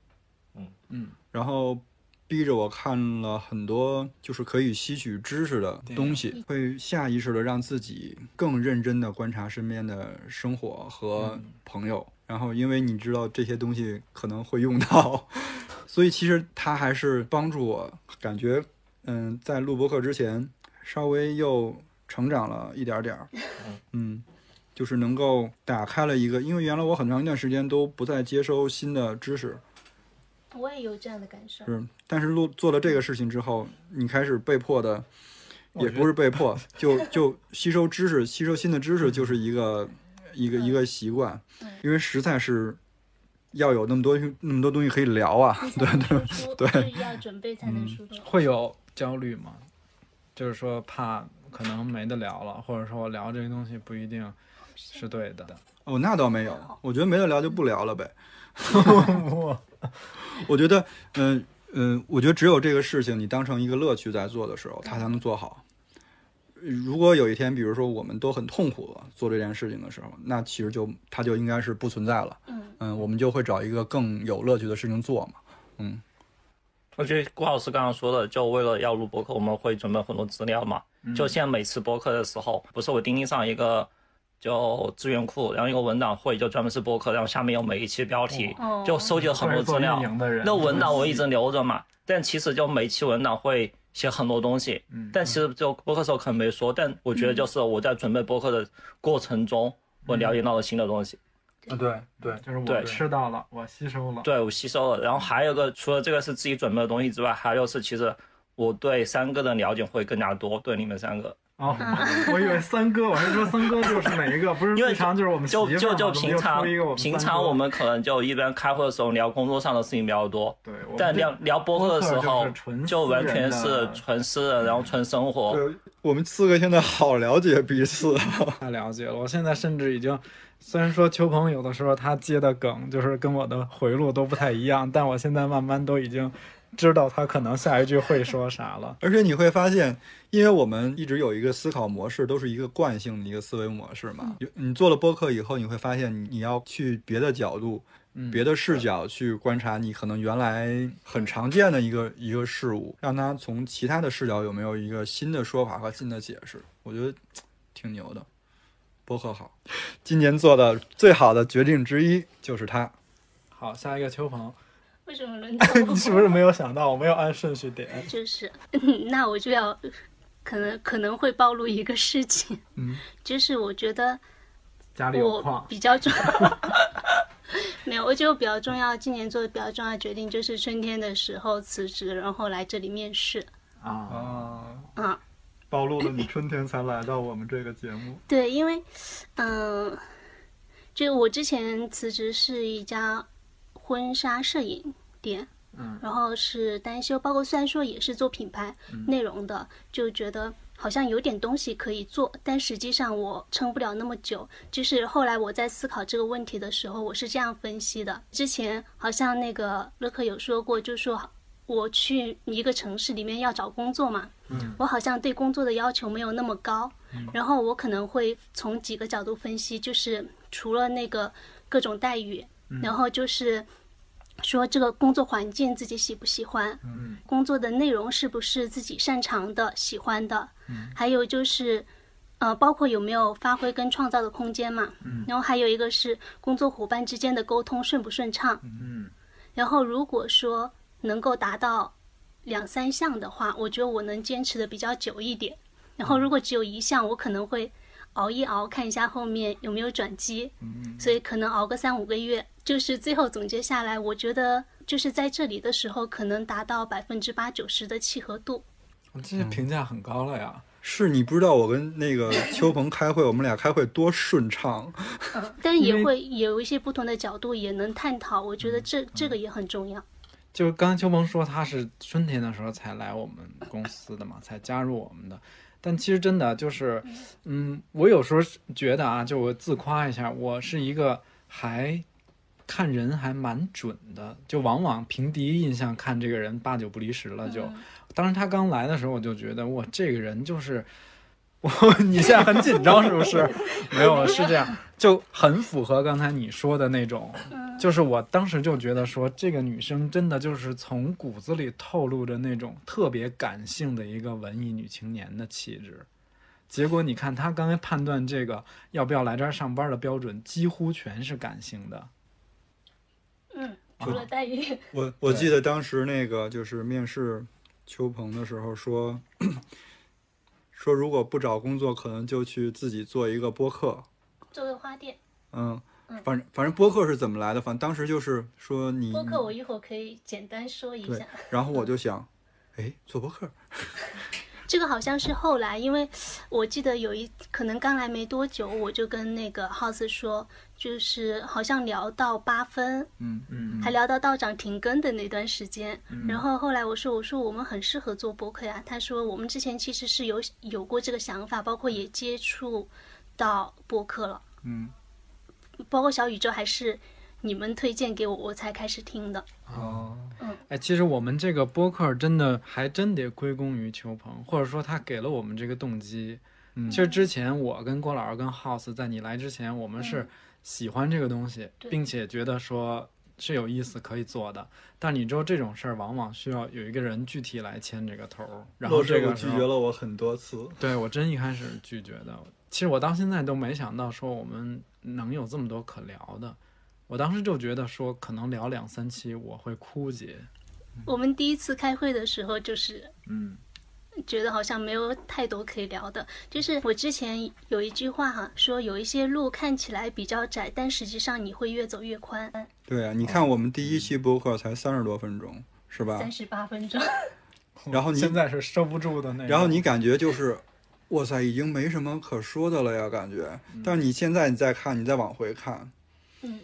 Speaker 5: 嗯
Speaker 1: 嗯，
Speaker 2: 然后逼着我看了很多就是可以吸取知识的东西，会下意识的让自己更认真的观察身边的生活和朋友，然后因为你知道这些东西可能会用到， 所以其实它还是帮助我感觉，嗯，在录播课之前稍微又成长了一点点儿，嗯。就是能够打开了一个，因为原来我很长一段时间都不再接收新的知识，
Speaker 4: 我也有这样的感 受。
Speaker 2: 是，但是录做了这个事情之后，你开始被迫的，也不是被迫，就就吸收知识，吸收新的知识就是一个一个一个习惯，因为实在是要有那么多那么多东西可以聊啊，对对
Speaker 4: 书
Speaker 2: 对
Speaker 4: 就是要准备才
Speaker 1: 嗯
Speaker 4: 能输的。
Speaker 1: 会有焦虑吗？就是说怕可能没得聊了，或者说我聊这个东西不一定是对的。
Speaker 2: 哦，那倒没有，我觉得没得聊就不聊了呗。 我觉得，嗯、嗯、我觉得只有这个事情你当成一个乐趣在做的时候，它才能做好。如果有一天，比如说我们都很痛苦了做这件事情的时候，那其实就它就应该是不存在了。
Speaker 4: 嗯
Speaker 2: 嗯，我们就会找一个更有乐趣的事情做嘛。嗯，
Speaker 5: 我觉得郭老师刚刚说的，就为了要录播客，我们会准备很多资料嘛。
Speaker 1: 嗯
Speaker 5: 就像每次播客的时候，不是我钉钉上一个就资源库，然后一个文档会就专门是播客，然后下面有每一期标题，
Speaker 4: 哦
Speaker 5: 就收集了很多资料。那文档我一直留着嘛，但其实就每期文档会写很多东西，
Speaker 1: 嗯
Speaker 5: 但其实就播客的时候可能没说，但我觉得就是我在准备播客的过程中，我了解到了新的东西。
Speaker 1: 啊，对对，就是我
Speaker 5: 对
Speaker 1: 吃到了，我吸收了。
Speaker 5: 对，我吸收了。然后还有个，除了这个是自己准备的东西之外，还有是其实我对三哥的了解会更加多，对你们三个，
Speaker 1: 哦，我以为三哥，我是说三哥就是哪一 个？不是
Speaker 5: 因为
Speaker 1: 日常就是我们
Speaker 5: 就
Speaker 1: 媳妇儿
Speaker 5: 就
Speaker 1: 嘛
Speaker 5: 就
Speaker 1: 怎么又出
Speaker 5: 平常
Speaker 1: 一个们
Speaker 5: 平
Speaker 1: 三
Speaker 5: 常
Speaker 1: 哥
Speaker 5: 我们可能就一般开会的时候聊工作上的事情比较多，
Speaker 1: 对，我们
Speaker 5: 但
Speaker 1: 这
Speaker 5: 聊聊播客的时
Speaker 1: 播
Speaker 5: 候
Speaker 1: 客就是纯私人的
Speaker 5: 就完全是纯私人，然后纯生活。
Speaker 2: 对，我们四个现在好了解彼此。啊
Speaker 1: 太了解了。我现在甚至已经，虽然说邱鹏有的时候他接的梗就是跟我的回路都不太一样，但我现在慢慢都已经知道他可能下一句会说啥了。
Speaker 2: 而且你会发现，因为我们一直有一个思考模式，都是一个惯性的一个思维模式嘛。有你做了播客以后，你会发现你你要去别的角度、别的视角去观察你可能原来很常见的一个一个事物，让它从其他的视角有没有一个新的说法和新的解释。我觉得挺牛的，播客好，今年做的最好的决定之一就是它。
Speaker 1: 好，下一个邱鹏，
Speaker 4: 为什么轮到我？
Speaker 1: 你是不是没有想到我没有按顺序点？
Speaker 4: 就是 那我就要可能可能会暴露一个事情，
Speaker 1: 嗯，
Speaker 4: 就是我觉得
Speaker 1: 家里有
Speaker 4: 我
Speaker 1: 矿，
Speaker 4: 比较重，没有，我觉得我比较重要，今年做的比较重要的决定就是春天的时候辞职，然后来这里面试。
Speaker 8: 啊，
Speaker 1: 啊，
Speaker 4: 嗯，
Speaker 1: 暴露了你春天才来到我们这个节目。
Speaker 4: 对，因为，嗯、就我之前辞职是一家婚纱摄影店，
Speaker 1: 嗯，
Speaker 4: 然后是单休，包括虽然说也是做品牌内容的，就觉得好像有点东西可以做，但实际上我撑不了那么久。就是后来我在思考这个问题的时候，我是这样分析的：之前好像那个乐克有说过，就说我去一个城市里面要找工作嘛，嗯，我好像对工作的要求没有那么高，
Speaker 1: 嗯
Speaker 4: 然后我可能会从几个角度分析，就是除了那个各种待遇，
Speaker 1: 嗯
Speaker 4: 然后就是说这个工作环境自己喜不喜欢，
Speaker 1: 嗯
Speaker 4: 工作的内容是不是自己擅长的、喜欢的，
Speaker 1: 嗯
Speaker 4: 还有就是。呃，包括有没有发挥跟创造的空间嘛？
Speaker 1: 嗯
Speaker 4: 然后还有一个是工作伙伴之间的沟通顺不顺畅。
Speaker 1: 嗯，
Speaker 4: 然后如果说能够达到两三项的话，我觉得我能坚持的比较久一点。然
Speaker 1: 嗯
Speaker 4: 后如果只有一项，我可能会熬一熬，看一下后面有没有转机。
Speaker 1: 嗯
Speaker 4: 所以可能熬个三五个月。就是最后总结下来，我觉得就是在这里的时候，可能达到百分之八九十的契合度。
Speaker 1: 这些评价很高了呀。
Speaker 2: 是你不知道我跟那个邱鹏开会，我们俩开会多顺畅。
Speaker 4: 但
Speaker 1: 因
Speaker 4: 也
Speaker 1: 为嗯
Speaker 4: 会有一些不同的角度，也能探讨。我觉得这这个也很重要。
Speaker 1: 就是刚才秋鹏说他是春天的时候才来我们公司的嘛，才加入我们的。但其实真的就是，嗯，我有时候是觉得啊，就我自夸一下，我是一个还看人还蛮准的，就往往凭第一印象看这个人八九不离十了就。当时他刚来的时候，我就觉得哇，这个人就是。我 你现在很紧张是不是？ 没有，是这样，就很符合刚才你说的那种就是我当时就觉得说，这个女生真的就是从骨子里透露着那种特别感性的一个文艺女青年的气质。结果你看，她刚才判断这个要不要来这儿上班的标准，几乎全是感性的。
Speaker 4: 嗯，除了待遇，
Speaker 2: 我我记得当时那个就是面试邱鹏的时候说，说如果不找工作，可能就去自己做一个播客。
Speaker 4: 做个花店
Speaker 2: 嗯
Speaker 4: 嗯，
Speaker 2: 反正反正播客是怎么来的，反正当时就是说你
Speaker 4: 播
Speaker 1: 嗯
Speaker 4: 客，我一会儿可以简单说一
Speaker 2: 对
Speaker 4: 下。，
Speaker 2: 然后我就想，哎，做播客，
Speaker 4: 这个好像是后来，因为我记得有一可能刚来没多久，我就跟那个 House 说，就是好像聊到八分，
Speaker 2: 嗯
Speaker 1: 嗯
Speaker 4: 还聊到道长停更的那段时间。然后后来我说，我说我们很适合做播客呀。他说我们之前其实是有有过这个想法，包括也接触到播客了，
Speaker 2: 嗯，
Speaker 4: 包括小宇宙还是你们推荐给我，我才开始听的。
Speaker 2: 哦，
Speaker 1: 哎，其实我们这个播客真的还真得归功于邱鹏，或者说他给了我们这个动机。
Speaker 2: 嗯
Speaker 1: 其实之前我跟郭老师跟 House 在你来之前，我们是喜欢这个东西，
Speaker 4: 对
Speaker 1: 并且觉得说是有意思可以做的。但你知道这种事儿往往需要有一个人具体来牵这个头儿，然后
Speaker 2: 洛
Speaker 1: 这
Speaker 2: 这
Speaker 1: 个
Speaker 2: 个
Speaker 1: 时
Speaker 2: 拒
Speaker 1: 候
Speaker 2: 绝了我很多次。
Speaker 1: 对我真一开始拒绝的，其实我到现在都没想到说我们能有这么多可聊的。我当时就觉得说，可能聊两三期我会枯竭。
Speaker 4: 我们第一次开会的时候，就是
Speaker 1: 嗯，
Speaker 4: 觉得好像没有太多可以聊的。就是我之前有一句话哈，说有一些路看起来比较窄，但实际上你会越走越宽。
Speaker 2: 哦嗯对啊，你看我们第一期播客才三十多分钟，是吧
Speaker 4: 三？十八分钟，
Speaker 2: 然后你
Speaker 1: 现在是收不住的那种，
Speaker 2: 然后你感觉就是，哇塞，已经没什么可说的了呀，感觉。但是你现在你再看，你再往回看，
Speaker 4: 嗯，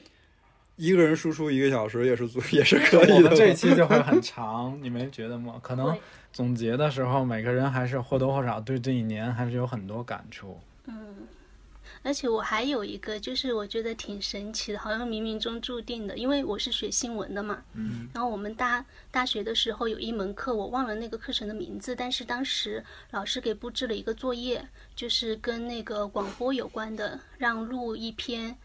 Speaker 2: 一个人输出一个小时也是足， 也是可
Speaker 1: 我
Speaker 2: 以
Speaker 1: 们这一
Speaker 2: 的。
Speaker 1: 期就会很长，你没觉得吗？可能
Speaker 4: 会
Speaker 1: 总结的时候，每个人还是或多或少对这一年还是有很多感触。
Speaker 4: 嗯，而且我还有一个，就是我觉得挺神奇的，好像冥冥中注定的，因为我是学新闻的嘛。嗯。然后我们大大学的时候有一门课，我忘了那个课程的名字，但是当时老师给布置了一个作业，就是跟那个广播有关的，让录一篇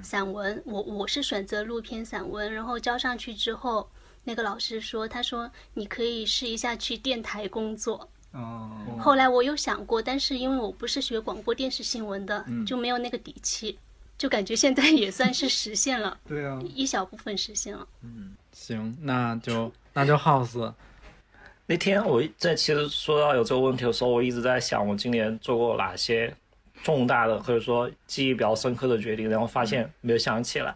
Speaker 4: 散文。我我是选择录一篇散文，然后交上去之后。那个老师说：“他说你可以试一下去电台工作。”
Speaker 8: 哦，，
Speaker 4: 后来我有想过，但是因为我不是学广播电视新闻的，就没有那个底气，就感觉现在也算是实现了
Speaker 8: 对啊，
Speaker 4: 一小部分实现了。
Speaker 1: 行，那就那就 House，
Speaker 5: 那天我在其实说到有这个问题的时候，我一直在想我今年做过哪些重大的或者说记忆比较深刻的决定，然后发现没有想起来。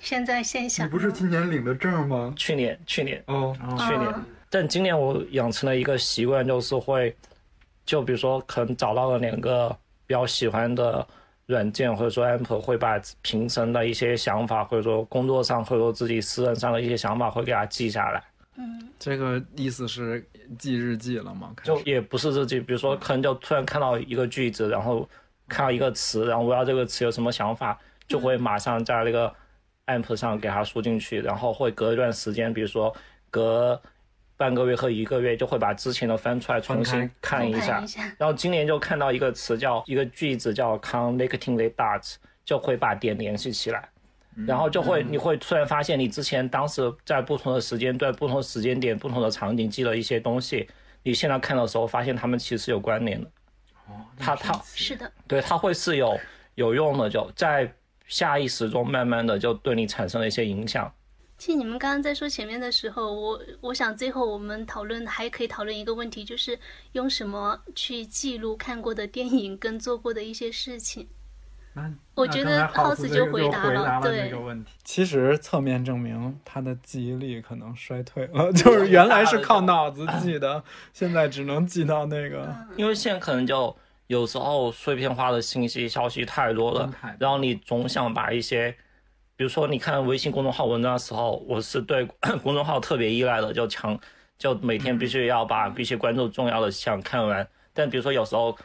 Speaker 4: 现在现
Speaker 2: 你
Speaker 4: 想，
Speaker 2: 不是今年领的证吗？
Speaker 5: 去年，去年，
Speaker 2: 哦，
Speaker 5: 去年，但今年我养成了一个习惯，就是会，就比如说可能找到了两个比较喜欢的软件，或者说 app，会把平时的一些想法，或者说工作上，或者说自己私人上的一些想法，会给它记下来。
Speaker 4: 嗯，
Speaker 1: 这个意思是记日记了吗？开始
Speaker 5: 就也不是自己，比如说可能就突然看到一个句子，然后看到一个词，然后我要这个词有什么想法，就
Speaker 1: 嗯
Speaker 5: 会马上在那个 app 上给它输进去，然后会隔一段时间，比如说隔半个月和一个月，就会把之前的翻出来重新看一下
Speaker 4: 看一。下，
Speaker 5: 然后今年就看到一个词叫一个句子叫 connecting the dots，就会把点联系起来，然后就会你会突然发现你之前当时在不同的时间段、不同时间点、不同的场景记了一些东西，你现在看的时候发现它们其实有关联的。它它
Speaker 4: 是的，
Speaker 5: 对它会是有有用的，就在下意识中慢慢的就对你产生了一些影响。
Speaker 4: 其实你们刚刚在说前面的时候，我我想最后我们讨论还可以讨论一个问题，就是用什么去记录看过的电影跟做过的一些事情。
Speaker 8: 那
Speaker 4: 我觉得
Speaker 8: 浩
Speaker 4: House 就
Speaker 8: 回
Speaker 4: 回答了
Speaker 8: 答了
Speaker 4: 对
Speaker 8: 这个问题。
Speaker 1: 其实侧面证明他的记忆力可能衰退 了，就是原来是靠脑子记的，现在只能记到那个。
Speaker 4: 嗯
Speaker 5: 因为现在可能就有时候碎片化的信息消息太多了
Speaker 8: 真太多，
Speaker 5: 然后你总想把一些，比如说你看微信公众号文章的时候，我是对 公众号特别依赖的，就强就每天必须要把必须关注重要的想看完。但比如说有时候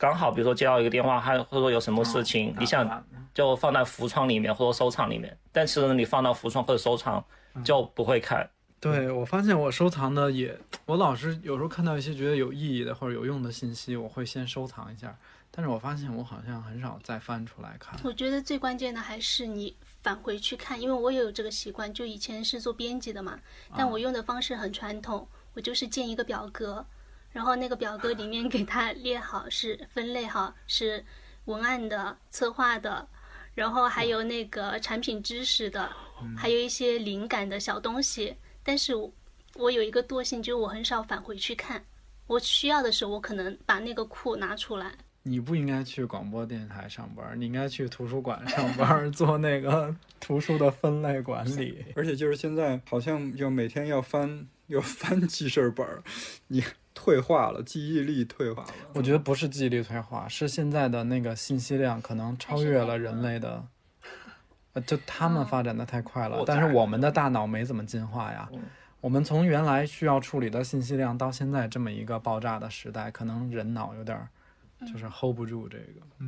Speaker 5: 刚好，比如说接到一个电话，还或者说有什么
Speaker 1: 哦
Speaker 5: 事情，你
Speaker 1: 啊
Speaker 5: 想就放在浮窗里面或者收藏里面，但其实你放到浮窗或者收藏就不会看。
Speaker 1: 对，我发现我收藏的也，我老是有时候看到一些觉得有意义的或者有用的信息，我会先收藏一下。但是我发现我好像很少再翻出来看。
Speaker 4: 我觉得最关键的还是你返回去看，因为我也有这个习惯，就以前是做编辑的嘛，但
Speaker 1: 啊
Speaker 4: 我用的方式很传统，我就是建一个表格，然后那个表格里面给它列好是分类好是文案的、策划的，然后还有那个产品知识的，
Speaker 1: 嗯
Speaker 4: 还有一些灵感的小东西。但是我我有一个惰性，就是我很少返回去看。我需要的时候，我可能把那个库拿出来，
Speaker 1: 你不应该去广播电台上班，你应该去图书馆上班， 做那个图书的分类管理。
Speaker 2: 而且就是现在好像要每天要翻要翻记事本儿，你退化了，记忆力退化了。
Speaker 1: 我觉得不是记忆力退化，是现在的那个信息量可能超越了人类的， 呃，就他们发展的太快了，
Speaker 5: 过载
Speaker 1: 但是我们的大脑没怎么进化呀。我们从原来需要处理的信息量到现在这么一个爆炸的时代，可能人脑有点儿就是 hold 不住这个。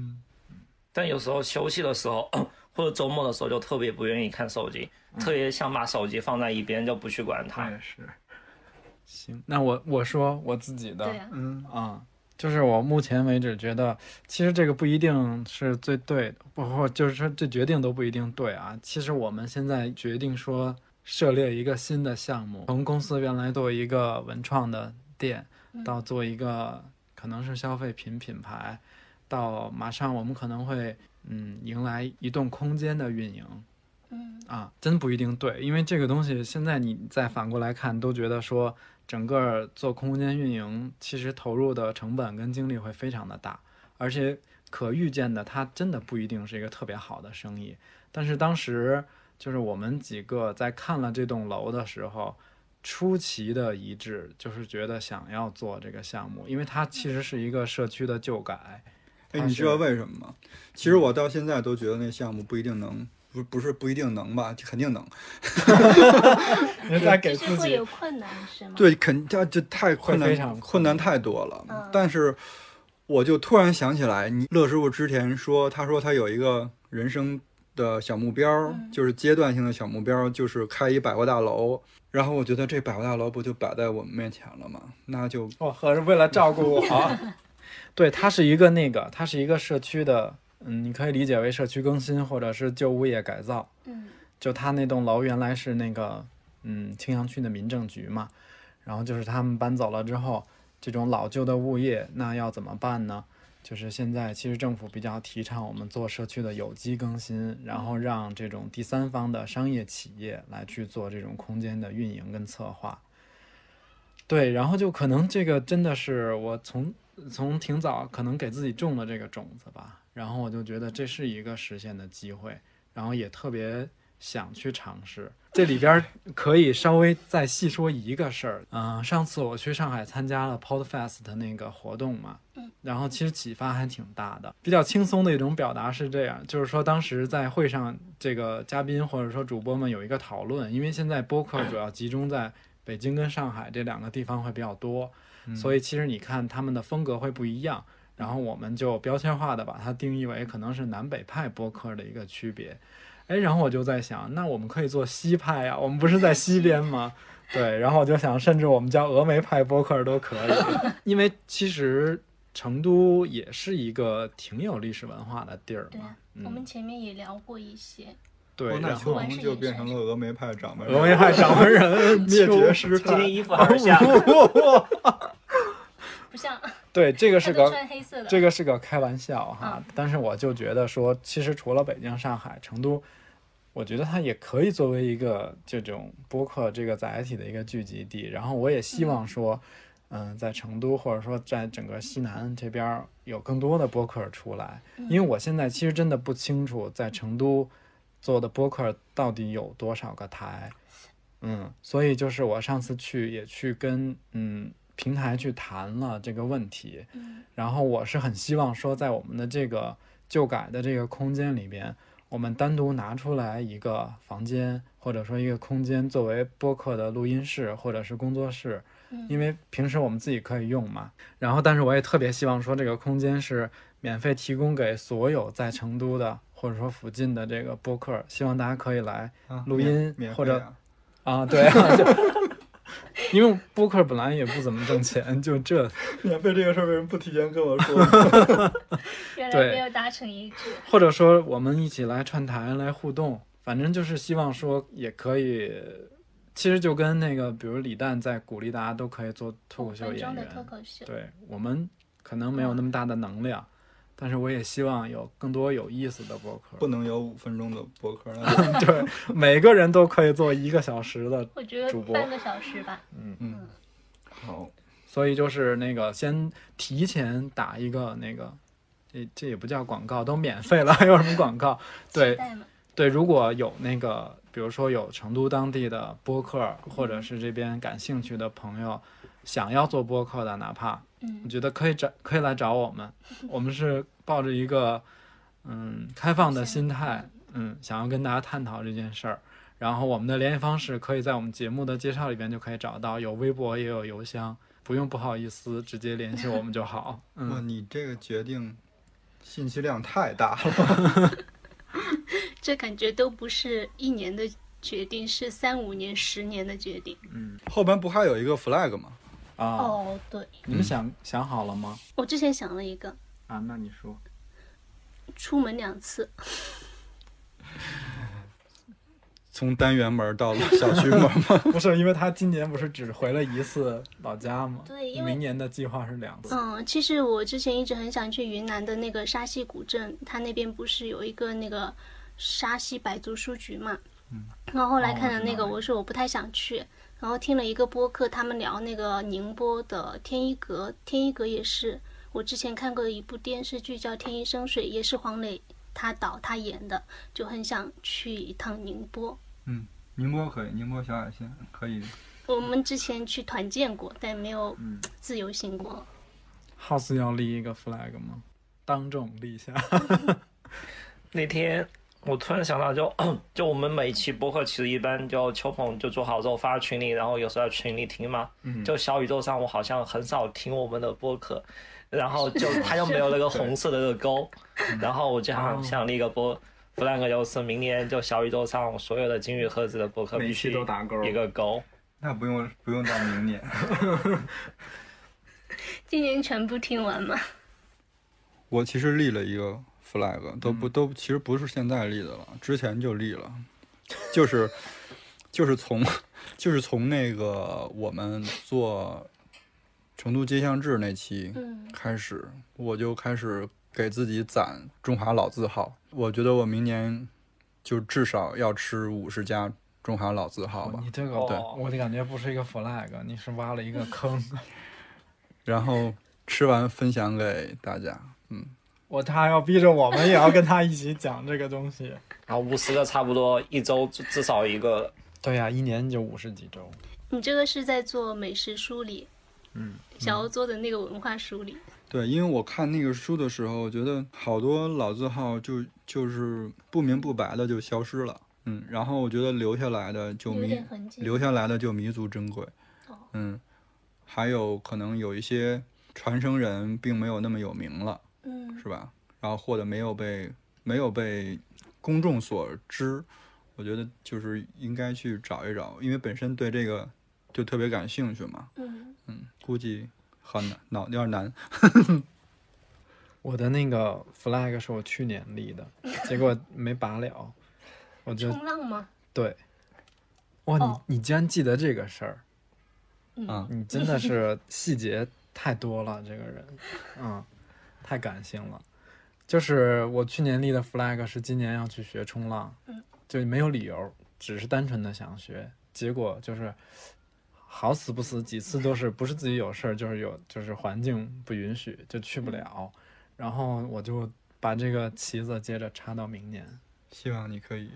Speaker 5: 但有时候休息的时候 或者周末的时候，就特别不愿意看手机，特别想把手机放在一边就不去管
Speaker 8: 我
Speaker 5: 它。
Speaker 8: 也是，
Speaker 1: 行，那我我说我自己的，
Speaker 4: 对呀、
Speaker 8: 嗯，
Speaker 1: 啊，就是我目前为止觉得，其实这个不一定是最对的，不或就是说这决定都不一定对啊。其实我们现在决定说涉猎一个新的项目，从公司原来做一个文创的店，
Speaker 4: 嗯
Speaker 1: 到做一个可能是消费品品牌，到马上我们可能会嗯迎来移动空间的运营。
Speaker 4: 嗯，
Speaker 1: 啊，真不一定对，因为这个东西现在你再反过来看，都觉得说整个做空间运营其实投入的成本跟精力会非常的大，而且可预见的它真的不一定是一个特别好的生意。但是当时就是我们几个在看了这栋楼的时候，出奇的一致，就是觉得想要做这个项目，因为它其实是一个社区的旧改。
Speaker 2: 哎，
Speaker 1: 它
Speaker 2: 你
Speaker 1: 是
Speaker 2: 知道为什么吗？其实我到现在都觉得那项目不一定能，不不是不一定能吧，肯定能。
Speaker 1: 你在
Speaker 4: 就
Speaker 1: 给
Speaker 4: 是
Speaker 1: 自
Speaker 4: 会
Speaker 1: 己
Speaker 4: 有困难是吗？，
Speaker 2: 对，肯这这太困
Speaker 1: 会非常
Speaker 2: 难，困难太多了。但是我就突然想起来，你乐师傅之前说，他说他有一个人生的小目标，就是阶段性的小目标，就是开一百货大楼。然后我觉得这百货大楼不就摆在我们面前了吗？那就
Speaker 1: 哦，合着为了照顾我。对，它是一个那个，它是一个社区的，嗯，你可以理解为社区更新或者是旧物业改造。
Speaker 4: 嗯
Speaker 1: 就他那栋楼原来是那个嗯青羊区的民政局嘛，然后就是他们搬走了之后，这种老旧的物业那要怎么办呢？就是现在其实政府比较提倡我们做社区的有机更新，然后让这种第三方的商业企业来去做这种空间的运营跟策划。对，然后就可能这个真的是我从从挺早可能给自己种了这个种子吧，然后我就觉得这是一个实现的机会，然后也特别想去尝试。这里边儿可以稍微再细说一个事儿，嗯、上次我去上海参加了 Podfest 的那个活动嘛，然后其实启发还挺大的。比较轻松的一种表达是这样，就是说当时在会上，这个嘉宾或者说主播们有一个讨论，因为现在播客主要集中在北京跟上海这两个地方会比较多，所以其实你看他们的风格会不一样。然后我们就标签化的把它定义为可能是南北派播客的一个区别。哎，然后我就在想，那我们可以做西派啊呀、我们不是在西边吗？ 对，然后我就想，甚至我们叫峨眉派播客都可以， 因为其实成都也是一个挺有历史文化的地儿
Speaker 4: 对
Speaker 1: 嘛
Speaker 4: 啊。，我们前面也聊过一些，啊
Speaker 1: 对，
Speaker 2: 哦那
Speaker 1: 然
Speaker 2: 秋
Speaker 1: 后
Speaker 2: 红就变成了峨眉派掌门人，
Speaker 1: 峨眉派掌门人
Speaker 2: 灭绝
Speaker 1: 秋。
Speaker 2: 师
Speaker 5: 今天
Speaker 2: 太。
Speaker 5: 衣服还是下
Speaker 1: 哇
Speaker 4: 不像
Speaker 1: 对，这个
Speaker 4: 他
Speaker 1: 是
Speaker 4: 都
Speaker 1: 个
Speaker 4: 穿黑色的，
Speaker 1: 这个是个开玩笑哈，但是我就觉得说，其实除了北京、上海、成都，我觉得它也可以作为一个这种播客这个载体的一个聚集地。然后我也希望说，嗯、在成都或者说在整个西南这边儿有更多的播客出来，因为我现在其实真的不清楚在成都做的播客到底有多少个台。嗯，所以就是我上次去也去跟嗯平台去谈了这个问题，然后我是很希望说，在我们的这个旧改的这个空间里边，我们单独拿出来一个房间，或者说一个空间作为播客的录音室或者是工作室，因为平时我们自己可以用嘛。然后，但是我也特别希望说，这个空间是免费提供给所有在成都的或者说附近的这个播客，希望大家可以来录音
Speaker 2: 免
Speaker 1: 或者
Speaker 2: 费啊
Speaker 1: 啊，对啊，就 因为播客本来也不怎么挣钱，就这
Speaker 2: 免费这个事儿为什么不提前跟我说？
Speaker 4: 原来
Speaker 1: 对
Speaker 4: 没有达成一致。
Speaker 1: 或者说我们一起来串台来互动，反正就是希望说也可以，其实就跟那个比如李诞在鼓励大家都可以做脱口秀
Speaker 4: 五分
Speaker 1: 演
Speaker 4: 钟的
Speaker 1: 员，
Speaker 4: 脱口秀，
Speaker 1: 对我们可能没有那么大的能量，但是我也希望有更多有意思的播
Speaker 2: 不
Speaker 1: 客，
Speaker 2: 能有五分钟的博客，那 就
Speaker 1: 对，每个人都可以做一个小时的
Speaker 4: 我觉得
Speaker 1: 主播
Speaker 4: 半个小时吧。
Speaker 2: 嗯，好。
Speaker 1: 所以就是那个先提前打一个那个，这这也不叫广告，都免费了，还有什么广告？对
Speaker 4: 代码
Speaker 1: 对，如果有那个，比如说有成都当地的播客，或
Speaker 4: 嗯
Speaker 1: 者是这边感兴趣的朋友，想要做播客的，哪怕我
Speaker 4: 嗯，
Speaker 1: 觉得可以找可以来找我 们，我们是抱着一个嗯开放的心态，嗯，想要跟大家探讨这件事儿。然后我们的联系方式可以在我们节目的介绍里边就可以找到，有微博也有邮箱，不用不好意思，直接联系我们就 好。
Speaker 2: 哇，
Speaker 1: 嗯，
Speaker 2: 你这个决定信息量太大了。
Speaker 4: 这感觉都不是一年的决定，是三五年、十年的决定。
Speaker 2: 后边不还有一个 flag 吗？
Speaker 1: 啊，
Speaker 4: 哦，对，
Speaker 1: 你们想想好了吗？
Speaker 4: 我之前想了一个，
Speaker 8: 啊，那你说，
Speaker 4: 出门两次，
Speaker 2: 从单元门到小区门 吗？
Speaker 1: 不是，因为他今年不是只回了一次老家吗？
Speaker 4: 对因为
Speaker 1: 明年的计划是两次。
Speaker 4: 嗯，其实我之前一直很想去云南的那个沙溪古镇，它那边不是有一个那个沙溪傣族书局嘛？然后后来看了那个，嗯哦我说我不太想去。然后听了一个播客，他们聊那个宁波的天一阁，天一阁也是我之前看过的一部电视剧叫《天一生水》，也是黄磊他导他演的，就很想去一趟宁波。
Speaker 2: 嗯宁波可以，宁波小海鲜可以。
Speaker 4: 我们之前去团建过，但没有自由行过。
Speaker 1: House 要立一个 flag 吗？当众立 下。
Speaker 5: 那天我突然想到就， 就我们每期播客其实一般就秋鹏就做好之后发群里，然后有时候在群里听嘛。
Speaker 8: 嗯
Speaker 5: 就小宇宙上，我好像很少听我们的播客，然后就它又没有那个红色的那个勾，然后我就
Speaker 8: 哦
Speaker 5: 想想立一个播。flag 就是明年就小宇宙上所有的金鱼盒子的播客
Speaker 8: 每
Speaker 5: 必
Speaker 8: 期
Speaker 5: 须
Speaker 8: 都打勾
Speaker 5: 一个勾，
Speaker 2: 那不用不用到明年，
Speaker 4: 今年全部听完嘛？
Speaker 2: 我其实立了一个 flag，都不都其实不是现在立的了，之前就立了，就是就是从就是从那个我们做成都街巷志那期
Speaker 4: 嗯，
Speaker 2: 开始，我就开始给自己攒中华老字号。我觉得我明年就至少要吃五十家中华老字号
Speaker 5: 哦
Speaker 2: 吧
Speaker 1: 哦你。这个
Speaker 5: 对
Speaker 1: 我的感觉不是一个 flag，你是挖了一个坑。
Speaker 2: 然后吃完分享给大家。嗯，
Speaker 1: 我他要逼着我们也要跟他一起讲这个东西。
Speaker 5: 然后五十个差不多一周至至少一个，
Speaker 1: 对呀、一年就五十几周。
Speaker 4: 你这个是在做美食梳理，嗯，想要做的那个文化梳理，
Speaker 2: 对，因为我看那个书的时候，我觉得好多老字号就就是不明不白的就消失了。嗯，然后我觉得留下来的就
Speaker 4: 有
Speaker 2: 弥
Speaker 4: 点痕迹。哦
Speaker 2: 留下来的就弥足珍贵。嗯，还有可能有一些传承人并没有那么有名了。
Speaker 4: 嗯
Speaker 2: 是吧？然后或者没有被没有被公众所知，我觉得就是应该去找一找，因为本身对这个就特别感兴趣嘛。
Speaker 4: 嗯，
Speaker 2: 嗯，估计很难，脑有点难。
Speaker 1: 我的那个 flag 是我去年立的，结果没拔 了。我就
Speaker 4: 冲浪吗？
Speaker 1: 对，哇，
Speaker 4: 哦
Speaker 1: 你你竟然记得这个事儿，
Speaker 2: 嗯
Speaker 1: 你真的是细节太多了，这个人，嗯，太感性了。就是我去年立的 flag 是今年要去学冲浪，
Speaker 4: 嗯
Speaker 1: 就没有理由，只是单纯的想学，结果就是好死不死几次都是不是自己有事儿，就是有就是环境不允许就去不了，然后我就把这个旗子接着插到明年。
Speaker 2: 希望你可以。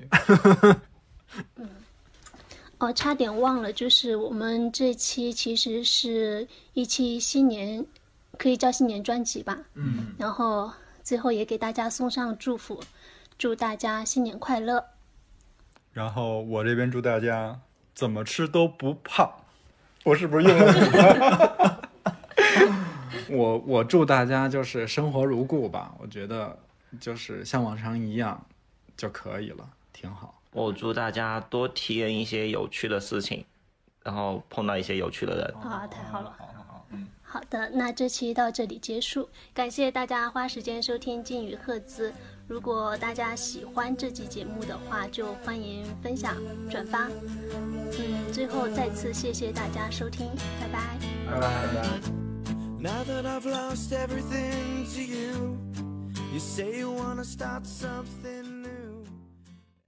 Speaker 4: 哦，差点忘了，就是我们这期其实是一期新年，可以叫新年专辑吧。
Speaker 8: 嗯，
Speaker 4: 然后最后也给大家送上祝福，祝大家新年快乐。
Speaker 2: 然后我这边祝大家怎么吃都不胖，我是不是应了你？
Speaker 1: 我我祝大家就是生活如故吧，我觉得就是像往常一样就可以了，挺好。
Speaker 5: 我祝大家多体验一些有趣的事情，然后碰到一些有趣的人。
Speaker 4: 啊，太好了。
Speaker 8: 好好好，嗯，
Speaker 4: 好的，那这期到这里结束，感谢大家花时间收听金鱼赫兹。如果大家喜欢这期节目的话，就欢迎分享、转发。嗯，最后再次谢谢大家收听，拜拜。
Speaker 8: 拜拜。
Speaker 9: Now that I've lost everything to you, you say you wanna start something.